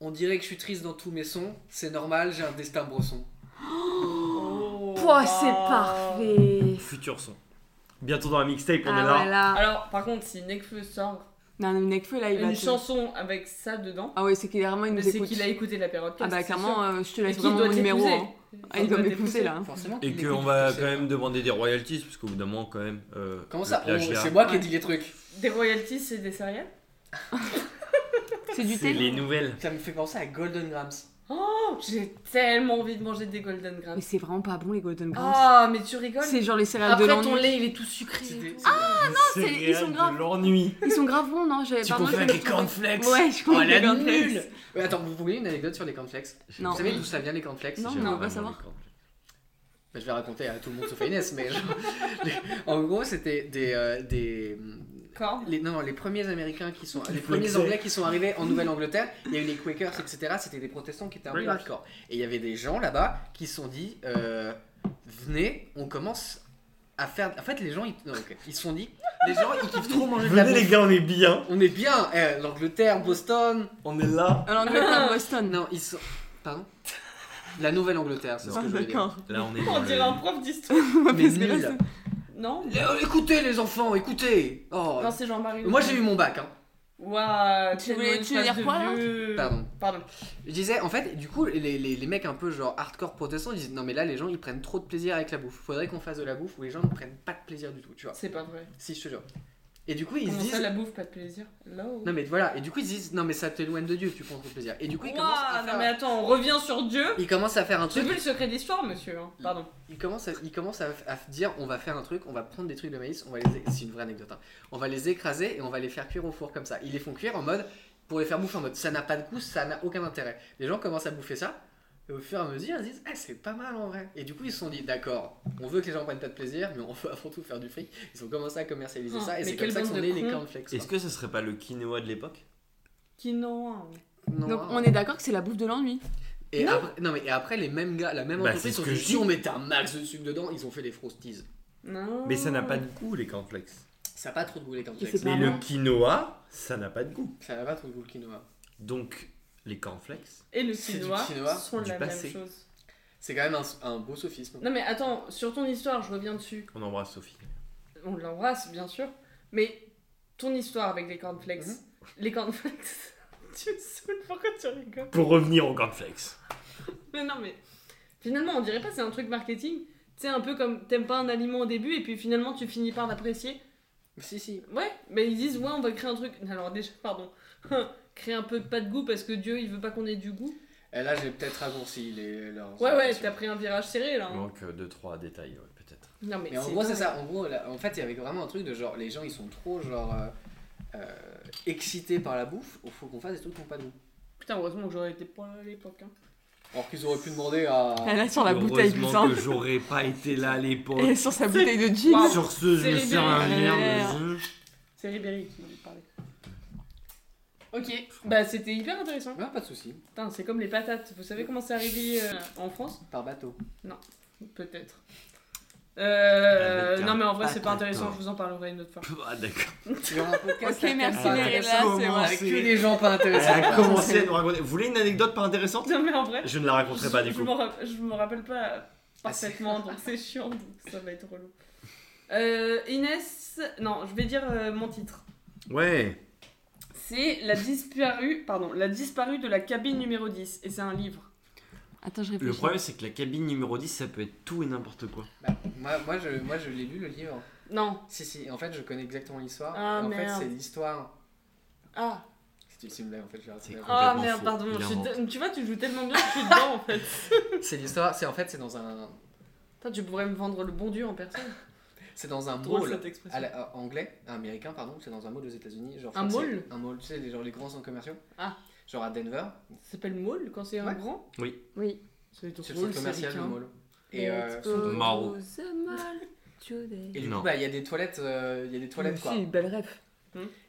on dirait que je suis triste dans tous mes sons. C'est normal, j'ai un destin brosson.
Oh,
Pouah, c'est
bah.
parfait.
Futur son. Bientôt dans la mixtape, on est
Ah
là.
ouais, là.
Alors, par contre, si Nekfeu sort
Non, mais Nekfeu, là, il va.
une
te-
chanson avec ça dedans,
Eh bah, Ah ouais, c'est qu'il est vraiment, il nous
c'est
écoute.
qu'il a écouté la période.
Ah bah, clairement, euh, je te laisse
Et qu'il
vraiment
doit
mon numéro.
t'épouser.
hein. Ah, il doit m'épouser là.
Forcément.
Et
qu'il
qu'on
écoute,
va
tu sais.
quand même demander des royalties, parce qu'au bout d'un moment, quand même. euh,
Comment
le
ça Oh,
plagiat,
C'est moi qui ai
Ouais.
dit les trucs.
Des royalties, c'est des céréales
C'est du
C'est
thé.
les nouvelles.
Ça me fait penser à Golden Grams.
Oh, j'ai tellement envie de manger des Golden Grams.
Mais c'est vraiment pas bon les Golden Grams.
Ah, mais tu rigoles
c'est genre les céréales
Après,
de
ton
l'ennui.
lait, il est tout sucré. et
C'était-
tout.
Ah non, c'est- ils sont graves.
L'ennui.
Ils sont grave bons, non J'avais
Tu
pardon,
confonds
je
avec les
me trompe.
cornflakes.
Ouais, je confonds
Oh
avec les
la
cornflakes.
nulle Ouais, Attends, vous voulez une anecdote sur les cornflakets
Non.
Vous savez d'où ça vient les cornflakes
Non,
J'aime
mais on va
vraiment
savoir.
les cornflakes.
Bah, je vais raconter à tout le monde sauf à Inès, mais genre, en gros, c'était des, euh, des
Corn.
les, non, non, les premiers Américains qui sont, les
Ils
premiers
flexaient.
Anglais qui sont arrivés en Nouvelle-Angleterre, il y a eu les Quakers, etc. C'était des protestants qui étaient un peu
Brainwash.
hardcore. Et il y avait des gens là-bas qui se sont dit, euh, venez, on commence à faire. En fait, les gens, ils, non, ok. ils se sont dit, les gens, ils kiffent trop manger de la
Venez les
bouffe.
gars, on est bien.
On est bien, eh, l'Angleterre, Boston.
On est là.
Alors, Angleterre, Boston.
Non, ils sont, pardon. La Nouvelle-Angleterre, c'est ce
Non,
que je voulais
Ah,
dire.
Là, on est.
On
dans
dirait
le-
un prof d'histoire.
Mais
que là,
nul.
Non
Eh, Écoutez les enfants, écoutez. Oh.
Non, c'est Jean-Marie. Le
Moi
Pen.
j'ai eu mon bac, hein.
Waouh,
Tu
quelle
voulais-
bonne
tu veux
phrase
dire
de
quoi, là
vieux.
Pardon.
Pardon.
Je disais, en fait, du coup, les, les, les mecs un peu genre hardcore protestants, ils disent non, mais là, les gens ils prennent trop de plaisir avec la bouffe. Faudrait qu'on fasse de la bouffe où les gens ne prennent pas de plaisir du tout, tu vois.
C'est pas vrai.
Si je te jure. Et du coup, ils se
Comment ça,
disent.
la bouffe, pas de plaisir Hello.
Non, mais voilà, et du coup, ils se disent non, mais ça t'éloigne de Dieu, tu prends trop de plaisir. Et du coup, ils
Ouah,
commencent à
Ah, non mais
faire.
attends, on revient sur Dieu.
Ils commencent à faire un
J'ai
truc,
vu le secret d'histoire, monsieur.
Mm.
hein. Pardon.
ils commencent, à, ils commencent à, à dire on va faire un truc, on va prendre des trucs de maïs, on va les é- c'est une vraie anecdote, hein. on va les écraser et on va les faire cuire au four comme ça. Ils les font cuire en mode pour les faire bouffer en mode ça n'a pas de goût, ça n'a aucun intérêt. Les gens commencent à bouffer ça et au fur et à mesure ils se disent ah c'est pas mal en vrai. Et du coup ils se sont dit d'accord, on veut que les gens prennent pas de plaisir, mais on veut avant tout faire du fric. Ils ont commencé à commercialiser
Oh,
ça et
mais
c'est comme
quelle
ça que
bande
sont
de
nés les
cons.
cornflakes.
Est-ce que ce serait pas le quinoa de l'époque
Quinoa.
Non,
Donc,
hein.
on est d'accord que c'est la bouffe de l'ennui.
Et après, non mais et après les mêmes gars, la même
Bah, c'est
entreprise,
ce
ont
que
dit
je
si
dis.
on mettait un max de sucre dedans, ils ont fait les frosties.
Non.
Mais ça n'a pas de goût, les cornflakes.
Ça a pas trop de goût les
c'est
cornflakes.
pas
Mais
Pardon
le quinoa, ça n'a pas de goût.
Ça n'a pas trop de goût le quinoa.
Donc, les cornflakes.
Et le
C'est du
quinoa,
quinoa,
sont
du
la
passé.
même chose.
C'est quand même un, un beau sophisme.
Non mais attends, sur ton histoire, je reviens dessus.
On embrasse Sophie.
On l'embrasse, bien sûr. Mais ton histoire avec les cornflakes.
Mhm.
Les cornflakes. tu me saoules, pourquoi tu rigoles
Pour revenir aux cornflakes.
Mais non, mais finalement, on dirait pas, c'est un truc marketing. C'est un peu comme t'aimes pas un aliment au début et puis finalement tu finis par l'apprécier.
Si, si.
Ouais, mais ils disent ouais, on va créer un truc. Alors déjà, pardon. créer un peu de pas de goût parce que Dieu il veut pas qu'on ait du goût.
Et là, j'ai peut-être raccourci les. leurs
Ouais, ouais,
informations.
t'as pris un virage serré là.
Il
hein.
manque 2-3 détails, ouais, peut-être.
Non, mais,
Mais en
c'est
gros,
dingue.
c'est ça. En gros, là, en fait, il y avait vraiment un truc de genre, les gens, ils sont trop genre euh, euh, excités par la bouffe. Il faut qu'on fasse des trucs qui n'ont pas de goût.
Putain, heureusement que j'aurais été pas là à l'époque. hein.
Alors qu'ils auraient pu demander à.
Elle a sur la bouteille du
Heureusement
sang.
que j'aurais pas été là à l'époque.
Et sur sa bouteille de gin.
Wow.
Sur ce, je
C'est
me sers un
libéré.
verre de jus.
C'est Ribéry qui parlait. Ok, bah c'était hyper intéressant.
Ouais, pas de soucis,
Putain, c'est comme les patates. Vous savez comment c'est arrivé euh, en France
par bateau.
Peut-être. Euh,
Avec un
non, mais en vrai, c'est pas
pataton.
intéressant. Je vous en parlerai une autre fois.
Ah, d'accord.
Et on a un podcast
Ok,
à
merci
thème pas
Myriam.
intéressant,
Là,
Comment
c'est-
Avec que
c'est-
des gens pas
Elle
intéressants.
a commencé à nous raconter. Vous voulez une anecdote pas intéressante
Non, mais en vrai,
Je ne la raconterai pas du
je
coup.
m'en ra- je me rappelle pas
Ah, c'est-
parfaitement, donc c'est chiant, donc ça va être relou. Euh, Inès, non, je vais dire euh, mon titre.
Ouais.
C'est la disparue, pardon, la disparue de la cabine numéro 10, et c'est un livre.
Attends, je
Le
réfléchis.
problème, c'est que la cabine numéro 10, ça peut être tout et n'importe quoi.
Bah, moi, moi, je, moi, je l'ai lu le livre.
Non.
Si, si, en fait, je connais exactement l'histoire.
Ah,
Et en
merde.
fait, c'est l'histoire.
Ah.
C'est une simulation, en fait, je l'ai raté.
C'est
Ah
Complètement
merde,
faux.
pardon.
Il
je suis
invente.
de- Tu vois, tu joues tellement bien que je suis dedans en fait.
C'est l'histoire, c'est en fait, c'est dans un.
Putain, tu pourrais me vendre le bon Dieu en personne.
C'est dans un
Drôle
mall
cette expression.
à Ah, la- à- anglais, un américain, pardon, c'est dans un mall aux États-Unis. Genre, je
Un
crois que
mall
c'est Un mall, tu sais, les, genre, les grands centres commerciaux.
Ah.
Genre à Denver,
Ça s'appelle mall quand c'est un
Ouais.
grand
Oui.
C'est
c'est le centre commercial, le mall. Et, euh,
Let's go
Maro.
to the mall today.
et du
Non.
coup, bah, il y a des toilettes, euh, il y a des toilettes quoi.
Si, belle rêve.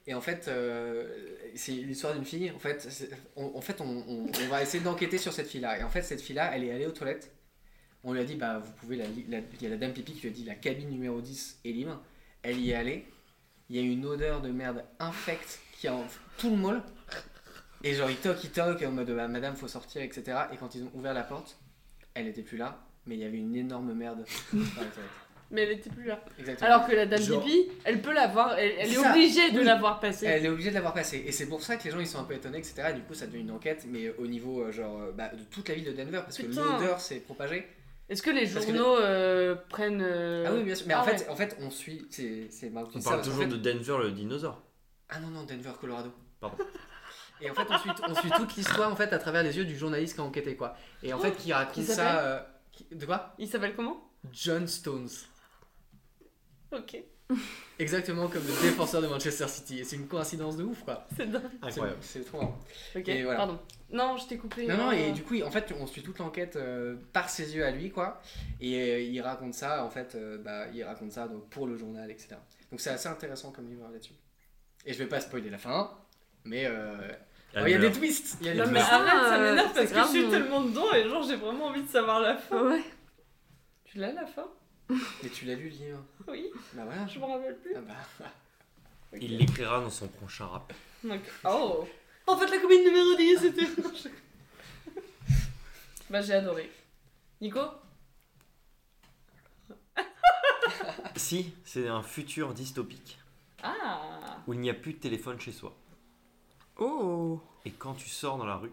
Et en fait, euh, c'est l'histoire d'une fille. En fait, c'est- on, en fait, on, on- on va essayer d'enquêter sur cette fille-là. Et en fait, cette fille-là, elle est allée aux toilettes. On lui a dit, bah, vous pouvez la, li- la- Il y a la dame pipi qui lui a dit, la cabine numéro 10 est libre. Elle y est allée. Il y a une odeur de merde infecte qui a tout le mall. Et genre, ils toquent, ils toquent, en mode, bah, madame, faut sortir, etc. Et quand ils ont ouvert la porte, elle n'était plus là, mais il y avait une énorme merde dans les toilettes.
Mais elle était plus là.
Exactement.
Alors que la dame
Genre-
pipi, elle peut la voir, elle, elle est
Ça,
obligée de
oui.
la voir passer.
Elle est obligée de l'avoir passé. Et c'est pour ça que les gens ils sont un peu étonnés, etc. Et du coup, ça devient une enquête, mais au niveau euh, genre euh, bah, de toute la ville de Denver, parce que
Putain.
l'odeur s'est propagée.
Est-ce que les
Parce que
journaux euh, prennent. euh,
Ah oui, bien sûr. Mais
ah
en, fait,
ouais.
en fait, on suit. C'est c'est marrant que tu
On
dis
parle
ça, parce qu'en
toujours
fait-
de Denver le dinosaure.
Ah non, non, Denver, Colorado.
Pardon.
Et en fait, on suit, on suit toute l'histoire en fait à travers les yeux du journaliste qui a enquêté quoi. Et en fait, qui raconte
Qui s'appelle
ça. euh, qui- de quoi
Il s'appelle comment
John Stones.
Ok,
Exactement comme le défenseur de Manchester City. Et c'est une coïncidence de ouf quoi.
c'est dingue.
C'est-
Incroyable.
C'est trop marrant.
Ok,
Et voilà.
pardon. Non, je t'ai coupé.
Non, non,
euh,
et du coup, en fait, on suit toute l'enquête euh, par ses yeux à lui, quoi. Et euh, il raconte ça, en fait, euh, bah, il raconte ça donc, pour le journal, etc. Donc c'est assez intéressant comme livre hein, là-dessus. Et je vais pas spoiler la fin, mais euh, oh, il
Ah,
y a des twists il y a des
Ah, Non, mais
twists.
arrête, ça
euh,
m'énerve
c'est
parce que je suis
grave,
tellement dedans et genre j'ai vraiment envie de savoir la fin.
Ouais.
Tu l'as la fin
Mais tu l'as lu, le livre
Oui,
Bah voilà.
je me rappelle plus.
Ah bah.
Ok.
Il l'écrira dans son prochain rap.
Donc, oh En fait, la commune numéro 10, c'était. bah, j'ai adoré. Nico
Si, c'est un futur dystopique
Ah
où il n'y a plus de téléphone chez soi.
Oh.
Et quand tu sors dans la rue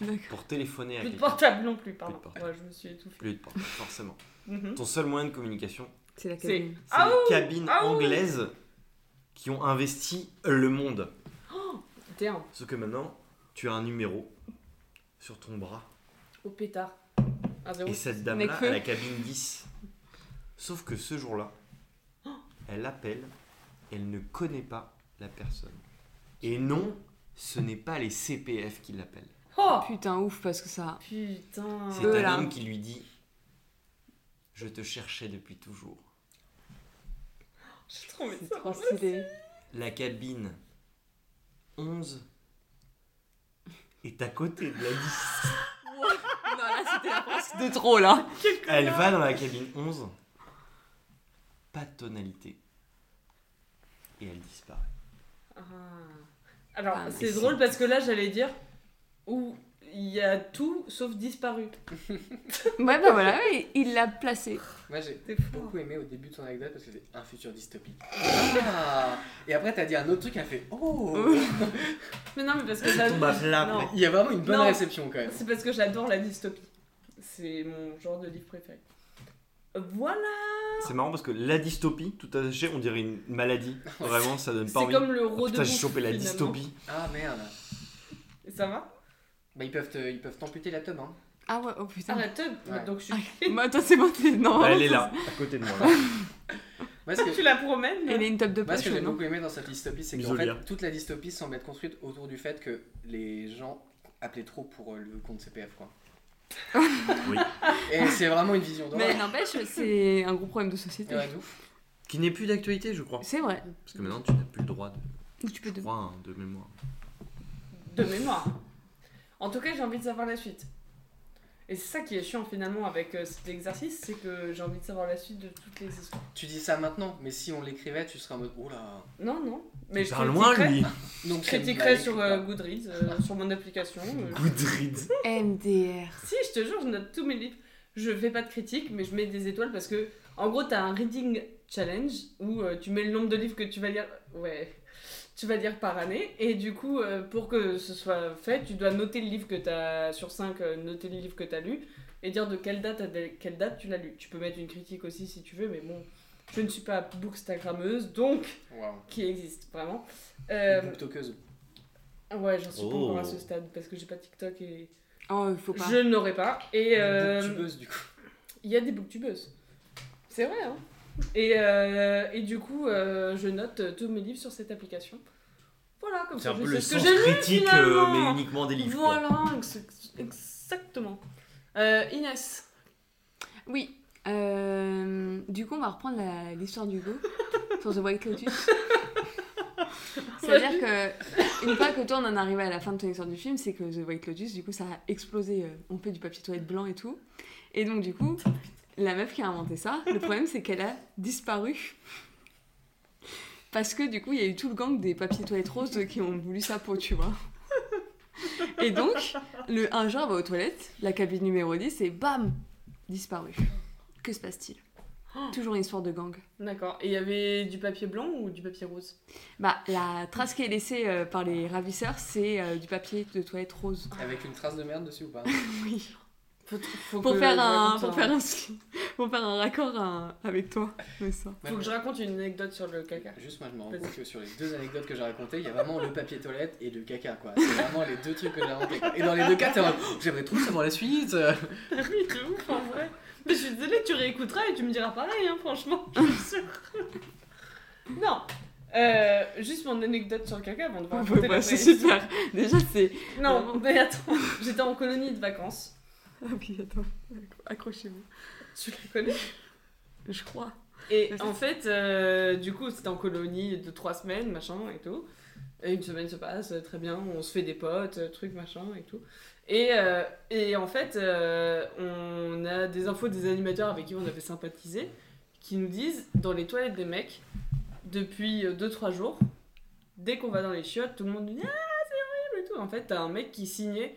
D'accord.
pour téléphoner à
Plus de
quelqu'un,
portable non plus, pardon.
Plus de portable.
Ouais,
Mm-hmm.
je me suis étouffée.
plus de portable, forcément.
Mhm.
Ton seul moyen de communication,
C'est la
C'est-
cabine.
c'est
Ah
les cabines
Ah ouh.
anglaises qui ont investi le monde.
T'es un
Sauf que maintenant, tu as un numéro sur ton bras.
au pétard. Un zéro.
Et cette dame-là,
Nekfeu.
à la cabine 10. Sauf que ce jour-là, elle appelle, elle ne connaît pas la personne. Et non, ce n'est pas les CPF qui l'appellent.
Oh
Putain, ouf, parce que ça.
Putain
C'est
Eux,
un
là.
homme qui lui dit Je te cherchais depuis toujours.
J'ai trop envie de
C'est trop
savoir.
stylé.
La cabine 11 est à côté de la 10.
non, là, c'était la France de trop, là.
Elle va dans la cabine 11, pas de tonalité. Et elle disparaît.
Ah. Alors,
Ah,
c'est
mais
drôle
c'est-
parce que là, j'allais dire où il y a tout sauf disparu.
Ouais, bah voilà, oui, il l'a placé.
Moi, j'ai
T'es fou.
beaucoup aimé au début de ton anecdote parce que c'est un futur dystopique. Ah Et après, t'as dit un autre truc, elle fait Oh
Mais non, mais parce que ça. Non.
Il y a vraiment une bonne
Non.
réception quand même.
C'est parce que j'adore la dystopie. C'est mon genre de livre préféré. Voilà
C'est marrant parce que la dystopie, tout attaché, on dirait une maladie. Vraiment, ça donne
C'est
pas envie.
comme le rôle de
Putain, j'ai chopé la dystopie.
Ah merde
Ça va
Bah, ils peuvent te- ils peuvent t'amputer la teub, hein.
Ah ouais, oh putain.
Ah, la teub
Ouais.
Donc je suis...
Bah, attends, c'est bon, t'es. Non.
Bah, elle est là, à côté de moi. là.
Moi, ce que-
tu la promènes
Elle est une top de
Moi, ce
poche,
que j'ai
non
beaucoup aimé dans cette dystopie, c'est qu'en fait,
Muselière.
toute la dystopie semble être construite autour du fait que les gens appelaient trop pour euh, le compte CPF, quoi.
Oui.
Et c'est vraiment une vision
Mais
d'horreur.
n'empêche, c'est un gros problème de société.
Ouais, de ouf.
Qui n'est plus d'actualité, je crois.
C'est vrai.
Parce que maintenant, tu n'as plus le droit de.
Ou Tu peux
Je
de...
crois, hein, de mémoire.
de mémoire. En tout cas, j'ai envie de savoir la suite. Et c'est ça qui est chiant finalement avec euh, cet exercice, c'est que j'ai envie de savoir la suite de toutes les histoires.
Tu dis ça maintenant, mais si on l'écrivait, tu serais en mode. Oula.
Non, non. Mais
Il
je
parle loin,
critiquerai-
lui.
Donc
Je
c'est
critiquerai
mal
sur
écrit,
euh,
quoi.
Goodreads, euh, sur mon application. euh,
Goodreads.
MDR.
Si, je te jure, je note tous mes livres. Je fais pas de critique, mais je mets des étoiles parce que, en gros, t'as un reading challenge où euh, tu mets le nombre de livres que tu vas lire. Ouais. Tu vas lire par année. Et du coup, euh, pour que ce soit fait, tu dois noter le livre que t'as. Sur 5, noter le livre que t'as lu et dire de quelle date à de- quelle date tu l'as lu. Tu peux mettre une critique aussi si tu veux, mais bon. Je ne suis pas bookstagrammeuse, donc,
Waouh.
qui existe vraiment. Euh,
Une booktokeuse.
ouais, j'en suis pas encore à
Oh.
ce stade parce que j'ai pas TikTok et.
Oh, il faut pas.
Je n'aurai pas. Et. euh,
Une booktubeuse, du coup.
il y a des booktubeuses. C'est vrai, hein et, euh, et du coup, euh, je note euh, tous mes livres sur cette application. Voilà, comme
C'est
ça,
un peu
je sais
le
ce que
sens
j'ai lu
critique, euh,
finalement.
mais uniquement des livres. quoi.
Voilà, ex- exactement. Euh, Inès,
Oui. euh, du coup, on va reprendre la- l'histoire d'Hugo sur The White Lotus. C'est-à-dire que, une fois que toi on en est arrivé à la fin de ton histoire du film, c'est que The White Lotus, du coup, ça a explosé. euh, On fait du papier toilette blanc et tout. Et donc, du coup, la meuf qui a inventé ça, le problème c'est qu'elle a disparu. Parce que, du coup, il y a eu tout le gang des papiers toilettes roses qui ont voulu sa peau, tu vois. Et donc, le, un jour, elle va aux toilettes, la cabine numéro 10, et bam, disparu. Oh. Que se passe-t-il Toujours une histoire de gang.
d'accord. Et il y avait du papier blanc ou du papier rose
Bah, la trace qui est laissée euh, par les ravisseurs, c'est euh, du papier de toilette rose.
Avec une trace de merde dessus ou pas
Ah Oui.
Faut- faut
Pour
que
faire,
je
un,
raconte
pour, faire un, pour faire un raccord à- avec toi. Mais ça.
Faut que je raconte une anecdote sur le caca.
Juste moi je me rends
Vas-y.
compte que sur les deux anecdotes que j'ai racontées, il y a vraiment le papier toilette et le caca quoi. C'est vraiment les deux trucs que j'ai inventés. quoi. Et dans les deux cas, t'es en mode, Oh, j'aimerais trop savoir la suite.
oui, de ouf en vrai. Mais je suis désolée, tu réécouteras et tu me diras pareil, hein, franchement, je suis sûre. non, Euh, juste mon anecdote sur le caca avant de vous raconter la
Ouais, bah, c'est
vraie histoire.
super. Déjà, c'est.
Non, mais attends, j'étais en colonie de vacances.
Ah oui, attends. Accrochez-vous.
Tu la connais
Je crois.
Et en fait, euh, du coup, c'était en colonie de trois semaines, machin et tout. Et une semaine se passe, euh, très bien, on se fait des potes, euh, trucs, machin et tout. Et, euh, et en fait, euh, on a des infos des animateurs avec qui on avait sympathisé qui nous disent dans les toilettes des mecs, depuis 2-3 jours, dès qu'on va dans les chiottes, tout le monde nous dit Ah, c'est horrible et tout. En fait, t'as un mec qui signait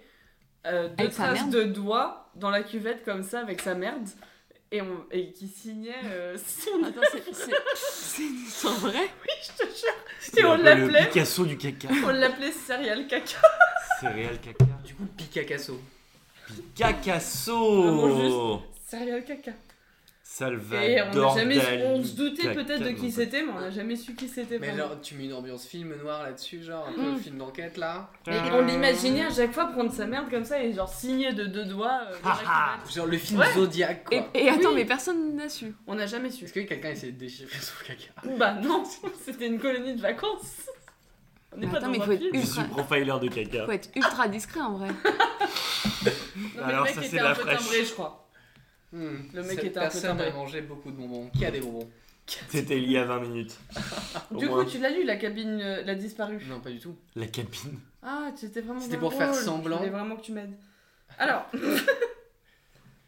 euh, deux
Avec sa
traces
merde.
de doigts dans la cuvette comme ça avec sa merde et, on, et qui signait euh, son
Attends, c'est- c'est- c'est une histoire vraie
Et on
Un peu le
l'appelait.
Picasso du caca.
On l'appelait Serial Caca.
Céréal caca.
Du coup, pique à casso.
Vraiment
Cacasso
Serial Caca. Et on
Salvador
n'a jamais su-
Dali.
on se doutait peut-être de
Caca-
qui c'était, mais on n'a jamais su qui c'était.
Mais
vraiment.
genre, tu mets une ambiance film noir là-dessus, genre un peu
Mm.
film d'enquête là.
Mais on l'imaginait à chaque fois prendre sa merde comme ça et genre signer de deux doigts.
Ah,
euh, dans la cuvette.
Genre le film
Ouais.
Zodiac quoi.
Et, et attends,
Oui.
mais personne n'a su.
on n'a jamais su.
Est-ce que quelqu'un essaie de déchiffrer son caca
Bah non, c'était une colonie de vacances. On n'est
Mais
pas
attends,
dans
mais
un
faut être
film.
Je suis profiler de caca.
Faut être ultra discret en vrai.
Non, mais
Alors,
le mec
ça, c'est
était
la
un peu
fraîche.
timbré, je crois.
Hmm,
Mm. Le mec
cette
était un peu
personne
timbré.
a mangé beaucoup de bonbons. Qui a des bonbons
C'était lié à 20 minutes. Au
Du coup,
moins.
tu l'as lu, la cabine, euh, la disparue.
Non, pas du tout.
La cabine.
Ah, c'était vraiment.
C'était
dans
pour
le
faire
rôle.
semblant.
Je voulais vraiment que tu m'aides. Alors.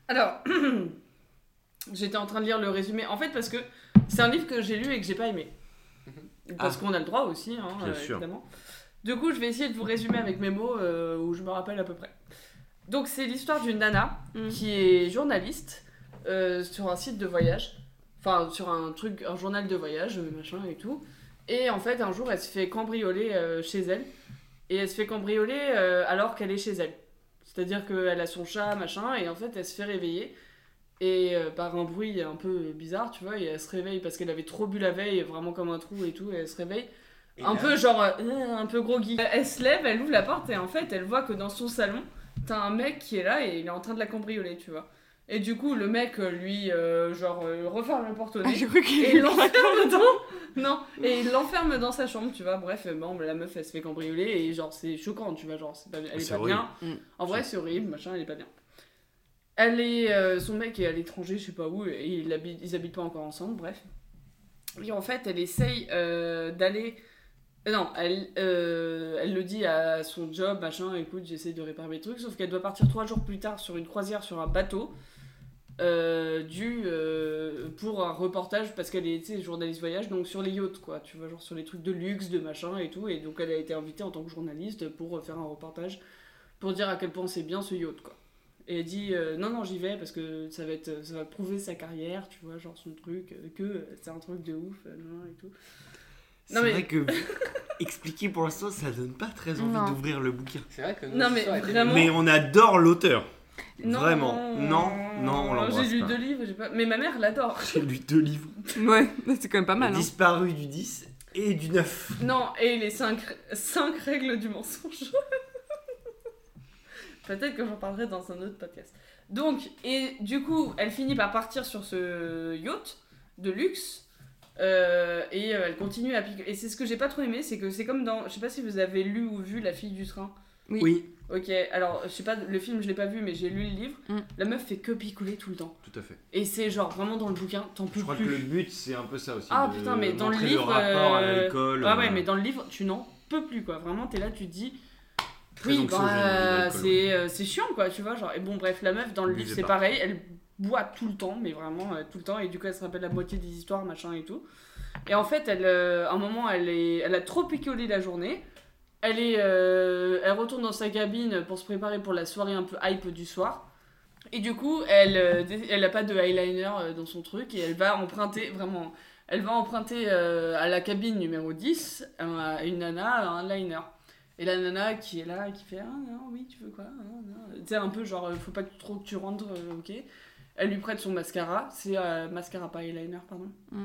Alors. J'étais en train de lire le résumé. En fait, parce que c'est un livre que j'ai lu et que j'ai pas aimé. Parce qu'on a le droit aussi, hein,
Mhm. Ah. Bien
euh,
sûr.
évidemment. Du coup, je vais essayer de vous résumer avec mes mots euh, où je me rappelle à peu près. Donc, c'est l'histoire d'une nana
Mm.
qui est journaliste euh, sur un site de voyage. Enfin, sur un truc, un journal de voyage, euh, machin et tout. Et en fait, un jour, elle se fait cambrioler euh, chez elle. Et elle se fait cambrioler euh, alors qu'elle est chez elle. C'est-à-dire qu'elle a son chat, machin, et en fait, elle se fait réveiller. Et euh, par un bruit un peu bizarre, tu vois, et elle se réveille parce qu'elle avait trop bu la veille, vraiment comme un trou et tout, et elle se réveille.
Et
un
là,
peu genre, euh, euh, un peu gros geek. Elle se lève, elle ouvre la porte, et en fait, elle voit que dans son salon, t'as un mec qui est là et il est en train de la cambrioler, tu vois. Et du coup, le mec, euh, lui, euh, genre, euh, referme la porte au
Ah,
nez.
je crois
Et il
qu'il
l'enferme dans... Non, et il l'enferme dans sa chambre, tu vois. Bref, euh, bon, la meuf, elle se fait cambrioler et genre, c'est choquant, tu vois. Genre, c'est pas- elle est,
Ah, C'est
pas
horrible.
bien.
Mm.
En vrai, c'est horrible, machin, elle est pas bien. Elle est, euh, son mec est à l'étranger, je sais pas où, et il habite, ils habitent pas encore ensemble, bref. Et en fait, elle essaye euh, d'aller Euh, Non, elle, euh, elle le dit à son job, machin, écoute, j'essaie de réparer mes trucs, sauf qu'elle doit partir trois jours plus tard sur une croisière sur un bateau euh, dû, euh, pour un reportage parce qu'elle est tu sais, journaliste voyage, donc sur les yachts, quoi, tu vois, genre sur les trucs de luxe, de machin et tout, et donc elle a été invitée en tant que journaliste pour euh, faire un reportage pour dire à quel point c'est bien ce yacht, quoi. Et elle dit euh, non non j'y vais parce que ça va être ça va prouver sa carrière tu vois genre son truc euh, que euh, c'est un truc de ouf euh, nan, nan, et tout
C'est
mais-
vrai que expliquer pour l'instant, ça donne pas très
Non.
envie d'ouvrir le bouquin.
C'est vrai que nous,
Non,
ce
mais
soir, elle était-
vraiment-
Mais on adore l'auteur.
Non,
Vraiment. Non, non, on l'embrasse
J'ai lu
pas.
deux livres, j'ai pas... mais ma mère l'adore.
J'ai lu deux livres.
Ouais, c'est quand même pas
Le
mal. Hein.
disparu du 10 et du 9.
Non, et les cinq, cinq règles du mensonge. Peut-être que j'en parlerai dans un autre podcast. Donc, et du coup, elle finit par partir sur ce yacht de luxe. euh, et euh, elle continue à piquer. Et c'est ce que j'ai pas trop aimé, c'est que c'est comme dans. Je sais pas si vous avez lu ou vu La fille du train.
Oui.
Oui.
Ok, alors je sais pas, le film je l'ai pas vu, mais j'ai lu le livre.
Mm.
La meuf fait que picoler tout le temps.
Tout à fait.
Et c'est genre vraiment dans le bouquin, t'en peux
Je crois que
plus.
le but, c'est un peu ça aussi.
Ah,
de
putain, mais dans le
montrer
livre,
rapport à
euh,
l'alcool.
Ouais,
euh,
ouais, mais dans le livre, tu n'en peux plus, quoi. Vraiment, t'es là, tu te dis.
Très
Oui,
anxiogène,
bah,
l'alcool,
c'est euh, c'est chiant, quoi, tu vois. Genre, et bon, bref, la meuf, dans le
Buvez
livre, c'est
pas.
pareil. Elle boit tout le temps, mais vraiment euh, tout le temps. Et du coup, elle se rappelle la moitié des histoires, machin et tout. Et en fait, elle, euh, à un moment, elle, est, elle a trop picolé la journée. Elle, est, euh, elle retourne dans sa cabine pour se préparer pour la soirée un peu hype du soir. Et du coup, elle, euh, dé- elle a pas de eyeliner euh, dans son truc et elle va emprunter vraiment. Elle va emprunter euh, à la cabine numéro 10 un- une nana un liner. Et la nana qui est là, qui fait Ah non, oui, tu veux quoi Ah, non, non. Tu sais, un peu genre, euh, faut pas trop que tu rentres, euh, ok. Elle lui prête son mascara, c'est euh, mascara, pas eyeliner, pardon.
Mm.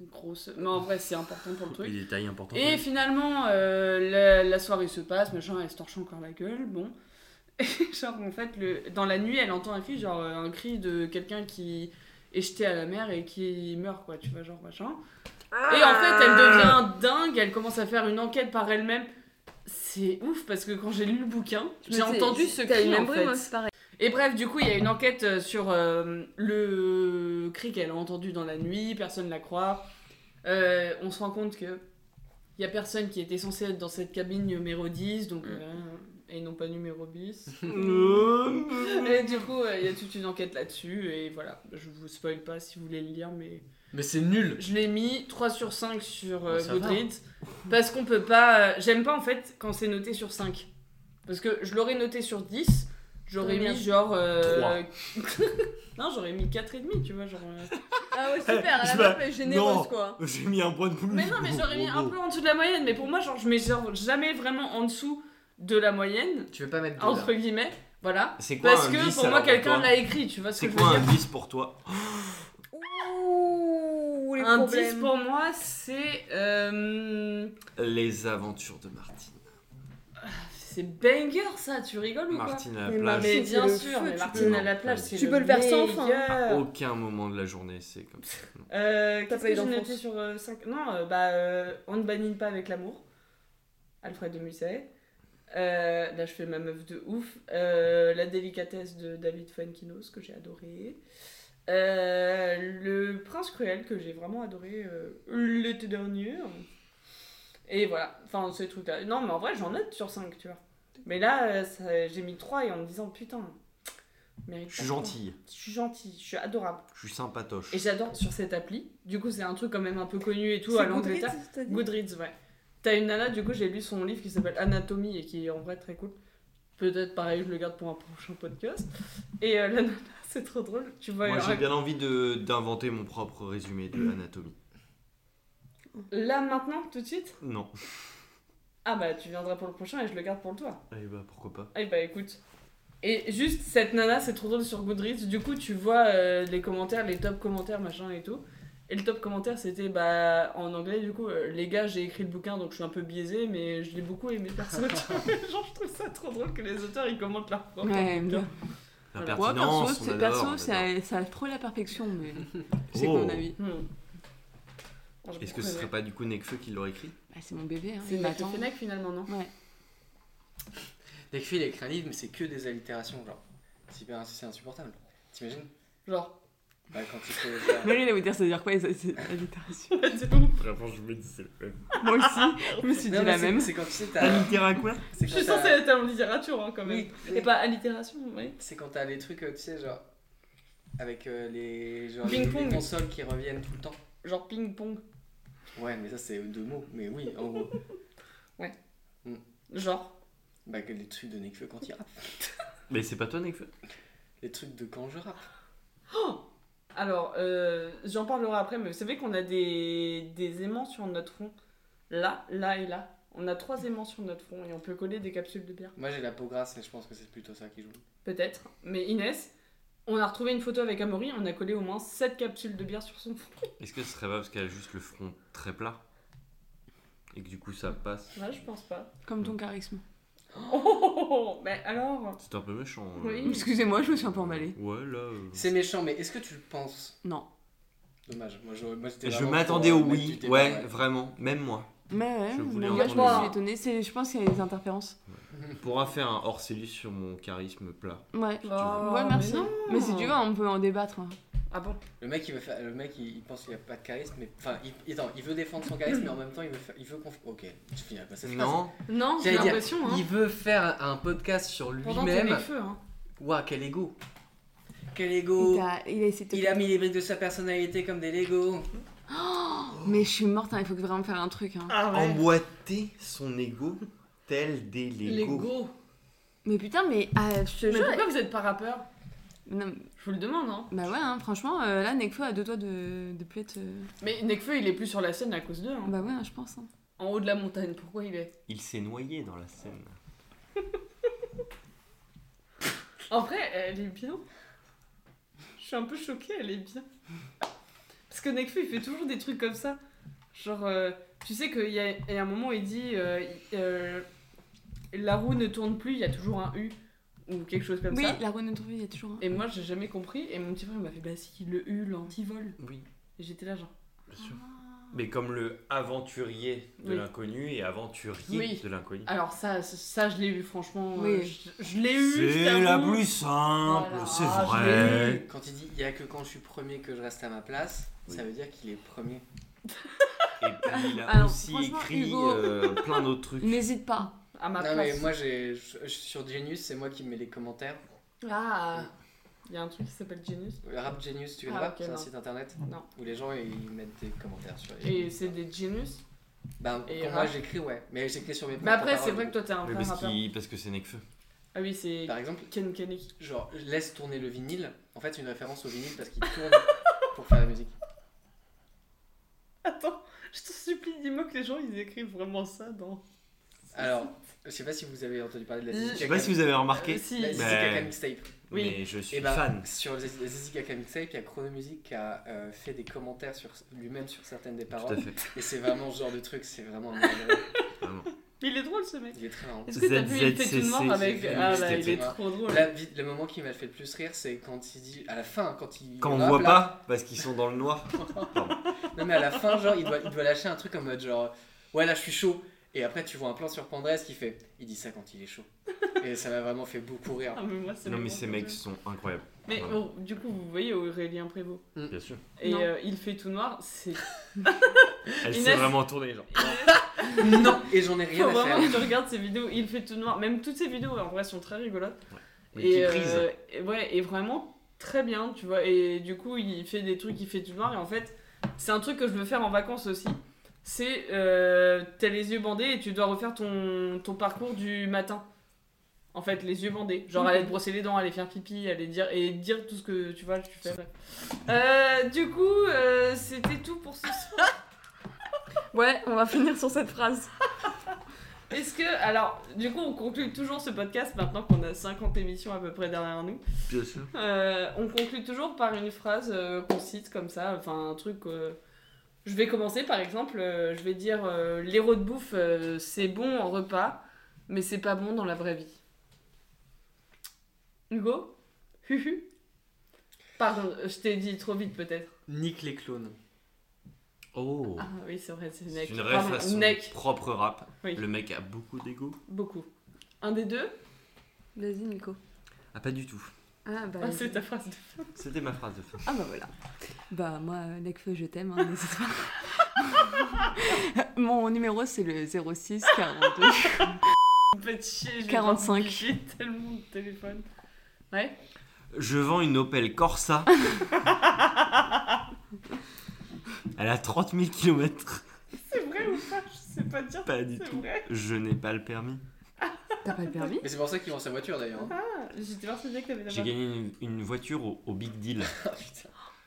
Une Grosse. Mais en vrai, c'est important pour le truc.
Les détails importants.
Et finalement, euh, la, la soirée se passe, machin, elle se torche encore la gueule, bon. Et genre, en fait, le, dans la nuit, elle entend un cri, genre euh, un cri de quelqu'un qui est jeté à la mer et qui meurt, quoi, tu vois, genre machin. Et en fait, elle devient
Ah
dingue, elle commence à faire une enquête par elle-même. C'est ouf parce que quand j'ai lu le bouquin, j'ai entendu ce
T'as eu le
cri en
même bruit,
fait.
moi, c'est pareil.
Et bref, du coup, il y a une enquête euh, sur euh, le cri qu'elle a entendu dans la nuit, personne ne la croit. Euh, on se rend compte que il y a personne qui était censé être dans cette cabine numéro 10, donc euh, et non pas numéro 10.
Euh,
et du coup, euh, il y a toute une enquête là-dessus et voilà, je vous spoil pas si vous voulez le lire mais
Mais c'est nul.
je l'ai mis 3 sur 5 sur euh,
Oh, ça
Goodreads parce qu'on peut pas. euh, J'aime pas en fait quand c'est noté sur 5. Parce que je l'aurais noté sur 10, j'aurais
Combien
mis genre. euh, non, j'aurais mis 4,5, tu vois. Genre, euh.
Ah ouais, super,
Je
la
vais-
meuf est généreuse,
Non.
quoi.
J'ai mis un point de plus.
Mais non, mais j'aurais mis un peu en dessous de la moyenne. Mais pour moi, genre, je mets genre jamais vraiment en dessous de la moyenne,
Tu veux pas mettre deux,
entre
là.
guillemets. Voilà.
C'est quoi
Parce
un
que
10,
pour
alors,
moi, quelqu'un
toi
l'a écrit, tu vois ce que
C'est
je
quoi
veux
un
dire.
10 pour toi
Ouh, les
Un 10
problèmes.
pour moi, c'est. euh, ah,
Les aventures de Martine.
c'est banger ça, tu rigoles ou quoi
Martine à
Mais
la plage.
Mais
Martine, c'est
bien
le
sûr,
feu,
mais
tu
Martine
peux-
à la plage, c'est
Tu peux le faire sans fin.
meilleur.
Aucun moment de la journée, c'est comme ça. Non.
Euh,
T'as
Qu'est-ce
pas eu
que j'ai
d'enfance.
noté sur 5 Non, euh, bah, euh, on ne banine pas avec l'amour. Alfred de Musset. Euh, là, je fais ma meuf de ouf. Euh, la délicatesse de David Fuenkinos, que j'ai adoré. Euh, le prince cruel, que j'ai vraiment adoré euh, l'été dernier. Et voilà, enfin, ces trucs-là. Non, mais en vrai, j'en note sur 5, tu vois. Mais là, euh, ça- j'ai mis 3 et en me disant, putain, mérite
Je suis
pas trois.
gentille,
Je suis gentille, je suis adorable.
je suis sympatoche.
Et j'adore sur cette appli. Du coup, c'est un truc quand même un peu connu et tout
C'est
à
Goodreads,
l'Angleterre.
t'as dit
Goodreads, ouais. T'as une nana, du coup, j'ai lu son livre qui s'appelle Anatomie et qui est en vrai très cool. Peut-être pareil, je le garde pour un prochain podcast. Et euh, la nana, c'est trop drôle. Tu vois,
Moi,
elle
j'ai
raconte-
bien envie de- d'inventer mon propre résumé de anatomie.
là maintenant, tout de suite
Non.
Ah bah, tu viendras pour le prochain et je le garde pour toi.
Eh bah, pourquoi pas.
Eh bah écoute. Et juste cette nana, c'est trop drôle sur Goodreads. Du coup, tu vois euh, les commentaires, les top commentaires, machin et tout. Et le top commentaire, c'était bah en anglais, du coup, euh, les gars, j'ai écrit le bouquin donc je suis un peu biaisé, mais je l'ai beaucoup aimé perso. Genre, je trouve ça trop drôle que les auteurs ils commentent leur propre.
Ouais,
bouquin.
bien.
La
Voilà.
Ouais,
pertinence,
perso,
on
c'est-
adore, on
perso
adore.
ça, ça a trop la perfection, mais c'est
Oh.
mon avis.
Hmm. Oh, j'ai
Est-ce
beaucoup
que ce
aimé.
serait pas du coup Nekfeu qui l'aurait écrit
Bah, c'est mon bébé, hein.
C'est
il
une
m'attend.
Fennec finalement, non
Nekfeu, il a écrit un livre, mais c'est que des allitérations, genre. C'est hyper- c'est insupportable. T'imagines
Genre,
Bah, quand il faut faire-
Muriel, elle veut dire, ça veut dire quoi C'est l'allitération.
Vraiment, je me dis, c'est le même.
Moi aussi, je me suis dit
Non, mais
la
c'est-
même.
C'est quand tu sais,
T'as
t'as.
une terre à quoi
C'est
Je
quand
suis
t'as-
censée être en littérature hein, quand même.
Oui,
Et pas allitération, oui.
C'est quand t'as les trucs, euh, tu sais, genre. Avec euh, les, genre, les,
Ping-pong.
les consoles qui reviennent tout le temps.
Genre ping-pong.
Ouais, mais ça, c'est deux mots. Mais oui, en gros.
Genre.
Bah, que les trucs de Nekfeu quand il rappe.
Mais c'est pas toi, Nekfeu
Les trucs de quand je rappe.
Alors, euh, j'en parlerai après, mais vous savez qu'on a des, des aimants sur notre front. Là, là et là. On a trois aimants sur notre front et on peut coller des capsules de bière.
Moi, j'ai la peau grasse et je pense que c'est plutôt ça qui joue.
Peut-être. Mais Inès, on a retrouvé une photo avec Amaury, on a collé au moins sept capsules de bière sur son front.
Est-ce que ce serait pas parce qu'elle a juste le front très plat Et que du coup, ça passe
Ouais, je pense pas.
Comme ton charisme.
Oh, oh, oh, oh, mais alors
C'est un peu méchant. euh.
Oui.
Excusez-moi, je me suis un peu emballée.
Ouais, là. euh.
C'est méchant, mais est-ce que tu le penses
Non.
Dommage. Moi, je, moi, j'étais
Je
vraiment
m'attendais
pour,
au
euh, mettre du
oui,
débat,
ouais, vraiment, même moi.
Mais ouais,
Je voulais
mais
en
moi, je
parler.
me suis étonnée. C'est- Je pense qu'il y a des interférences.
On pourra faire un hors-cellus sur mon charisme plat.
Ouais.
Oh,
ouais, merci.
mais
Mais,
non.
si tu veux, on peut en débattre. hein.
Ah bon
Le mec, il veut faire, le mec, il, il pense qu'il a pas de charisme, mais enfin, il, attends, il veut défendre son charisme, mais en même temps, il veut, faire- il veut qu'on. Ok, je finirai pas cette phrase.
Non
Non, j'ai
J'allais dire,
l'impression, hein.
Il veut faire un podcast sur
Pendant tes
lui-même.
feux, hein.
Waouh, quel ego Quel
Il,
ego
t'a- il a essayé de te-
Il a mis les briques de sa personnalité comme des Lego.
Mais je suis morte, hein, il faut vraiment faire un truc. hein.
Ah Emboîter son ego tel des Lego.
Lego
Mais putain, mais euh, je te
Mais
jure.
pourquoi vous êtes pas rappeur
non,
Je vous le demande, hein.
bah ouais, hein, franchement, euh, là, Nekfeu a deux doigts de, de plus être, euh,
Mais Nekfeu, il est plus sur la scène à cause d'eux, hein.
Bah ouais, hein, je pense. hein.
En haut de la montagne, pourquoi il est
Il s'est noyé dans la scène.
En vrai, elle est bien. Je suis un peu choquée, elle est bien. Parce que Nekfeu, il fait toujours des trucs comme ça. Genre, euh, tu sais qu'il y, a- il y a un moment, il dit euh, il- euh, La roue ne tourne plus, il y a toujours un U. Ou quelque chose comme
Oui,
ça.
la roue de notre vie, il y a toujours un.
Et moi, j'ai jamais compris. Et mon petit frère, il m'a fait Bah si, le U, l'antivol.
Oui,
Et j'étais là, genre.
bien sûr. Mais comme le aventurier de
Oui.
l'inconnu et aventurier
Oui.
de l'inconnu.
Alors, ça, ça je l'ai eu, franchement.
Oui.
euh, je, je l'ai eu. je
C'est
t'avoue.
la plus simple,
Voilà,
c'est
je l'ai
vrai.
Quand il dit il y a que quand je suis premier que je reste à ma place, ça veut dire qu'il est premier.
Et puis il a
Alors,
aussi
franchement,
écrit
Hugo-
euh, plein d'autres trucs.
N'hésite pas.
À ma
non
place.
mais moi j'ai je- je- sur Genius, c'est moi qui mets les commentaires.
Ah Il y a un truc qui s'appelle Genius.
Rap Genius, tu
Ah,
connais pas
ok,
C'est un
non.
site internet
Non.
où les gens ils mettent des commentaires sur les.
Et c'est des Genius.
Ben,
et
pour moi
rap.
j'écris ouais, mais j'écris sur mes.
Mais après, c'est
propres paroles.
vrai que toi, t'es un vrai
Mais parce,
rappeur.
qu'il- parce que c'est Nekfeu.
Ah oui, c'est
Par exemple,
Ken Kenny.
genre laisse tourner le vinyle. En fait, c'est une référence au vinyle parce qu'il tourne pour faire la musique.
Attends, je te supplie, dis-moi que les gens, ils écrivent vraiment ça dans...
Alors, je sais pas si vous avez entendu parler de la
Je sais
Je sais
Zizi
pas si vous avez remarqué,
Euh, si.
La Zizi
Bah,
Kaka mixtape.
Euh, Oui.
mais je suis
Et bah,
fan.
sur les Zizi Kaka Mixtape, il y a Chronomusique qui a euh, fait des commentaires sur lui-même sur certaines des
Tout à
paroles.
fait.
Et c'est vraiment ce genre de truc, c'est vraiment. un malheureux.
Vraiment.
Mais il est drôle, ce mec.
Il est très marrant.
Est-ce que t'as vu Il fait une mort
ZZCC,
avec...
c'est-
Ah là, il est
c'était-
trop drôle.
Là, vite, le moment qui m'a fait le plus rire, c'est quand il dit à la fin, quand il.
Quand on
rappe,
voit
là-
pas, parce qu'ils sont dans le noir.
Non, mais à la fin, genre, il doit, il doit lâcher un truc en mode genre, ouais, là, je suis chaud. Et après, tu vois un plan sur Pandresse qui fait, il dit ça quand il est chaud. Et ça m'a vraiment fait beaucoup rire.
Ah, mais moi, c'est
Non
le
mais
bon
ces
projet.
mecs sont incroyables.
Mais
Voilà.
bon, du coup, vous voyez Aurélien Prévost.
Bien sûr.
Et
Non.
euh, il fait tout noir, c'est...
Elle
Inès-
s'est vraiment tournée genre.
Non, et j'en ai rien
Faut
à
vraiment
faire.
que tu regardes ces vidéos, il fait tout noir. Même toutes ces vidéos, en vrai, sont très rigolotes.
Mais qui
et,
prise.
euh, et ouais, et vraiment très bien, tu vois. Et du coup, il fait des trucs, il fait tout noir. Et en fait, c'est un truc que je veux faire en vacances aussi. C'est euh, t'as les yeux bandés et tu dois refaire ton, ton parcours du matin. En fait, les yeux bandés. Genre
Mmh.
aller te brosser les dents, aller faire pipi, aller dire et dire tout ce que tu vois, tu fais. bref. Euh, du coup, euh, c'était tout pour ce soir.
Ouais, on va finir sur cette phrase.
Est-ce que. Alors, du coup, on conclut toujours ce podcast maintenant qu'on a 50 émissions à peu près derrière nous.
Bien sûr.
Euh, on conclut toujours par une phrase euh, qu'on cite comme ça, enfin un truc. euh, Je vais commencer par exemple, euh, je vais dire euh, l'héros de bouffe, euh, c'est bon en repas, mais c'est pas bon dans la vraie vie. Hugo Huhu Pardon, je t'ai dit trop vite peut-être.
Nique les clones.
Oh.
Ah oui, c'est vrai, c'est
C'est
Neck.
une vraie
Pardon,
façon
Neck,
propre rap.
Oui.
Le mec a beaucoup d'ego.
beaucoup. Un des deux
Vas-y, Nico.
Ah pas du tout.
Ah bah,
Ah, c'est ta phrase de
C'était ma phrase de fin.
ah, bah voilà. Bah moi, euh, Necfeu, je t'aime, hein, n'hésite pas. Mon numéro, c'est le 06 42.
faites chier, je vais
45.
devoir piger tellement de téléphone. Ouais
Je vends une Opel Corsa. Elle a 30 000 km.
C'est vrai ou pas Je sais pas dire.
Pas du
C'est
tout.
vrai.
Je n'ai pas le permis.
T'as pas le permis
Mais c'est pour ça qu'il vend sa voiture d'ailleurs. hein.
Ah, j'étais persuadée que t'avais
J'ai
d'abord.
gagné une, une voiture au, au Big Deal.
Ah,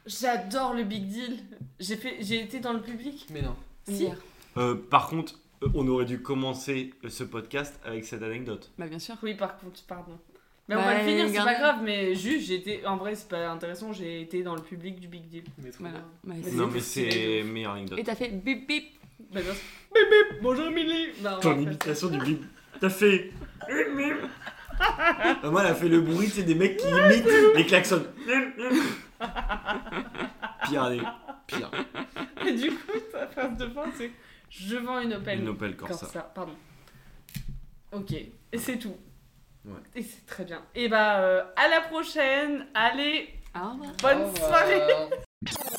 J'adore le big deal. J'ai fait, j'ai été dans le public.
Mais non.
Si.
Euh, par contre, euh, on aurait dû commencer euh, ce podcast avec cette anecdote.
Bah bien sûr.
Oui, par contre, pardon. Mais on
Bah,
va le finir, c'est
regardez.
pas grave. Mais juste, j'ai été, en vrai, c'est pas intéressant. J'ai été dans le public du big deal.
Mais trop
Voilà.
bien.
Bah,
Mais
c'est-
Non,
c'est
mais
possible.
c'est meilleure anecdote.
Et t'as fait bip bip.
Bah, bien sûr. Bip, bip, bonjour Emily. Bah, on
Ton
va faire
imitation du bip. T'as fait. Ah, moi, elle a fait le bruit, c'est des mecs qui imitent les klaxons. Pire année. Pire.
ça. Et du coup, ta phrase de fin, c'est Je vends une Opel.
Une Opel Corsa.
Corsa, pardon. Ok, et c'est tout.
Ouais.
Et c'est très bien. Et bah, euh, à la prochaine. Allez,
Au revoir.
bonne
Au revoir.
soirée.